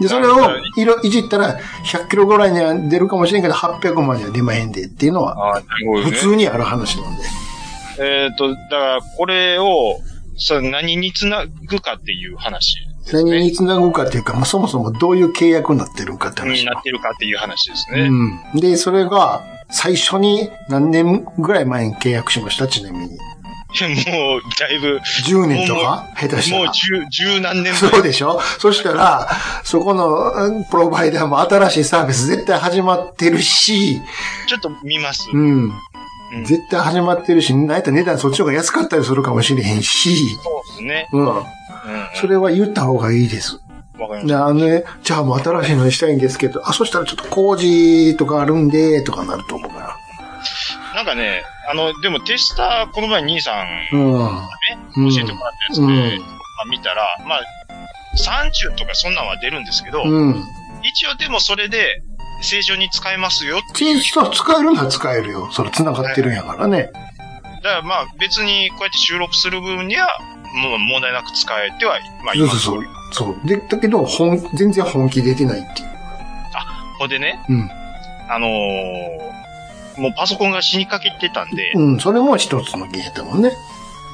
[SPEAKER 1] で、それをいろいじったら、100キロぐらいには出るかもしれんけど、800までは出まへんでっていうのは、
[SPEAKER 2] ああ、なるほど、ね。
[SPEAKER 1] 普通にある話なんで。
[SPEAKER 2] えっ、と、だから、これを、さ、何につなぐかっていう話です
[SPEAKER 1] 何
[SPEAKER 2] ね。
[SPEAKER 1] に繋ぐかっていうか、まあ、そもそもどういう契約になってるんかって
[SPEAKER 2] に
[SPEAKER 1] 話。
[SPEAKER 2] なってるかっていう話ですね。
[SPEAKER 1] うん。で、それが、最初に何年ぐらい前に契約しましたちなみに。
[SPEAKER 2] もう、だいぶ、
[SPEAKER 1] 10年とか下手した
[SPEAKER 2] も
[SPEAKER 1] ら。
[SPEAKER 2] う十、十何年前。
[SPEAKER 1] そうでしょそしたら、そこのうんプロバイダーも新しいサービス絶対始まってるし、
[SPEAKER 2] ちょっと見ます。
[SPEAKER 1] うん。
[SPEAKER 2] うんそう
[SPEAKER 1] 絶対始まってるし、なんやったら値段そっちの方が安かったりするかもしれへんし、
[SPEAKER 2] ですね。
[SPEAKER 1] うん。
[SPEAKER 2] うん。
[SPEAKER 1] それは言った方がいいです。
[SPEAKER 2] わかりまし
[SPEAKER 1] であのね、じゃあもう新しいのにしたいんですけど、あ、そしたらちょっと工事とかあるんで、とかなると思うか
[SPEAKER 2] た。なんかね、あの、でもテスター、この前兄さん
[SPEAKER 1] ら。うん。うん。
[SPEAKER 2] 教えてもらったやつで、
[SPEAKER 1] うん
[SPEAKER 2] まあ見たら、まあ、30とかそんなんは出るんですけど、
[SPEAKER 1] うん。
[SPEAKER 2] 1一応でもそれで、正常に使えますよ。
[SPEAKER 1] チーズと使えるのは使えるよ。それ繋がってるんやからね。
[SPEAKER 2] だからまあ別にこうやって収録する分には、もう問題なく使えては、まあ
[SPEAKER 1] そう
[SPEAKER 2] 今
[SPEAKER 1] そうそう。そう。で、だけど、本、全然本気出てないっていう。
[SPEAKER 2] ほんでね、
[SPEAKER 1] うん
[SPEAKER 2] あのーもうパソコンが死にかけてたんで、
[SPEAKER 1] うん、それも一つの原因だもんね。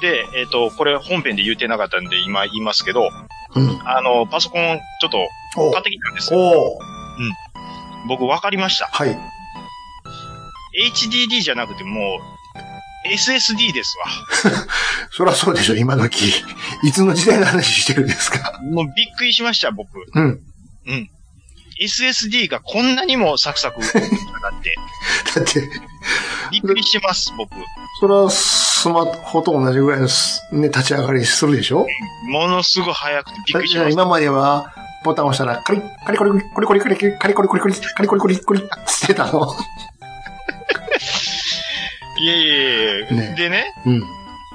[SPEAKER 2] で、えっ、と、これ本編で言ってなかったんで今言いますけど、
[SPEAKER 1] うん。
[SPEAKER 2] あのーパソコンちょっと
[SPEAKER 1] おう
[SPEAKER 2] 買ってきたんですよ。
[SPEAKER 1] おう
[SPEAKER 2] 僕分かりました。
[SPEAKER 1] はい。
[SPEAKER 2] HDD じゃなくてもう、SSD です
[SPEAKER 1] そりゃそうでしょ、今時。いつの時代の話してるんですか。
[SPEAKER 2] わ。もうびっくりしました、僕。
[SPEAKER 1] うん。
[SPEAKER 2] SSD がこんなにもサクサク動くんだなって。
[SPEAKER 1] だって、
[SPEAKER 2] びっくりしてます、僕。
[SPEAKER 1] それはスマホと同じぐらいのす、ね、立ち上がりするでしょ
[SPEAKER 2] ものすごい速くてびっくりし
[SPEAKER 1] じゃあ
[SPEAKER 2] ました。
[SPEAKER 1] 今までは、ボタン押したら、カリッ、カリコリコリコリコリコリカリコリコリコリカリコリコリコリしてたの。
[SPEAKER 2] いやいやいや、
[SPEAKER 1] ね
[SPEAKER 2] でね、
[SPEAKER 1] うん。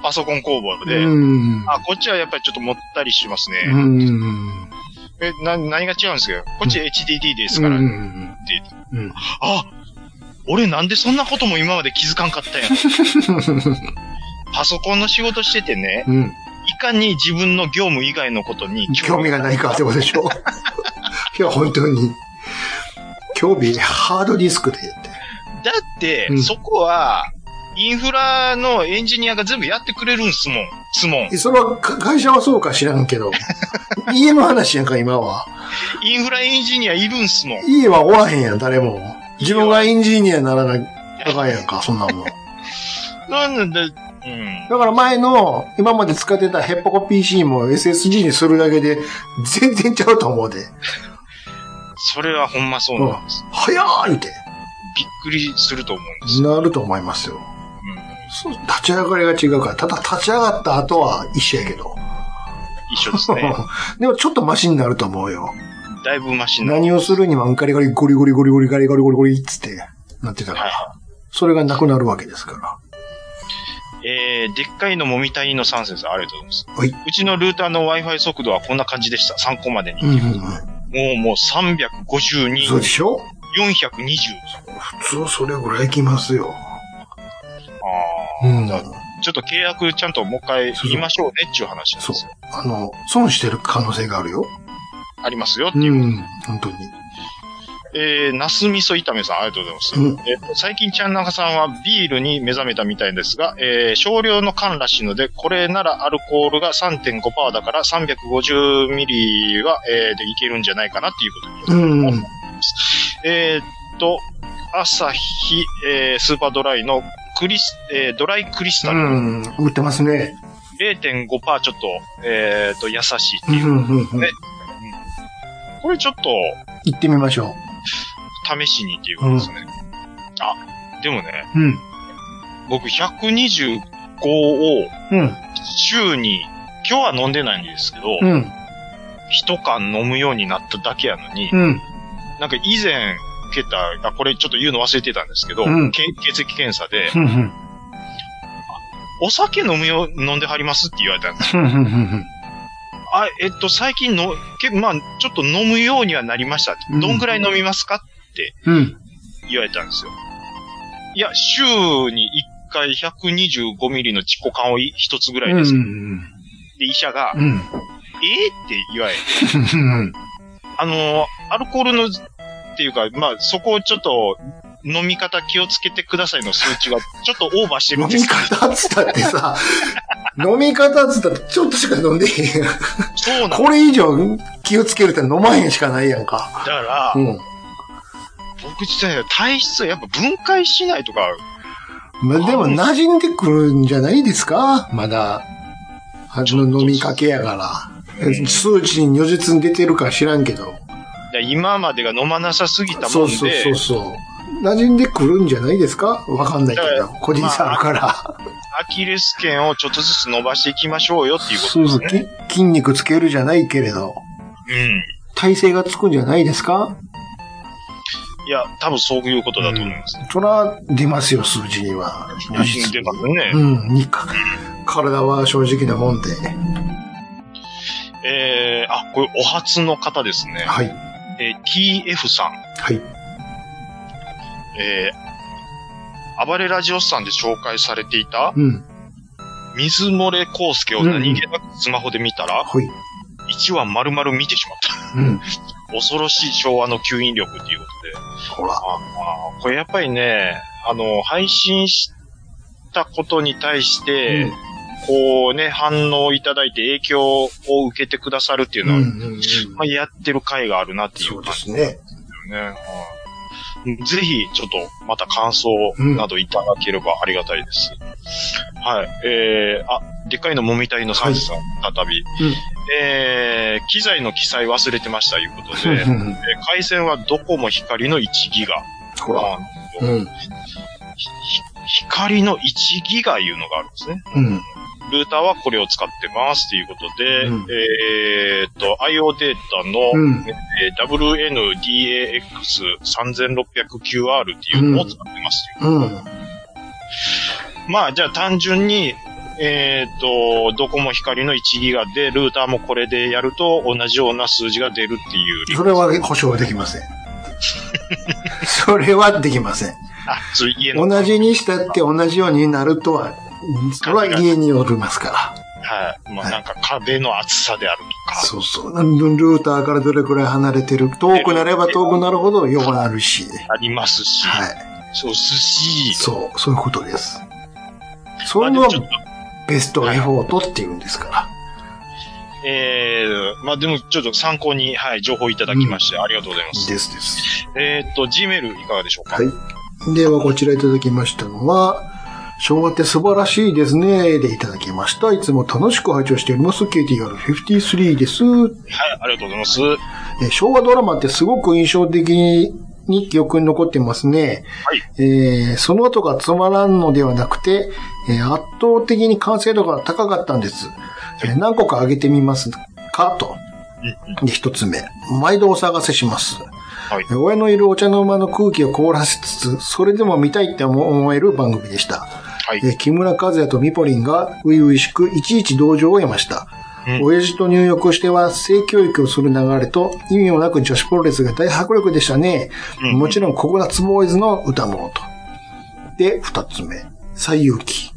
[SPEAKER 2] パソコン工房
[SPEAKER 1] う
[SPEAKER 2] で、
[SPEAKER 1] ん。
[SPEAKER 2] あ、こっちはやっぱりちょっともったりしますね。
[SPEAKER 1] うん。
[SPEAKER 2] え、な、何が違うんですかこっち HDD ですから、
[SPEAKER 1] う
[SPEAKER 2] って
[SPEAKER 1] ん。
[SPEAKER 2] 言って
[SPEAKER 1] うん。
[SPEAKER 2] あ俺なんでそんなことも今まで気づかんかったんや。パソコンの仕事しててね、
[SPEAKER 1] うん。
[SPEAKER 2] いかに自分の業務以外のことに
[SPEAKER 1] 興味がないかってことでしょいや、本当に。興味、ハードディスクでやって。
[SPEAKER 2] だって、
[SPEAKER 1] うん
[SPEAKER 2] そこは、インフラのエンジニアが全部やってくれるんすもん。すもん。
[SPEAKER 1] えそれはか会社はそうか知らんけど。家の話やんか、今は。
[SPEAKER 2] インフラエンジニアいるんすもん。
[SPEAKER 1] 家はおらへんやん、誰も。自分がエンジニアにならない。あかんやんか、そんなもん。だ
[SPEAKER 2] なんで、うん。
[SPEAKER 1] から前の、今まで使ってたヘッポコ PC も SSG にするだけで、全然ちゃうと思うで。
[SPEAKER 2] それはほんまそうなんです。
[SPEAKER 1] 早ーいって、
[SPEAKER 2] びっくりすると思うんです。
[SPEAKER 1] なると思いますよ。
[SPEAKER 2] うん
[SPEAKER 1] そう立ち上がりが違うから、ただ立ち上がった後は一緒やけど。
[SPEAKER 2] 一緒です ね。
[SPEAKER 1] でもちょっとマシになると思うよ。
[SPEAKER 2] だいぶマシな。
[SPEAKER 1] 何をするにもガリガリゴリゴリゴリゴリガリゴリゴリゴリっつってなってたか
[SPEAKER 2] は
[SPEAKER 1] ら。それがなくなるわけですから。
[SPEAKER 2] い。えー、でっかいのもみたいの3節ありがとうございます。
[SPEAKER 1] はいう
[SPEAKER 2] ちのルーターの Wi-Fi 速度はこんな感じでした。参考までに。
[SPEAKER 1] うんうんう
[SPEAKER 2] も
[SPEAKER 1] ん。
[SPEAKER 2] うもう352、
[SPEAKER 1] そうでしょ
[SPEAKER 2] 420。
[SPEAKER 1] 普通それぐらいきますよ。
[SPEAKER 2] あ
[SPEAKER 1] うん。
[SPEAKER 2] だーちょっと契約ちゃんともう一回言いましょうねっていう話なん
[SPEAKER 1] そ
[SPEAKER 2] で
[SPEAKER 1] う
[SPEAKER 2] すよ。。
[SPEAKER 1] あの、損してる可能性があるよ。
[SPEAKER 2] ありますよ。
[SPEAKER 1] うん。本当に。
[SPEAKER 2] えー、ナス味噌炒めさん、ありがとうございます。
[SPEAKER 1] うん
[SPEAKER 2] えっと最近ちゃんなかさんはビールに目覚めたみたいですが、えー、少量の缶らしいので、これならアルコールが3.5%だから350ミリは、えー、でいけるんじゃないかなっていうことに
[SPEAKER 1] うん。うん。
[SPEAKER 2] えーっと、朝日、えースーパードライのクリス、えードライクリスタル、
[SPEAKER 1] 売ってますね。
[SPEAKER 2] 0.5%ちょっと、えーっと、優しいって
[SPEAKER 1] うん
[SPEAKER 2] いう。
[SPEAKER 1] うんうん。
[SPEAKER 2] ねこれちょっと、
[SPEAKER 1] 行ってみましょ
[SPEAKER 2] 試しにっていうことですね。あ、でもね、
[SPEAKER 1] う。うん。
[SPEAKER 2] 僕125を
[SPEAKER 1] うん。
[SPEAKER 2] 週に、今日は飲んでないんですけど、
[SPEAKER 1] うん。
[SPEAKER 2] 一缶飲むようになっただけやのに、
[SPEAKER 1] うん。
[SPEAKER 2] なんか以前、受けた、あ、これちょっと言うの忘れてたんですけど、
[SPEAKER 1] うん
[SPEAKER 2] け血液検査で
[SPEAKER 1] う、ん。うん。
[SPEAKER 2] お酒飲むよ、飲んではりますって言われたんです
[SPEAKER 1] うん。うん。うん。
[SPEAKER 2] あ、えっと、最近の、けまあ、ちょっと飲むようにはなりました。
[SPEAKER 1] うん
[SPEAKER 2] どんぐらい飲みますか
[SPEAKER 1] うん。
[SPEAKER 2] 言われたんですよ。いや、週に1回125ミリのチコ缶を1つぐらいです。
[SPEAKER 1] うん。
[SPEAKER 2] で、医者が、え
[SPEAKER 1] うん。
[SPEAKER 2] ー、って言われ、
[SPEAKER 1] うん。
[SPEAKER 2] あのーアルコールの、っていうか、まあ、そこをちょっと、飲み方気をつけてくださいの数値が ちょっとオーバーしてる
[SPEAKER 1] 飲
[SPEAKER 2] んで
[SPEAKER 1] み
[SPEAKER 2] すけ
[SPEAKER 1] 方っつったってさ、飲み方っつったってちょっとしか飲んでへんやん。
[SPEAKER 2] ど、そうなん
[SPEAKER 1] これ以上気をつけるって飲まへんしかないやんか。
[SPEAKER 2] だから
[SPEAKER 1] う、ん。
[SPEAKER 2] 僕自体は体質やっぱ分解しないとか、
[SPEAKER 1] ま、でも馴染んでくるんじゃないですかまだ。あの飲みかけやから。
[SPEAKER 2] うん
[SPEAKER 1] 数値に如実に出てるか知らんけど。
[SPEAKER 2] だ今までが飲まなさすぎた
[SPEAKER 1] そ
[SPEAKER 2] もん
[SPEAKER 1] う
[SPEAKER 2] で、
[SPEAKER 1] そうそうそう。馴染んでくるんじゃないですかわかんないけ
[SPEAKER 2] だ
[SPEAKER 1] ど。個人差あるから。
[SPEAKER 2] アキレス腱をちょっとずつ伸ばしていきましょうよっていうこ
[SPEAKER 1] そ
[SPEAKER 2] と
[SPEAKER 1] う
[SPEAKER 2] で
[SPEAKER 1] そ
[SPEAKER 2] す
[SPEAKER 1] う。
[SPEAKER 2] ね。
[SPEAKER 1] き筋肉つけるじゃないけれど。
[SPEAKER 2] うん。
[SPEAKER 1] 体勢がつくんじゃないですか
[SPEAKER 2] いや、多分そういうことだと思います。
[SPEAKER 1] そら、出ますよ、数字には。
[SPEAKER 2] 写真出ますね。
[SPEAKER 1] うん、にか、体は正直なもんで。
[SPEAKER 2] えー、あ、これお初の方ですね。
[SPEAKER 1] はい。
[SPEAKER 2] えー TF さん。
[SPEAKER 1] はい。
[SPEAKER 2] えー暴れラジオさんで紹介されていた、
[SPEAKER 1] うん。
[SPEAKER 2] 水漏れ康介を何気なくスマホで見たら、
[SPEAKER 1] はい。
[SPEAKER 2] 1話丸々見てしまった。
[SPEAKER 1] うん。
[SPEAKER 2] 恐ろしい昭和の吸引力っていうことで。
[SPEAKER 1] ほら。
[SPEAKER 2] ああ、これやっぱりね、あの、配信したことに対して、
[SPEAKER 1] うん
[SPEAKER 2] こうね、反応いただいて影響を受けてくださるっていうのは、
[SPEAKER 1] うんうんうん
[SPEAKER 2] まあ、やってる回があるなってい
[SPEAKER 1] そううで
[SPEAKER 2] 感
[SPEAKER 1] すね。
[SPEAKER 2] じだよね。うんぜひ、ちょっと、また感想などいただければありがたいです。はい。えー、あ、でっかいのもみたいのサンジさん、再び。
[SPEAKER 1] うん
[SPEAKER 2] えー、機材の記載忘れてました、いうこと で。え
[SPEAKER 1] う
[SPEAKER 2] ー
[SPEAKER 1] んうん
[SPEAKER 2] 回線はドコモ光の1ギガ。
[SPEAKER 1] ほら。
[SPEAKER 2] あー
[SPEAKER 1] うん。
[SPEAKER 2] ひ光の1ギガいうのがあるんですね。
[SPEAKER 1] うん。
[SPEAKER 2] ルーターはこれを使ってますということで、
[SPEAKER 1] うん
[SPEAKER 2] えーっと、IO データの、
[SPEAKER 1] うん。
[SPEAKER 2] えー WNDAX3600QR っていうのを使ってますという
[SPEAKER 1] うん。
[SPEAKER 2] まあ、じゃあ単純に、えーっと、ドコモ光の1ギガで、ルーターもこれでやると同じような数字が出るっていう理
[SPEAKER 1] そ
[SPEAKER 2] 由。
[SPEAKER 1] れは保証はできま せん。それはできません。
[SPEAKER 2] あ、そう家の。
[SPEAKER 1] 同じにしたって同じようになるとは、それは家によりますか
[SPEAKER 2] はい。まあ、なんか壁の厚さであると
[SPEAKER 1] ら。
[SPEAKER 2] か。
[SPEAKER 1] そうそう。ルーターからどれくらい離れてる。遠くなれば遠くなるほど汚なるし。
[SPEAKER 2] ありますし、
[SPEAKER 1] は
[SPEAKER 2] そうすし
[SPEAKER 1] い。、そう、そういうことです。そ
[SPEAKER 2] ま
[SPEAKER 1] う
[SPEAKER 2] あ
[SPEAKER 1] いう
[SPEAKER 2] でも
[SPEAKER 1] のは
[SPEAKER 2] ちょっと
[SPEAKER 1] ベストエフォートって言うんですから。
[SPEAKER 2] ええまあでもちょっと参考に、はい、情報いただきまして、ありがとうございます。
[SPEAKER 1] ですです。
[SPEAKER 2] えーっと、Gmail いかがでしょうか、
[SPEAKER 1] はい。では、こちらいただきましたのは、昭和って素晴らしいですね。でいただきました。いつも楽しく拝聴しております。KTR53 です。
[SPEAKER 2] はい、ありがとうございます。
[SPEAKER 1] えー昭和ドラマってすごく印象的に記憶に残ってますね。
[SPEAKER 2] はい
[SPEAKER 1] えーその後がつまらんのではなくて、えー圧倒的に完成度が高かったんです。えー何個か挙げてみますかと。で、一つ目。毎度お探せします。
[SPEAKER 2] い
[SPEAKER 1] えー親のいるお茶の間の空気を凍らせつつ、それでも見たいって思える番組でした。
[SPEAKER 2] はい。
[SPEAKER 1] えー木村和也とミポリンが初々しくいちいち同情を得ました。
[SPEAKER 2] うん
[SPEAKER 1] 親父と入浴しては性教育をする流れと意味もなく女子プロレスが大迫力でしたね。
[SPEAKER 2] うん
[SPEAKER 1] もちろんココナッツボーイズの歌もと。で、二つ目。最有機。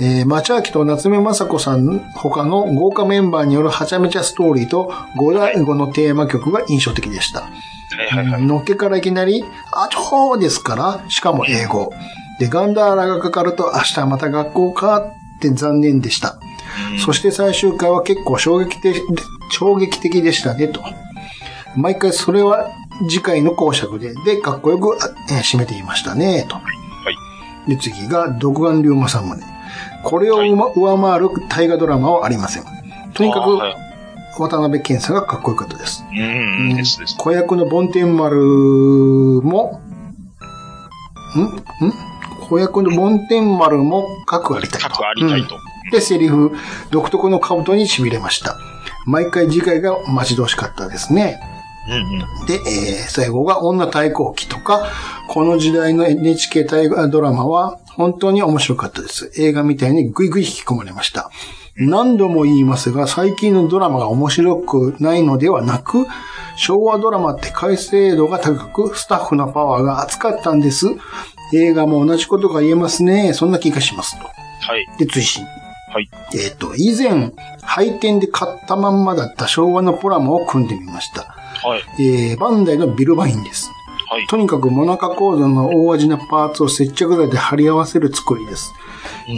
[SPEAKER 1] えー、町明と夏目雅子さん他の豪華メンバーによるはちゃめちゃストーリーと五大五のテーマ曲が印象的でした。
[SPEAKER 2] はいはいはい。
[SPEAKER 1] のっけからいきなり、あちょーですから、しかも英語。で、ガンダーラがかかると明日また学校かって残念でした。そして最終回は結構衝撃的、衝撃的でしたねと。毎回それは次回の講釈で、で、かっこよく、あえー締めていましたねと。で、次が、独眼龍馬さんもね。これをうま上回る大河ドラマはありません。とにか
[SPEAKER 2] あー
[SPEAKER 1] く
[SPEAKER 2] はい、
[SPEAKER 1] 渡辺謙さんがかっこよかったです。
[SPEAKER 2] うん、うん、ですです。
[SPEAKER 1] 子役の梵天丸も、んん子役の梵天丸も核ありたいと。
[SPEAKER 2] 各ありたいと。
[SPEAKER 1] うんで、セリフ、独特の兜に痺れました。毎回次回が待ち遠しかったですね。
[SPEAKER 2] うん、うん。
[SPEAKER 1] で、えー最後が女対抗期とか、この時代の NHK 大河ドラマは本当に面白かったです。映画みたいにぐいぐい引き込まれました。何度も言いますが、最近のドラマが面白くないのではなく、昭和ドラマって改正度が高く、スタッフのパワーが厚かったんです。映画も同じことが言えますね。そんな気がしますと。
[SPEAKER 2] はい。
[SPEAKER 1] で、追伸。
[SPEAKER 2] はい。
[SPEAKER 1] えっ、と、以前、廃店で買ったまんまだった昭和のプラモを組んでみました。
[SPEAKER 2] はい。
[SPEAKER 1] えーバンダイのビルバインです。
[SPEAKER 2] はい。
[SPEAKER 1] とにかくモナカ構造の大味なパーツを接着剤で貼り合わせる作りです。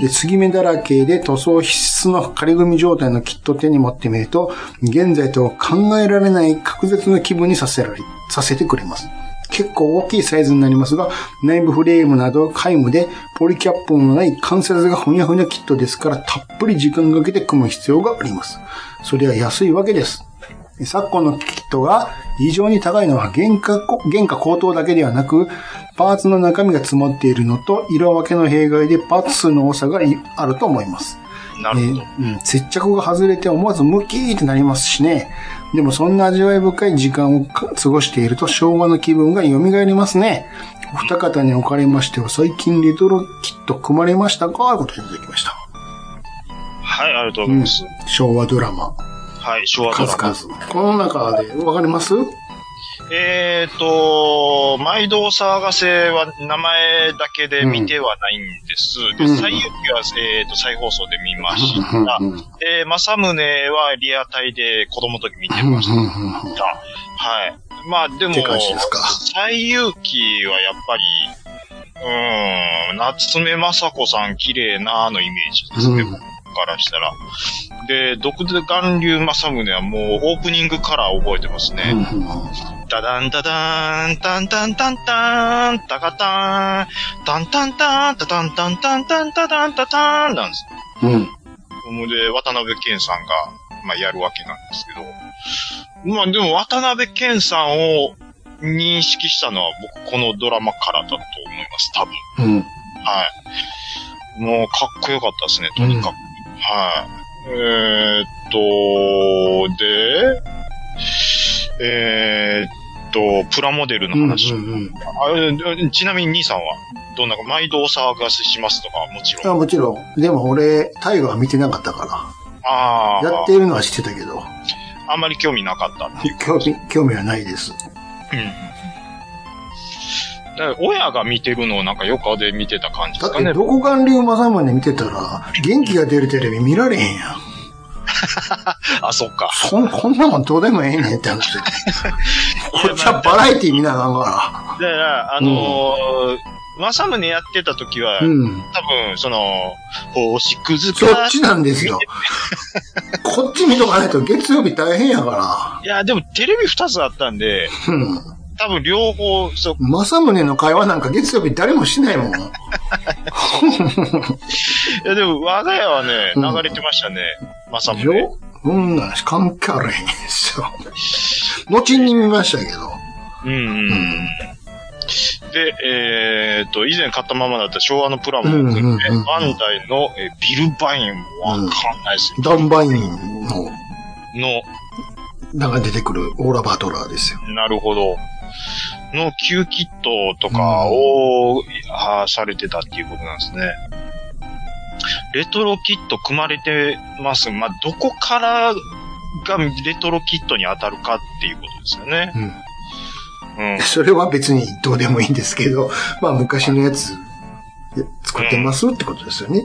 [SPEAKER 1] で、継ぎ目だらけで塗装必須の仮組み状態のキットを手に持ってみると、現在とは考えられない格絶の気分にさせられ、させてくれます。結構大きいサイズになりますが、内部フレームなど皆無で、ポリキャップのない関節がふにゃふにゃキットですから、たっぷり時間かけて組む必要があります。それは安いわけです。昨今のキットが異常に高いのは原価こ、原価高騰だけではなく、パーツの中身が詰まっているのと、色分けの弊害でパーツ数の多さがいあると思います。
[SPEAKER 2] なるほど。
[SPEAKER 1] えーうん、接着が外れて思わずムキーってなりますしね。でもそんな味わい深い時間をか過ごしていると昭和の気分が蘇りますね。お二方におかれましては最近レトロキット組まれましたかということでいただきました。
[SPEAKER 2] はい、ありがとうございます。
[SPEAKER 1] 昭和ドラマ、
[SPEAKER 2] はい、昭和ドラ
[SPEAKER 1] 数
[SPEAKER 2] マ。
[SPEAKER 1] 々。この中でわかります
[SPEAKER 2] えっ、と、毎度お騒がせは名前だけで見てはないんです。
[SPEAKER 1] うん
[SPEAKER 2] で、最有機は、えっ、と、再放送で見まし
[SPEAKER 1] うん
[SPEAKER 2] た。
[SPEAKER 1] うんうん
[SPEAKER 2] で、正宗はリアタイで子供の時見てました。はい。まあ、でも
[SPEAKER 1] って感じですか、
[SPEAKER 2] 最有機はやっぱり、うーん、夏目雅子さん綺麗なのイメージですね、
[SPEAKER 1] うん
[SPEAKER 2] 僕からしたら。で、独眼流正宗はもうオープニングから覚えてますね。
[SPEAKER 1] うんうんうん
[SPEAKER 2] ダダンダダーン、タンタンタンタン、タカタン、タンタンタン、タタンタンタンタンタタンタタンなんです。
[SPEAKER 1] うん。
[SPEAKER 2] ほんで、渡辺健さんが、まあ、やるわけなんですけど。まあ、でも渡辺健さんを認識したのは僕このドラマからだと思います、多分。
[SPEAKER 1] うん。
[SPEAKER 2] はい。もうかっこよかったですね、とにかく。はい。えー、っと、で、えー、っと、プラモデルの話。
[SPEAKER 1] うんうんうん
[SPEAKER 2] あえちなみに兄さんは、どんなか、毎度お騒がせしますとか、もちろ
[SPEAKER 1] あ
[SPEAKER 2] ん。
[SPEAKER 1] もちろん。でも俺、タイガーは見てなかったか
[SPEAKER 2] あ
[SPEAKER 1] ら。やっ
[SPEAKER 2] あ、
[SPEAKER 1] てるのは知ってたけど、
[SPEAKER 2] あんまり興味なかったっていう。
[SPEAKER 1] 興味、興味はないです。
[SPEAKER 2] だから親が見てるのをなんか横で見てた感じで
[SPEAKER 1] だ
[SPEAKER 2] す
[SPEAKER 1] っ
[SPEAKER 2] かね
[SPEAKER 1] て、。どこかん流正宗見てたら、元気が出るテレビ見られへんやん。
[SPEAKER 2] あ、そっか。
[SPEAKER 1] そん、こんなもんどうでもええねんって話。こっちはバラエティ見なあかんか
[SPEAKER 2] だから、あのー、正宗やってた時は、
[SPEAKER 1] ら。うん。
[SPEAKER 2] 多分、その、星屑
[SPEAKER 1] そ
[SPEAKER 2] か
[SPEAKER 1] っ。ちなんですよ。こっち見とかないと月曜日大変やか
[SPEAKER 2] いや、でもテレビ二つあったんで、
[SPEAKER 1] ら。うん。
[SPEAKER 2] 多分両方、そう、
[SPEAKER 1] 正宗の会話なんか月曜日誰もしないもん。
[SPEAKER 2] いや、でも我が家はね、
[SPEAKER 1] うん
[SPEAKER 2] 流れてましたね。正
[SPEAKER 1] で
[SPEAKER 2] 宗
[SPEAKER 1] しょうんなんし関係あるへんですよ。後に見ましたけど。
[SPEAKER 2] うんうん。
[SPEAKER 1] うん
[SPEAKER 2] で、えー、っと、以前買ったままだった昭和のプラモを送って、
[SPEAKER 1] うんうんうんうん
[SPEAKER 2] バンダイのえビルバインもわかんないですよ。
[SPEAKER 1] ダンバインの、
[SPEAKER 2] の、
[SPEAKER 1] なんか出てくるオーラバトラーですよ。
[SPEAKER 2] なるほど。の Q キットとかを、あーされてたっていうことなんですね。レトロキット組まれてます。まあ、どこからがレトロキットに当たるかっていうことですよね。
[SPEAKER 1] うん。
[SPEAKER 2] うん。
[SPEAKER 1] それは別にどうでもいいんですけど、まあ昔のやつ、や作ってますってことですよね。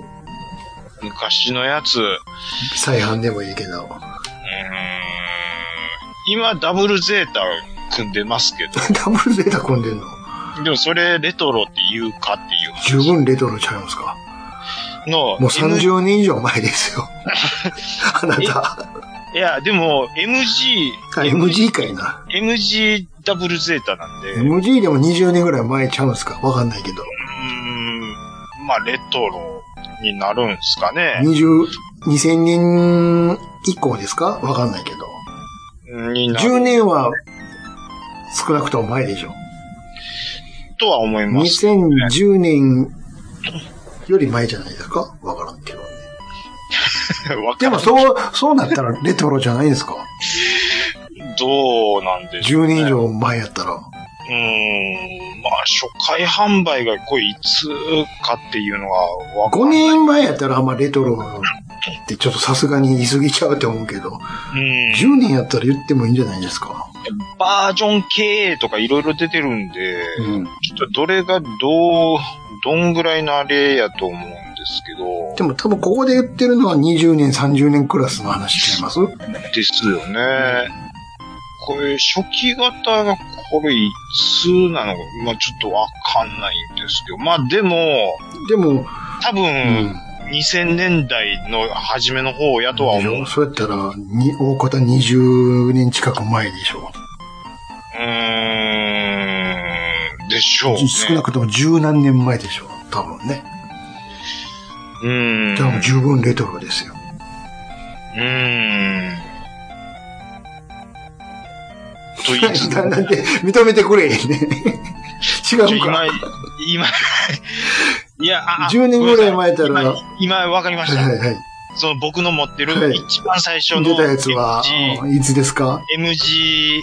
[SPEAKER 2] 昔のやつ、うーん。
[SPEAKER 1] 再販でもいいけど。 ダ
[SPEAKER 2] 今ダブルゼータ組んでますけ
[SPEAKER 1] ブルゼータ組んでんの
[SPEAKER 2] ど、でもそれレトロって言うかっていう話
[SPEAKER 1] 十分レトロちゃいますか
[SPEAKER 2] の、
[SPEAKER 1] もう30年以上前ですよ。あなた。
[SPEAKER 2] いや、でも MG、
[SPEAKER 1] あ MG かいな。
[SPEAKER 2] MG ダブルゼータなんで、う
[SPEAKER 1] MG でも20年ぐらい前ちゃうんすかわかんないけ
[SPEAKER 2] ー
[SPEAKER 1] ど。
[SPEAKER 2] ん、まあ、レトロになるんですかね。
[SPEAKER 1] 20、2000年以降ですかわかんないけど。
[SPEAKER 2] にな
[SPEAKER 1] 10
[SPEAKER 2] る
[SPEAKER 1] 年は少なくとも前でしょ。
[SPEAKER 2] とは思います。
[SPEAKER 1] 2010年より前じゃないですかわからんけどね。
[SPEAKER 2] わ
[SPEAKER 1] で
[SPEAKER 2] か
[SPEAKER 1] も
[SPEAKER 2] る。
[SPEAKER 1] そう、そうなったらレトロじゃないですか
[SPEAKER 2] どうなんでしょう、
[SPEAKER 1] ?10
[SPEAKER 2] ね。
[SPEAKER 1] 年以上前やったら。
[SPEAKER 2] うーん、まあ、初回販売がこれいつかっていうのがわか
[SPEAKER 1] 5
[SPEAKER 2] んない。
[SPEAKER 1] 年前やったらあんまレトロってちょっとさすがに言い過ぎちゃうと思うけど、
[SPEAKER 2] うん。
[SPEAKER 1] 10年やったら言ってもいいんじゃないですか。
[SPEAKER 2] バージョン経営とかいろいろ出てるんで、
[SPEAKER 1] うん。
[SPEAKER 2] ちょっとどれがどう、どんぐらいのあれやと思うんですけど、
[SPEAKER 1] でも多分ここで言ってるのは20年、30年クラスの話ちゃいます
[SPEAKER 2] ですよね。これ、初期型がこれいつなのか、まあちょっとわかんないんですけど、まあでも、
[SPEAKER 1] でも、
[SPEAKER 2] 多
[SPEAKER 1] う
[SPEAKER 2] 分、2000年代の初めの方やとは思う。う
[SPEAKER 1] そうやったら、に大方20年近く前でしょ
[SPEAKER 2] ーん、でしょう、ね。
[SPEAKER 1] 少なくとも十何年前でしょ多分ね。
[SPEAKER 2] うーん。
[SPEAKER 1] でも十分レトロですよ。
[SPEAKER 2] うーん。と言いつつ、
[SPEAKER 1] ななんで、 認めてくれへん ね。違
[SPEAKER 2] ちょ
[SPEAKER 1] う
[SPEAKER 2] 今
[SPEAKER 1] か。、
[SPEAKER 2] 今、いや、ああ
[SPEAKER 1] 10年ぐらい前やったら
[SPEAKER 2] ごめんなさい今、今わかりま
[SPEAKER 1] は
[SPEAKER 2] し
[SPEAKER 1] い
[SPEAKER 2] た。
[SPEAKER 1] はいはい。
[SPEAKER 2] その僕の持ってる
[SPEAKER 1] はい
[SPEAKER 2] 一番最初の
[SPEAKER 1] 出たやつは
[SPEAKER 2] MG、
[SPEAKER 1] いつですか
[SPEAKER 2] MG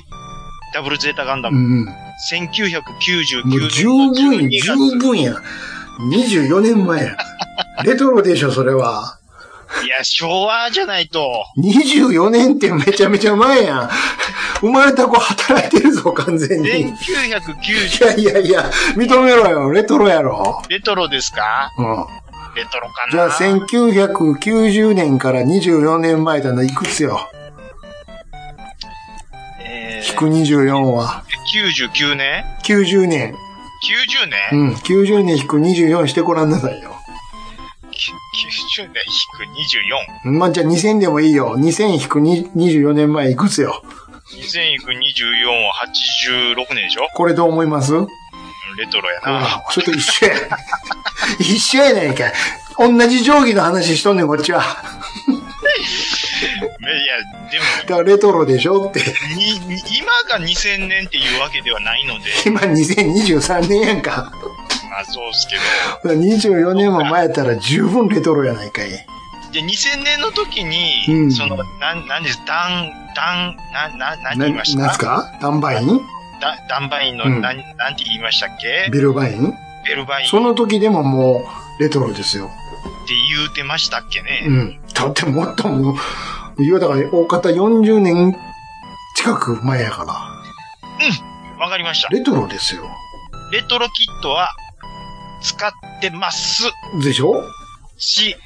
[SPEAKER 2] ダブルゼータガンダ
[SPEAKER 1] う
[SPEAKER 2] ム、
[SPEAKER 1] ん。
[SPEAKER 2] 1999
[SPEAKER 1] もう十
[SPEAKER 2] 年の
[SPEAKER 1] 分、
[SPEAKER 2] 12月
[SPEAKER 1] 十分や。24年前や。レトロでしょ、それは。
[SPEAKER 2] いや、昭和じゃないと。
[SPEAKER 1] 24年ってめちゃめちゃ前やん。生まれた子働いてるぞ、完全に。い
[SPEAKER 2] 1990、
[SPEAKER 1] やいやいや、認めろよ、レトロやろ。
[SPEAKER 2] レトロですか
[SPEAKER 1] うん。
[SPEAKER 2] レトロかな
[SPEAKER 1] じゃあ、1990年から24年前だな、いくつよ。
[SPEAKER 2] え
[SPEAKER 1] 引く
[SPEAKER 2] ー、
[SPEAKER 1] 24は。
[SPEAKER 2] 99年
[SPEAKER 1] 90年。
[SPEAKER 2] ?90 年、
[SPEAKER 1] うん。90年引く24してごらんなさいよ。
[SPEAKER 2] き ?90 年引
[SPEAKER 1] まあ、じゃあ2000でもいいよ。2000引くに24年前いくつよ。
[SPEAKER 2] く24。2000引く24は86年でしょ
[SPEAKER 1] これどう思いますうん。
[SPEAKER 2] レトロやな。
[SPEAKER 1] それと一緒や。 一緒やないかい。同じ定規の話しとんねん、こっちは。
[SPEAKER 2] いや、でも、
[SPEAKER 1] だからレトロでしょって。
[SPEAKER 2] に、に今が2000年っていうわけではないので、
[SPEAKER 1] 今2023年やんか。
[SPEAKER 2] まあそうっすけど。
[SPEAKER 1] 24年も前やったら十分レトロやないかい。
[SPEAKER 2] で、2000年の時に、
[SPEAKER 1] うん
[SPEAKER 2] その、なん、なんです、ダン、ダン、な、な、何
[SPEAKER 1] な
[SPEAKER 2] 言いまし
[SPEAKER 1] なん
[SPEAKER 2] た
[SPEAKER 1] すかダンバイン
[SPEAKER 2] ダダンバインの、
[SPEAKER 1] うん
[SPEAKER 2] なん、なんて言いましたっけ
[SPEAKER 1] ビルバイン
[SPEAKER 2] ベルバインっ
[SPEAKER 1] その時でももうレトロですよ。
[SPEAKER 2] て言うてましたっけね、
[SPEAKER 1] うん。だってもっともう、いやだから大方40年近く前やから。
[SPEAKER 2] わかりました。
[SPEAKER 1] レトロですよ。
[SPEAKER 2] レトロキットは、使ってます
[SPEAKER 1] でしょ
[SPEAKER 2] し、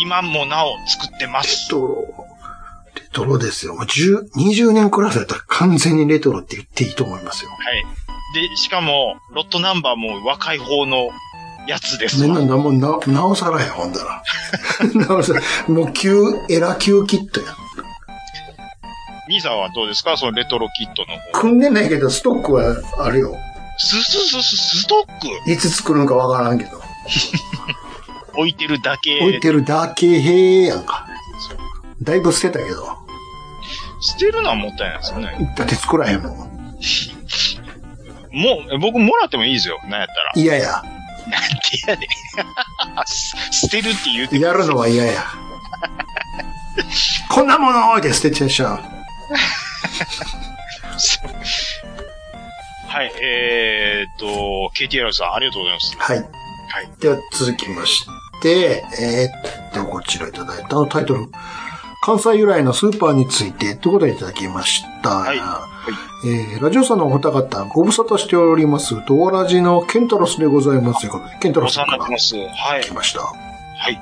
[SPEAKER 2] 今もなお作ってま
[SPEAKER 1] レ
[SPEAKER 2] す。
[SPEAKER 1] トロ。レトロですよ。10 20年クラスだったら完全にレトロって言っていいと思いますよ。
[SPEAKER 2] はい。で、しかも、ロットナンバーも若い方のやつです
[SPEAKER 1] ね
[SPEAKER 2] わ。
[SPEAKER 1] なんだ、もうな、なおさらや、ほんだら。 なおさら、もう旧、エラ旧キットや。
[SPEAKER 2] 兄さんはどうですかそのレトロキットの方。
[SPEAKER 1] 組んでないけど、ストックはあるよ。
[SPEAKER 2] すすすすストック
[SPEAKER 1] いつ作るのかわからんけど。
[SPEAKER 2] 置いてるだけ。
[SPEAKER 1] 置いてるだけへやんか。だいぶ捨てたけど。
[SPEAKER 2] 捨てるのはもったいないですよね。
[SPEAKER 1] だって作らへんもん。
[SPEAKER 2] もう、え僕もらってもいいですよ。なんやったら。
[SPEAKER 1] 嫌や。
[SPEAKER 2] なんてやで。す捨てるって言うて
[SPEAKER 1] やるのは嫌や。こんなもので捨てちゃいしゃう。
[SPEAKER 2] はい、えーっと、KTR さん、ありがとうございます。
[SPEAKER 1] はい。
[SPEAKER 2] はい。
[SPEAKER 1] では続きまして、えーっと、こちらいただいたのタイトル。関西由来のスーパーについてということでいただきました。
[SPEAKER 2] はい
[SPEAKER 1] えー、ラジオさんのお二方、ご無沙汰しております。ドアラジのケンタロスでございます。ということで、ケンタ
[SPEAKER 2] お
[SPEAKER 1] ロス
[SPEAKER 2] 世
[SPEAKER 1] さん
[SPEAKER 2] 話
[SPEAKER 1] か
[SPEAKER 2] になってます。は
[SPEAKER 1] ら
[SPEAKER 2] い。
[SPEAKER 1] 来ました。
[SPEAKER 2] はい。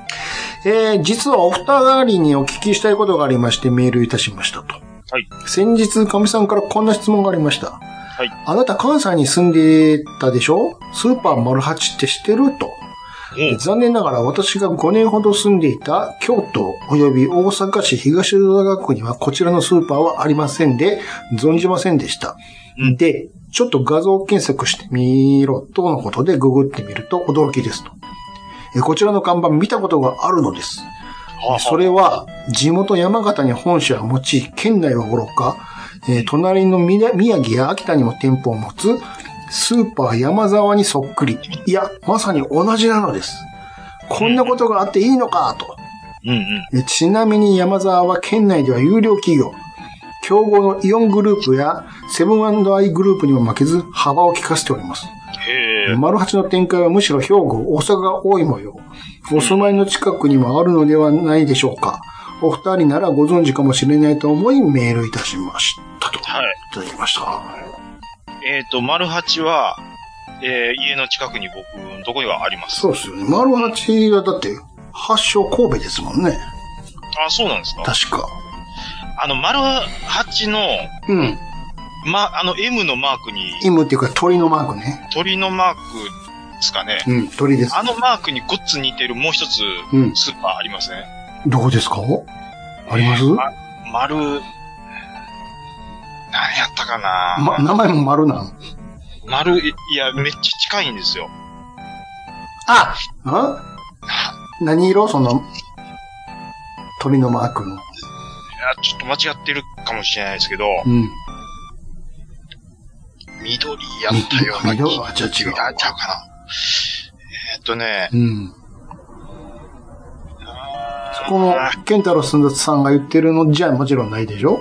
[SPEAKER 1] えー実はお二人にお聞きしたいことがありましてメールいたしましたと。
[SPEAKER 2] はい。
[SPEAKER 1] 先日、かみさんからこんな質問がありました。
[SPEAKER 2] はい。
[SPEAKER 1] あなた関西に住んでたでしょスーパーマルハチって知ってると。
[SPEAKER 2] うん
[SPEAKER 1] 残念ながら私が5年ほど住んでいた京都及び大阪市東大学区にはこちらのスーパーはありませんで、存じませんでした。
[SPEAKER 2] うん
[SPEAKER 1] で、ちょっと画像検索してみろとのことでググってみると驚きですと。えこちらの看板見たことがあるのです。
[SPEAKER 2] はあ
[SPEAKER 1] それは、地元山形に本社を持ち、県内はおろか、えー隣のみな宮城や秋田にも店舗を持つ、スーパー山沢にそっくり。いや、まさに同じなのです。こんなことがあっていいのか、と。
[SPEAKER 2] うんうん。
[SPEAKER 1] えちなみに山沢は県内では有料企業。競合のイオングループやセブンアイグループにも負けず幅を利かせております。
[SPEAKER 2] へえ。
[SPEAKER 1] 丸八の展開はむしろ兵庫、大阪が多い模様。お住まいの近くにもあるのではないでしょうか。お二人ならご存知かもしれないと思いメールいたしましたと。。
[SPEAKER 2] はい
[SPEAKER 1] ただきました。
[SPEAKER 2] えーっと、丸八は、えー、家の近くに僕のとこにはあります。
[SPEAKER 1] そうですよね。丸八はだって、発祥神戸ですもんね。
[SPEAKER 2] あ、そうなんですか
[SPEAKER 1] 確か。
[SPEAKER 2] あの、丸八の、
[SPEAKER 1] うん。
[SPEAKER 2] ま、あの、M のマークに、
[SPEAKER 1] ムっていうか鳥のマークね。
[SPEAKER 2] 鳥のマークですかね。
[SPEAKER 1] うん、鳥です。
[SPEAKER 2] あのマークにごっつ似てるもう一つ
[SPEAKER 1] うん。
[SPEAKER 2] スーパーありますね。
[SPEAKER 1] どこですかあります、
[SPEAKER 2] ま丸、何やったかな、
[SPEAKER 1] ま、名前も丸なん。
[SPEAKER 2] 丸、いや、めっちゃ近いんですよ。
[SPEAKER 1] ああ何色その、鳥のマークの。
[SPEAKER 2] いや、ちょっと間違ってるかもしれないですけど、
[SPEAKER 1] うん。
[SPEAKER 2] 緑やったような気
[SPEAKER 1] 緑あじゃあ違う
[SPEAKER 2] あちゃうかな。えーっとね、
[SPEAKER 1] うん。そこの、ケンタロスさんが言ってるのじゃもちろんないでしょ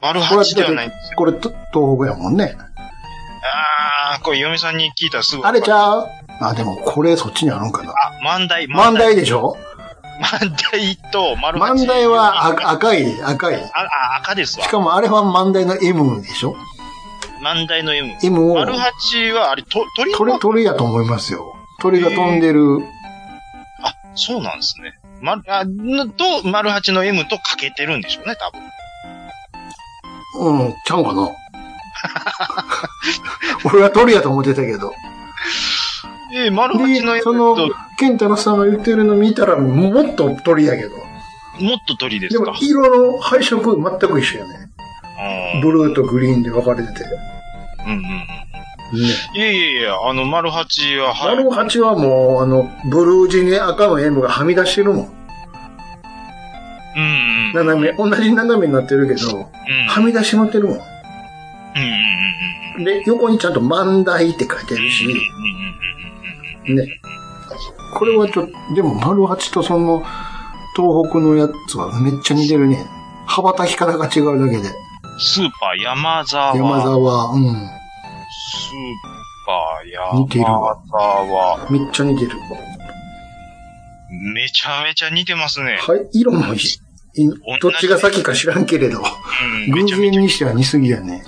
[SPEAKER 2] 丸
[SPEAKER 1] これは
[SPEAKER 2] 八ではないん
[SPEAKER 1] だ
[SPEAKER 2] で
[SPEAKER 1] っ
[SPEAKER 2] す
[SPEAKER 1] て
[SPEAKER 2] よ。
[SPEAKER 1] これと東北やもんね。
[SPEAKER 2] あー、これ嫁さんに聞いたらすぐ。
[SPEAKER 1] あれちゃうあ、でもこれそっちにあるんかな。
[SPEAKER 2] あ、万代、
[SPEAKER 1] 万代でしょ
[SPEAKER 2] 万代と丸八
[SPEAKER 1] 万代は赤赤いで、赤い。
[SPEAKER 2] あ、あ、赤ですわ
[SPEAKER 1] し。かもあれは万代の M でしょ
[SPEAKER 2] 万代の M。
[SPEAKER 1] ?M を
[SPEAKER 2] 丸八はあれ、と鳥
[SPEAKER 1] 鳥、鳥だと思いますよ。鳥が飛んでる。
[SPEAKER 2] あ、そうなんですね。ま、あ、のと、丸八の M とかけてるんでしょうね、多分。
[SPEAKER 1] うん、ちゃうかな 俺は鳥やと思ってたけど。
[SPEAKER 2] えー、丸八の
[SPEAKER 1] で、
[SPEAKER 2] M
[SPEAKER 1] その
[SPEAKER 2] と、、
[SPEAKER 1] 健太郎さんが言ってるの見たら、もっと鳥やけど。
[SPEAKER 2] もっと鳥で
[SPEAKER 1] ですも
[SPEAKER 2] か。、
[SPEAKER 1] 色の配色全く一緒やね。
[SPEAKER 2] うん
[SPEAKER 1] ブルーとグリーンで分かれてて。ね。
[SPEAKER 2] うんうんうん。いやいやいや、あの、丸八は、はい。
[SPEAKER 1] 丸八はもう、あの、ブルー地に赤の M がはみ出してるもん。
[SPEAKER 2] うんうん。
[SPEAKER 1] 斜め、同じ斜めになってるけど、
[SPEAKER 2] うん。
[SPEAKER 1] はみ出してまってるも
[SPEAKER 2] うんうんうんうん
[SPEAKER 1] ん。で、横にちゃんと万代って書いて
[SPEAKER 2] うん。
[SPEAKER 1] るし、
[SPEAKER 2] うんうんうんうんうん。
[SPEAKER 1] ね。これはちょっと、でも丸八とその、東北のやつはめっちゃ似てるね。羽ばたき方が違うだけで。
[SPEAKER 2] スーパー山沢。
[SPEAKER 1] 山沢、うん。
[SPEAKER 2] スーパーや、
[SPEAKER 1] 似てるわ
[SPEAKER 2] は、
[SPEAKER 1] めっちゃ似てる。
[SPEAKER 2] めちゃめちゃ似てますね。
[SPEAKER 1] はい、色もいい。どっちが先か知らんけれど、
[SPEAKER 2] うん、め
[SPEAKER 1] 偶
[SPEAKER 2] ちゃめ
[SPEAKER 1] 然
[SPEAKER 2] ちゃ。
[SPEAKER 1] にしては似すぎやね。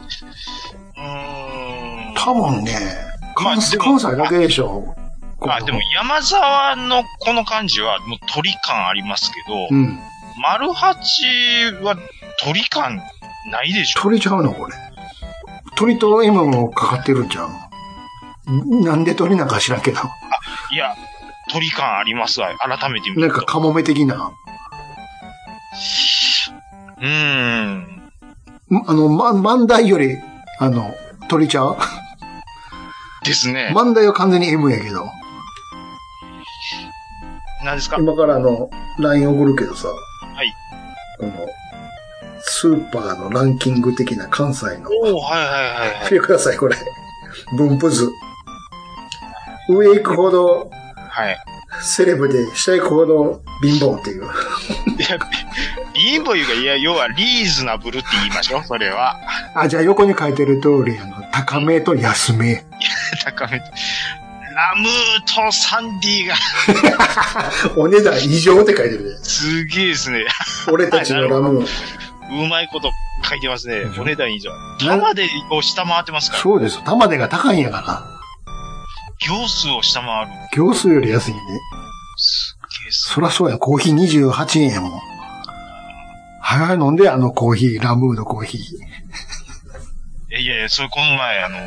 [SPEAKER 2] うーん。
[SPEAKER 1] 多分ね、
[SPEAKER 2] まあ
[SPEAKER 1] 関
[SPEAKER 2] でも
[SPEAKER 1] 関西だけでしょ。ここ
[SPEAKER 2] あ、でも山沢のこの感じは、もう鳥感ありますけど、
[SPEAKER 1] うん。
[SPEAKER 2] 丸八は鳥感ないでしょ。
[SPEAKER 1] 鳥ちゃうのこれ。鳥と M もかかってるんじゃん。なんで鳥なんか知らんけど。
[SPEAKER 2] いや、鳥感ありますわ。改めて見
[SPEAKER 1] なん
[SPEAKER 2] ると。
[SPEAKER 1] かカモメ的な。
[SPEAKER 2] うーん。
[SPEAKER 1] んあの、ま、万代より、あの、鳥ちゃう
[SPEAKER 2] ですね。
[SPEAKER 1] 万代は完全に M やけど。
[SPEAKER 2] 何ですか
[SPEAKER 1] 今からあの、LINE 送るけどさ。
[SPEAKER 2] い
[SPEAKER 1] この、スーパーのランキング的な関西の。
[SPEAKER 2] おおはいはいはいは
[SPEAKER 1] 見
[SPEAKER 2] い。
[SPEAKER 1] てください、これ。分布図。上行くほど
[SPEAKER 2] はい。
[SPEAKER 1] セレブで、下行くほど貧乏ってい
[SPEAKER 2] い
[SPEAKER 1] う。
[SPEAKER 2] や、貧乏いうか、いや、要はリーズナブルって言いましょう、それは。
[SPEAKER 1] あ、じゃあ横に書いてる通り、あの、高めと安め。
[SPEAKER 2] 高めて。ラムーとサンディが
[SPEAKER 1] お値段異常って書いてるね。
[SPEAKER 2] すげえですね。
[SPEAKER 1] 俺たちのラム。
[SPEAKER 2] うまいこと書いてますね。お値段以上。
[SPEAKER 1] な
[SPEAKER 2] 玉でを下回ってますから。
[SPEAKER 1] そうです。玉手が高いんやから。
[SPEAKER 2] 行数を下回る。
[SPEAKER 1] 行数より安いね。
[SPEAKER 2] すげえっす。
[SPEAKER 1] そらそうや、コーヒー28円やもん。はいはい、飲んで、あのコーヒー、ラムードコーヒー。
[SPEAKER 2] えいやいや、それこの前、あの、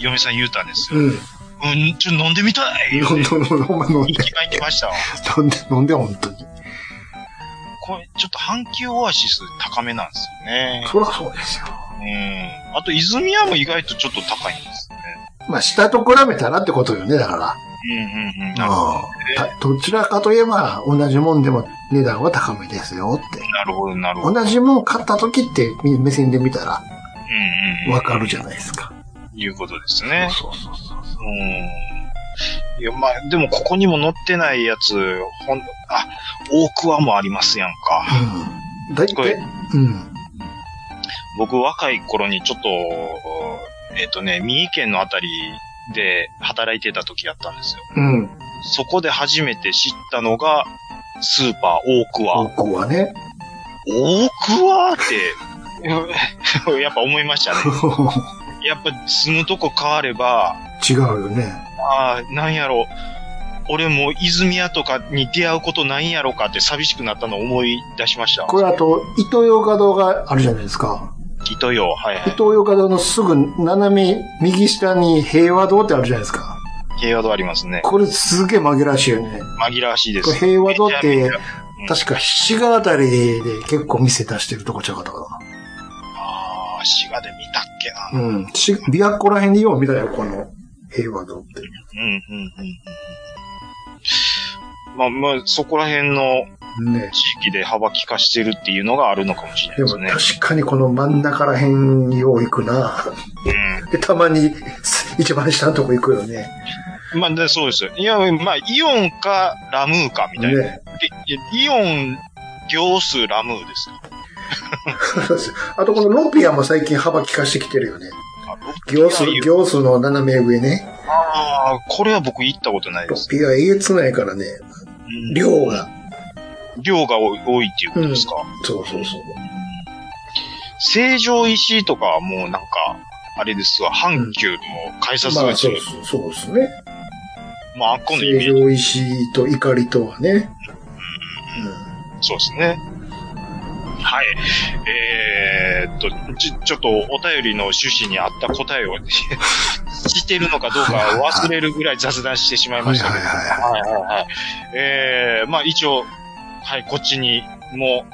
[SPEAKER 2] 嫁さん言うたんですよ。
[SPEAKER 1] うん。
[SPEAKER 2] うん、ちょっと飲んでみたい。
[SPEAKER 1] 飲んで、飲んで
[SPEAKER 2] 一、番行きましたわ。
[SPEAKER 1] 飲んで、飲んで、本当に。
[SPEAKER 2] これ、ちょっと阪急オアシス高めなんですよね。
[SPEAKER 1] そらそうですよ。
[SPEAKER 2] うん。あと、泉屋も意外とちょっと高いんですよね。
[SPEAKER 1] まあ、下と比べたらってことよね、だから。
[SPEAKER 2] うんうんうん。なる
[SPEAKER 1] うんたどちらかといえば、同じもんでも値段は高めですよって。
[SPEAKER 2] なるほど、なるほど。
[SPEAKER 1] 同じもん買った時ってみ目線で見たら
[SPEAKER 2] うんうん。
[SPEAKER 1] わかるじゃないですか。
[SPEAKER 2] いうことですね。
[SPEAKER 1] そうそうそうそう。
[SPEAKER 2] うん。いや、まあ、でもここにも載ってないやつ、ほん、あ、大桑もありますやんか。
[SPEAKER 1] うん。だい
[SPEAKER 2] こ
[SPEAKER 1] たい、
[SPEAKER 2] れ
[SPEAKER 1] うん。
[SPEAKER 2] 僕若い頃にちょっと、えっ、とね、三重県のあたりで働いてた時やったんですよ。
[SPEAKER 1] うん。
[SPEAKER 2] そこで初めて知ったのが、スーパー大桑。
[SPEAKER 1] 僕はね。
[SPEAKER 2] 大桑って、 やっぱ思いましたね。やっぱ住むとこ変われば、
[SPEAKER 1] 違うよね。
[SPEAKER 2] ああ、なんやろ。俺も泉屋とかに出会うことないんやろかって寂しくなったのを思い出しました。
[SPEAKER 1] これあと、糸魚川堂があるじゃないですか。
[SPEAKER 2] 糸よ、はいはい。
[SPEAKER 1] 糸魚川堂のすぐ斜め右下に平和堂ってあるじゃないですか。
[SPEAKER 2] 平和堂ありますね。
[SPEAKER 1] これすげえ紛らわしいよね。
[SPEAKER 2] 紛らわしいで
[SPEAKER 1] こ
[SPEAKER 2] す。
[SPEAKER 1] れ平和堂っ
[SPEAKER 2] めちゃめ
[SPEAKER 1] て
[SPEAKER 2] ちゃ、
[SPEAKER 1] 確か滋賀あたりで結構店出してるとこちゃうかったかな。
[SPEAKER 2] ああ、滋賀で見たっけな。
[SPEAKER 1] うん。し、琵琶湖ら辺でよう見たよ、この平和堂って。
[SPEAKER 2] うん、うん、うんうん。まあまあ、そこら辺の
[SPEAKER 1] ね。
[SPEAKER 2] 地域で幅利かしてるっていうのがあるのかもしれない
[SPEAKER 1] で
[SPEAKER 2] で
[SPEAKER 1] も
[SPEAKER 2] すね。
[SPEAKER 1] 確かにこの真ん中ら辺によう行くな。で、たまに一番下のとこ行くよね。
[SPEAKER 2] うん。まあ、でそうですよ。いや、まあ、イオンかラムーかみたいな。
[SPEAKER 1] ね。
[SPEAKER 2] でイオン、行数ラムーですよ。
[SPEAKER 1] そうですあとこのロピアも最近幅利かしてきてるよね。
[SPEAKER 2] あ
[SPEAKER 1] 行数
[SPEAKER 2] いやい、や
[SPEAKER 1] 行数の斜め上ね。
[SPEAKER 2] ああ、これは僕行ったことない
[SPEAKER 1] ロ
[SPEAKER 2] です。
[SPEAKER 1] ピアえげつないからね、
[SPEAKER 2] うん
[SPEAKER 1] 量が。
[SPEAKER 2] 量が多い多いっていうことですか。
[SPEAKER 1] そうそうそう。
[SPEAKER 2] 成城石井とかはもうなんか、あれですわ、阪急の改札口、
[SPEAKER 1] まあ、そうそうそうですね。
[SPEAKER 2] まあ、あっこのイメ
[SPEAKER 1] 成
[SPEAKER 2] ージ、
[SPEAKER 1] 城石井と怒りとはね。
[SPEAKER 2] そうですね。はい。えー、っと、ちょ、ちょっとお便りの趣旨に合った答えを してるのかどうか忘れるぐらい雑談してしまい
[SPEAKER 1] は
[SPEAKER 2] ま
[SPEAKER 1] い
[SPEAKER 2] した
[SPEAKER 1] は
[SPEAKER 2] け
[SPEAKER 1] い
[SPEAKER 2] ど。
[SPEAKER 1] は
[SPEAKER 2] はいはいはい。えー、まあ一応、はい、こっちにも、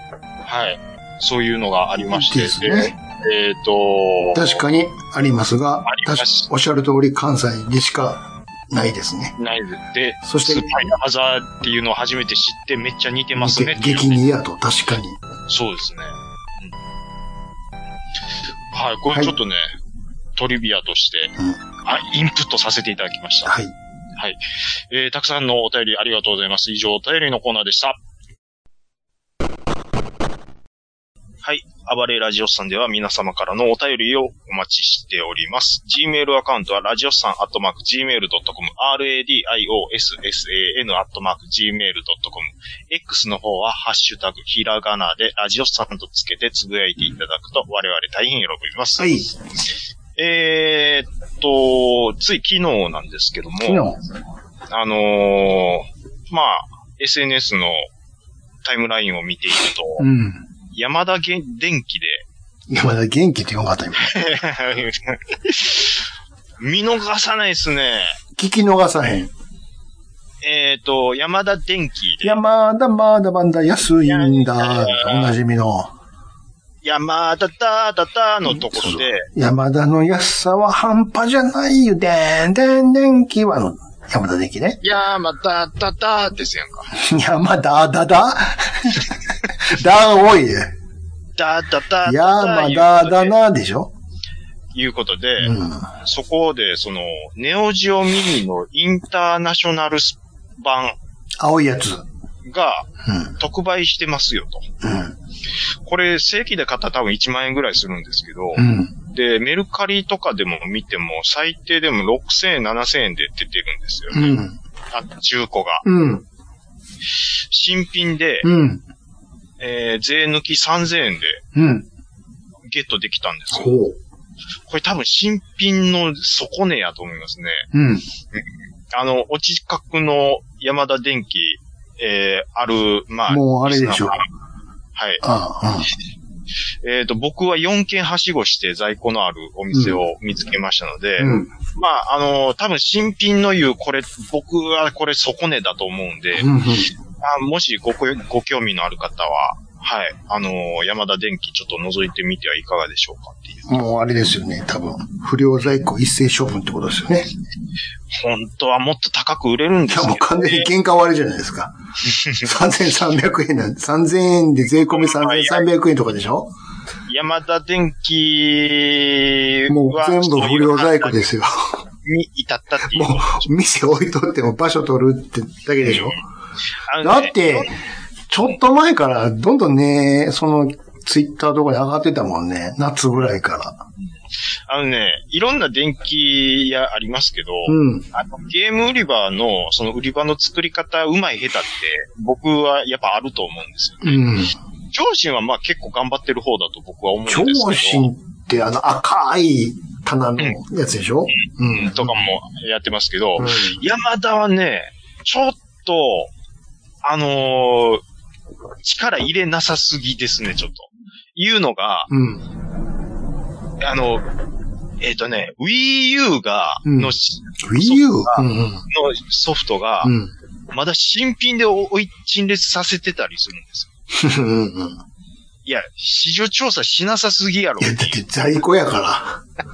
[SPEAKER 2] はい、そういうのがありまして。
[SPEAKER 1] ですね
[SPEAKER 2] えーっと
[SPEAKER 1] い。、確かにありますが
[SPEAKER 2] あり、ま
[SPEAKER 1] 確か
[SPEAKER 2] す
[SPEAKER 1] おっしゃる通り関西でしかないですね。
[SPEAKER 2] ないで、で
[SPEAKER 1] そして
[SPEAKER 2] スパイのハザーっていうのを初めて知ってめっちゃ似てますねっていう
[SPEAKER 1] 激似やと、確かに。
[SPEAKER 2] そうですね。うんはい、こ
[SPEAKER 1] は
[SPEAKER 2] れ
[SPEAKER 1] い
[SPEAKER 2] ちょっとね、トリビアとして、
[SPEAKER 1] うん
[SPEAKER 2] あ、インプットさせていただきました。
[SPEAKER 1] はい。
[SPEAKER 2] えーたくさんのお便りありがとうございます。以上、お便りのコーナーでした。はい。暴れラジオスさんでは皆様からのお便りをお待ちしております。Gmail アカウントは、ラジオスさんアットマーク Gmail.com、radiossan アットマーク Gmail.com、X の方は、ハッシュタグ、ひらがなで、ラジオスさんとつけてつぶやいていただくと、我々大変喜びます。
[SPEAKER 1] はい。
[SPEAKER 2] えーっと、つい昨日なんですけども、
[SPEAKER 1] 昨日。
[SPEAKER 2] あのーまあ、SNS のタイムラインを見ていると、
[SPEAKER 1] うん。
[SPEAKER 2] 山田げ電機で、
[SPEAKER 1] 山田元気ってよかった今。
[SPEAKER 2] 見逃さないですね。
[SPEAKER 1] 聞き逃さへん。
[SPEAKER 2] えっ、と、山田電機で、
[SPEAKER 1] 山田まだまだ安いんだ。おなじみの。
[SPEAKER 2] 山田だだだのところで、
[SPEAKER 1] 山田の安さは半端じゃないよ。でんでん電気はの、山田電気ね。
[SPEAKER 2] 山田だだですやんか。
[SPEAKER 1] 山田だ だだ多い。
[SPEAKER 2] だだだだ
[SPEAKER 1] 山田だなでしょ
[SPEAKER 2] いうことで、
[SPEAKER 1] うん。
[SPEAKER 2] そこで、その、ネオジオミニのインターナショナル版
[SPEAKER 1] 青いやつ。
[SPEAKER 2] が
[SPEAKER 1] うん。
[SPEAKER 2] 特売してますよと。
[SPEAKER 1] うん。
[SPEAKER 2] これ、正規で買ったら多分1万円ぐらいするんですけど、
[SPEAKER 1] うん。
[SPEAKER 2] で、メルカリとかでも見ても、最低でも6000円、7000円で出てるんですよ
[SPEAKER 1] う
[SPEAKER 2] ね。
[SPEAKER 1] ん。
[SPEAKER 2] あ中古が。
[SPEAKER 1] うん。
[SPEAKER 2] 新品で、
[SPEAKER 1] うん。
[SPEAKER 2] えー、税抜き3000円で
[SPEAKER 1] うん。
[SPEAKER 2] ゲットできたんです
[SPEAKER 1] ほ
[SPEAKER 2] よ。
[SPEAKER 1] う。
[SPEAKER 2] これ多分新品の底値やと思いますね。
[SPEAKER 1] うん。
[SPEAKER 2] あの、お近くの山田電機、えー、ある、まあ、
[SPEAKER 1] もうあれでしょう
[SPEAKER 2] リスナーさんはい。
[SPEAKER 1] あ
[SPEAKER 2] えっ、と、僕は4軒はしごして在庫のあるお店を見つけましたので、
[SPEAKER 1] あ、うん。うん。
[SPEAKER 2] まあ、あの多分新品の言う、これ、僕はこれ底値だと思うんで、
[SPEAKER 1] うん。
[SPEAKER 2] あもしごこご興味のある方は、はい、あの山田電機ちょっと覗いてみてはいかがでしょうかっていう。
[SPEAKER 1] もうあれですよね、多分。不良在庫一斉処分ってことですよね。
[SPEAKER 2] 本当はもっと高く売れるん
[SPEAKER 1] い
[SPEAKER 2] です
[SPEAKER 1] や
[SPEAKER 2] けど、
[SPEAKER 1] もう
[SPEAKER 2] ね。
[SPEAKER 1] 完全に原価割れじゃないです か。3300円なんで、3000円で税込み3300円とかでしょ
[SPEAKER 2] 山田電機
[SPEAKER 1] もう
[SPEAKER 2] は
[SPEAKER 1] 全部不良在庫
[SPEAKER 2] そういう判断
[SPEAKER 1] ですよ。
[SPEAKER 2] に至ったっていう
[SPEAKER 1] も
[SPEAKER 2] ことでしょ
[SPEAKER 1] う店置いとっても場所取るってだけでしょ
[SPEAKER 2] あの
[SPEAKER 1] だ
[SPEAKER 2] ね
[SPEAKER 1] って、ちょっと前からどんどんね、そのツイッターとかに上がってたもんね。夏ぐらいから。
[SPEAKER 2] あのね、いろんな電気屋ありますけど、
[SPEAKER 1] うん。
[SPEAKER 2] あのゲーム売り場の、その売り場の作り方、うまい下手って、僕はやっぱあると思うんですよ。
[SPEAKER 1] うん。
[SPEAKER 2] 上信はまあ結構頑張ってる方だと僕は思うんですけ
[SPEAKER 1] 超
[SPEAKER 2] ど。
[SPEAKER 1] 新ってあの赤い棚のやつでしょうん。
[SPEAKER 2] とかもやってますけど、
[SPEAKER 1] うん
[SPEAKER 2] 山田はね、ちょっと、あのー力入れなさすぎですね、ちょっと。いうのが、
[SPEAKER 1] うん。
[SPEAKER 2] あの、えっ、とね、Wii U が、
[SPEAKER 1] うん
[SPEAKER 2] の
[SPEAKER 1] Wii U? うんうん。
[SPEAKER 2] のソフトが
[SPEAKER 1] う、ん。
[SPEAKER 2] まだ新品でおい陳列させてたりするんですよ。
[SPEAKER 1] うん うんうん
[SPEAKER 2] いや、市場調査しなさすぎやろ
[SPEAKER 1] い。や、だって在庫やから。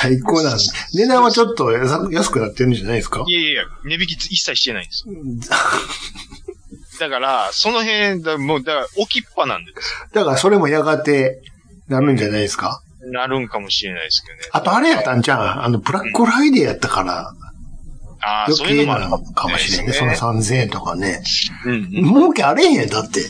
[SPEAKER 1] 最高なんで。値段はちょっと安安くなってるんじゃないですか
[SPEAKER 2] いやいやいや、値引き一切してないんですよ。だから、その辺、だもう、だから、置きっぱなんです
[SPEAKER 1] だからそれもやがてなるんじゃないですか
[SPEAKER 2] よ。なるんかもしれないですけどね。
[SPEAKER 1] あとあれやったんじゃんあの、ブラックフライデーやったから、
[SPEAKER 2] ああ、
[SPEAKER 1] 余
[SPEAKER 2] そうい
[SPEAKER 1] 計
[SPEAKER 2] うのもあ
[SPEAKER 1] な
[SPEAKER 2] る
[SPEAKER 1] のかもしれんね。その3000円とかね。
[SPEAKER 2] うん、
[SPEAKER 1] 儲けあれへんやん、だって。
[SPEAKER 2] うん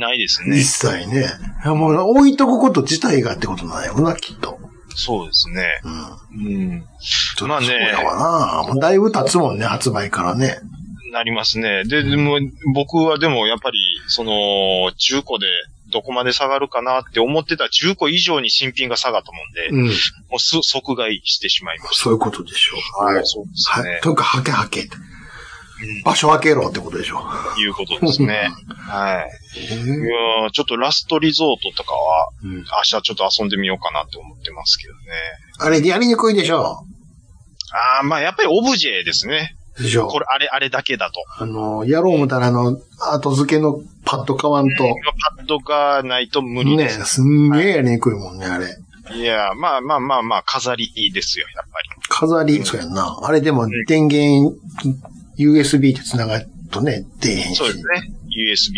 [SPEAKER 2] ないですね
[SPEAKER 1] 一。切ね。いやもう置いとくこと自体がってことなんやろな、きっと。
[SPEAKER 2] そうですね。
[SPEAKER 1] うん。
[SPEAKER 2] うん。
[SPEAKER 1] ちょっと
[SPEAKER 2] まあね
[SPEAKER 1] そうやわな。もうだいぶ経つもんね、発売からね。
[SPEAKER 2] なりますね。で、でも、僕はでもやっぱり、その、中古でどこまで下がるかなって思ってた中古以上に新品が下がったもんで、
[SPEAKER 1] うん。
[SPEAKER 2] もうす、即買いしてしまいました。
[SPEAKER 1] そういうことでしょう。はい。
[SPEAKER 2] そうです
[SPEAKER 1] はい。
[SPEAKER 2] ね。
[SPEAKER 1] とにかく、はけはけ。場所はけろってことでしょう。
[SPEAKER 2] うん、いうことです ね。はい。い
[SPEAKER 1] え
[SPEAKER 2] やーちょっとラストリゾートとかは、
[SPEAKER 1] うん
[SPEAKER 2] 明日ちょっと遊んでみようかなって思ってますけどね。
[SPEAKER 1] あれ、やりにくいでしょ
[SPEAKER 2] ああ、まあやっぱりオブジェですね。
[SPEAKER 1] う。でしょう
[SPEAKER 2] これ、あれ、あれだけだと。
[SPEAKER 1] あの、やろう思ったら、あの、後付けのパッド買わんと。
[SPEAKER 2] パッドがないと無理
[SPEAKER 1] ね
[SPEAKER 2] です。
[SPEAKER 1] すんげえやりにくいもんね、あれ。
[SPEAKER 2] いやー、まあまあまあまあ、飾りですよ、やっぱり。
[SPEAKER 1] 飾り、そうやんな。あれでも、電源、USB で繋がるとね、出えへんし。
[SPEAKER 2] そうですね。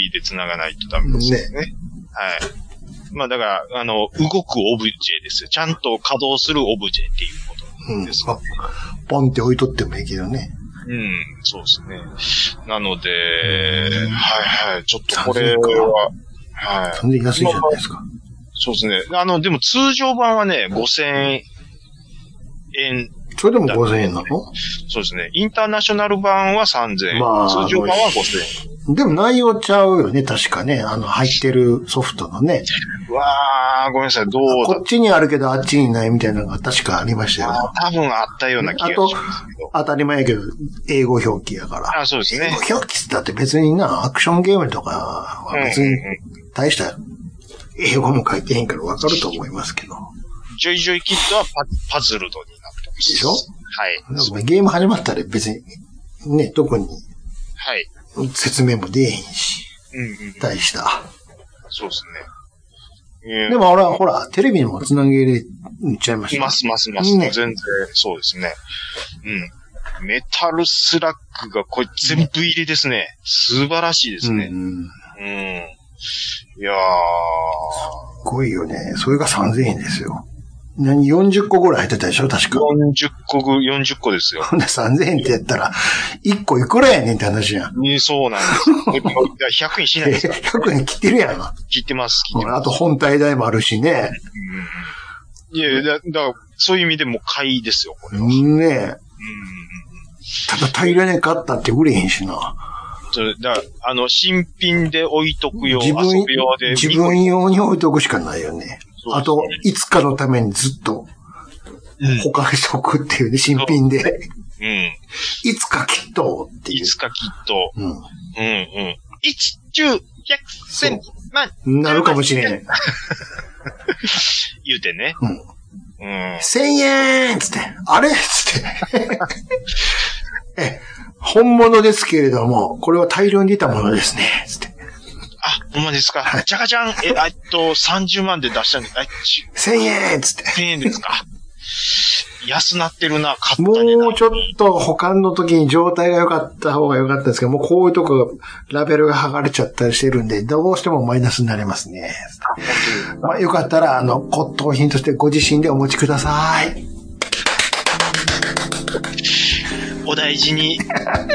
[SPEAKER 2] USB で繋がないとダメですよね。はい。まあだから、あの、動くオブジェですよ。ちゃんと稼働するオブジェっていうこと
[SPEAKER 1] うん
[SPEAKER 2] です、ね
[SPEAKER 1] まポンって置いとってもいいけどね。
[SPEAKER 2] うん、そうですね。なので、はいはい、ちょっとこれ
[SPEAKER 1] そう
[SPEAKER 2] は、はい。
[SPEAKER 1] そんで安いじゃないですか。
[SPEAKER 2] そうですね。あの、でも通常版はね、5000円、
[SPEAKER 1] それでも5000円なの
[SPEAKER 2] そうですね。インターナショナル版は3000円。
[SPEAKER 1] まあ
[SPEAKER 2] 通常版は5000
[SPEAKER 1] でも内容ちゃうよね、確かね。あの、入ってるソフトのね。
[SPEAKER 2] 円。うわー、ごめんなさい、どう
[SPEAKER 1] こ
[SPEAKER 2] だ
[SPEAKER 1] っちにあるけどあっちにないみたいなのが確かありましたよね。
[SPEAKER 2] あ多分あったような気がしますけど。
[SPEAKER 1] 当たり前やけど、英語表記やから。
[SPEAKER 2] あそうです
[SPEAKER 1] 英
[SPEAKER 2] ね。
[SPEAKER 1] 語表記だって別にな、アクションゲームとかは別
[SPEAKER 2] うん
[SPEAKER 1] に
[SPEAKER 2] うん
[SPEAKER 1] 大した英語も書いてへんからわかると思いますけど。
[SPEAKER 2] ジョイジョイキッドはパパズルドになってます。
[SPEAKER 1] でしょ
[SPEAKER 2] はい。そう
[SPEAKER 1] ゲーム始まったら別に、ね、特に
[SPEAKER 2] はい。
[SPEAKER 1] 説明も出えへんし、
[SPEAKER 2] うんうん。
[SPEAKER 1] 大した。
[SPEAKER 2] そうですね。 えー
[SPEAKER 1] でも俺はほら、テレビにも繋げれちゃいました。
[SPEAKER 2] ますますます。
[SPEAKER 1] ね
[SPEAKER 2] 全然、そうですね。うん。メタルスラックがこれ全部入りですね。素晴らしいですね。
[SPEAKER 1] うん。
[SPEAKER 2] うん。いやー。
[SPEAKER 1] すごいよね。それが3000円ですよ。何、40個ぐらい入ってたでしょ確か。
[SPEAKER 2] 40個ぐ、40個ですよ。
[SPEAKER 1] ほんで3000円ってやったら、1個いくらやねんって話やん。
[SPEAKER 2] ねそうなんです よ。これ100円しないですか
[SPEAKER 1] 100円切ってるやん。
[SPEAKER 2] 聞いてます、聞いて
[SPEAKER 1] あ
[SPEAKER 2] ます
[SPEAKER 1] と。本体代もあるしね。
[SPEAKER 2] うん、いや、だだから、そういう意味でも買いですよ、これは。うん。
[SPEAKER 1] ねえ。ただ平らに買ったって売れへんしな。
[SPEAKER 2] それだあの、新品で置いとくよう、
[SPEAKER 1] 自分
[SPEAKER 2] 遊ぶようで。
[SPEAKER 1] 自分用に置いておくしかないよね。あと、いつかのためにずっと
[SPEAKER 2] うん
[SPEAKER 1] 保管しておくっていうね、新品で。
[SPEAKER 2] うん。
[SPEAKER 1] いつかきっとってい
[SPEAKER 2] いうつ。かきっと。
[SPEAKER 1] うん。
[SPEAKER 2] うんうん。一、十、百、千、万、
[SPEAKER 1] なるかもしれん。
[SPEAKER 2] 言うてね。
[SPEAKER 1] うん。
[SPEAKER 2] うん。
[SPEAKER 1] 1000円つって、あれつって。 え、本物ですけれども、これは大量に出たものですね。つって。
[SPEAKER 2] あ、ほんまですか。じゃがじゃん。え、 あえっと、30万で出したんで、あ、1000
[SPEAKER 1] 1000円つって。
[SPEAKER 2] 円ですか。安なってるな、買った
[SPEAKER 1] も
[SPEAKER 2] ね。
[SPEAKER 1] うちょっと保管の時に状態が良かった方が良かったんですけど、もうこういうとこラベルが剥がれちゃったりしてるんで、どうしてもマイナスになりますね。まあ、よかったら、あの、骨董品としてご自身でお持ちください。
[SPEAKER 2] お大事に、はい、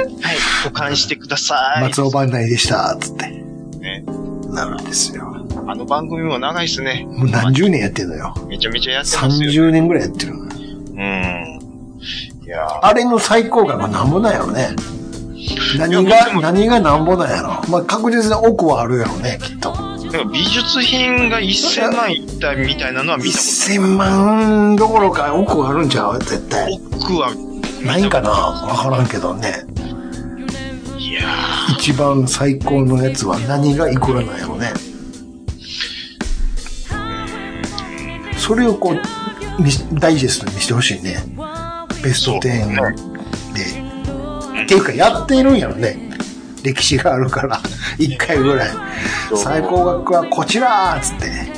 [SPEAKER 2] 保管してください。
[SPEAKER 1] 松尾番内でした、つって。
[SPEAKER 2] ね
[SPEAKER 1] なるんですよ。も
[SPEAKER 2] あの番組も長いですね。
[SPEAKER 1] う何十年やってんのよ。
[SPEAKER 2] めちゃめちゃやってますよ。
[SPEAKER 1] 30年ぐらいやってるの。
[SPEAKER 2] うん。いやー
[SPEAKER 1] あれの最高額はなんぼなんやろね。何
[SPEAKER 2] いやで
[SPEAKER 1] が、
[SPEAKER 2] も
[SPEAKER 1] 何がなんぼなんやろ。まあ、確実に奥はあるやろね、きっと。
[SPEAKER 2] なんか美術品が1000万いったみたいなのは見たこ
[SPEAKER 1] 1000万どころか奥があるんちゃう絶対。
[SPEAKER 2] とない。奥は
[SPEAKER 1] ないんかなわからんけどね。
[SPEAKER 2] いやー
[SPEAKER 1] 一番最高のやつは何がいくらなんやろね。それをこう、みダイジェストにしてほしいね。ベスト10で。っていうか、やってるんやろね。歴史があるから、1回 ぐらい。最高額はこちらーっつってね。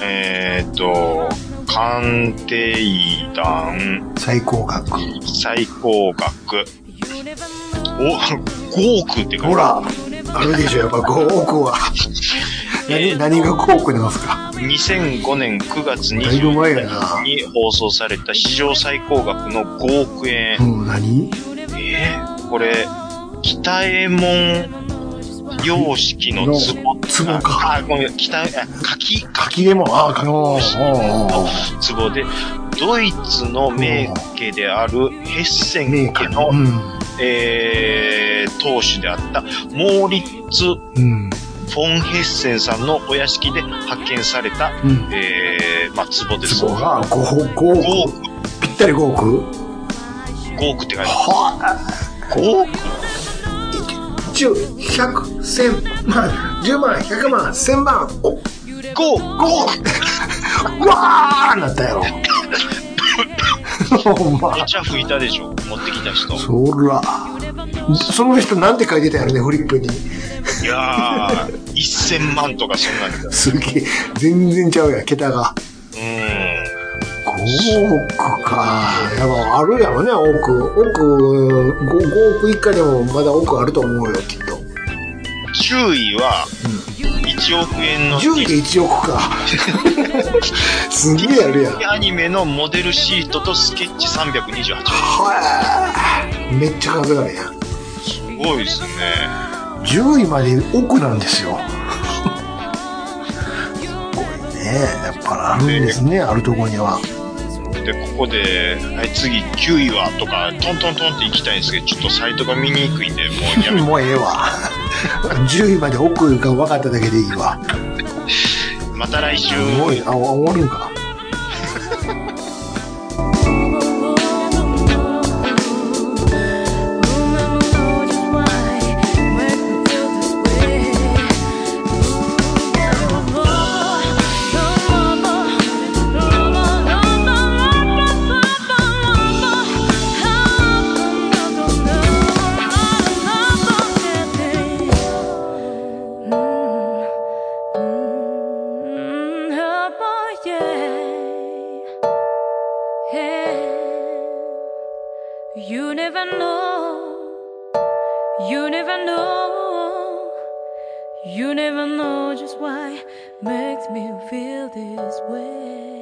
[SPEAKER 2] えーっと、鑑定団
[SPEAKER 1] 最高額。
[SPEAKER 2] 最高額。お、5億ってか、
[SPEAKER 1] ほら、あるでしょ、やっぱ5億は。何何が5億なんですか
[SPEAKER 2] 2005年9月
[SPEAKER 1] だいぶ前や
[SPEAKER 2] 20
[SPEAKER 1] な
[SPEAKER 2] 日に放送された史上最高額の5億円。
[SPEAKER 1] もう何
[SPEAKER 2] えーこれ、北右衛門様式の壺。
[SPEAKER 1] 壺か
[SPEAKER 2] あ、ごめん、北、あ、柿
[SPEAKER 1] 柿でも、ああ、かおうおうおう
[SPEAKER 2] 壺で、ドイツの名家であるヘッセン
[SPEAKER 1] メー
[SPEAKER 2] 家
[SPEAKER 1] カー
[SPEAKER 2] の
[SPEAKER 1] の。うん。
[SPEAKER 2] えー、当主であったモーリッツ・フ
[SPEAKER 1] うん。
[SPEAKER 2] ォン・ヘッセンさんのお屋敷で発見された、
[SPEAKER 1] うん。
[SPEAKER 2] えー、まあ、壺です。
[SPEAKER 1] そこが5、5億。
[SPEAKER 2] 5億、
[SPEAKER 1] ぴったり5億
[SPEAKER 2] 5億って書いてあ
[SPEAKER 1] は
[SPEAKER 2] る。5億
[SPEAKER 1] あ、10、100、1000万、10万、100万、1000万、お、5
[SPEAKER 2] ?5 億
[SPEAKER 1] 億わーなったやろ。ほんま
[SPEAKER 2] お。茶拭いたでしょ持ってきた人。
[SPEAKER 1] そら。その人なんて書いてたんやろね、フリップに。
[SPEAKER 2] いやー、1000万とかそんなんだ。う
[SPEAKER 1] すげえ。全然ちゃうやん、桁が。
[SPEAKER 2] ーん。
[SPEAKER 1] 5億か。やっぱあるやろね、億。億、5, 5億以下でもまだ億あると思うよ、きっと。
[SPEAKER 2] 10位は、1億円の
[SPEAKER 1] 10で1億か。すげえあるやん。は
[SPEAKER 2] アニメのモデルシートとスケッチ328枚。
[SPEAKER 1] あめっちゃ数あるやん。
[SPEAKER 2] すごいですね。
[SPEAKER 1] 10位まで億なんですよ。すごいね。やっぱあるんですね、あるとこには。
[SPEAKER 2] で、ここで、はい、次9位はとか、トントントンって行きたいんですけど、ちょっとサイトが見にくいんで、もうやめて。
[SPEAKER 1] もうええわ。10位まで億が分かっただけでいいわ。
[SPEAKER 2] また来週。
[SPEAKER 1] すごい。あ、終わるんか。
[SPEAKER 5] Yeah. Hey, you never know, you never know, you never know just why makes me feel this way.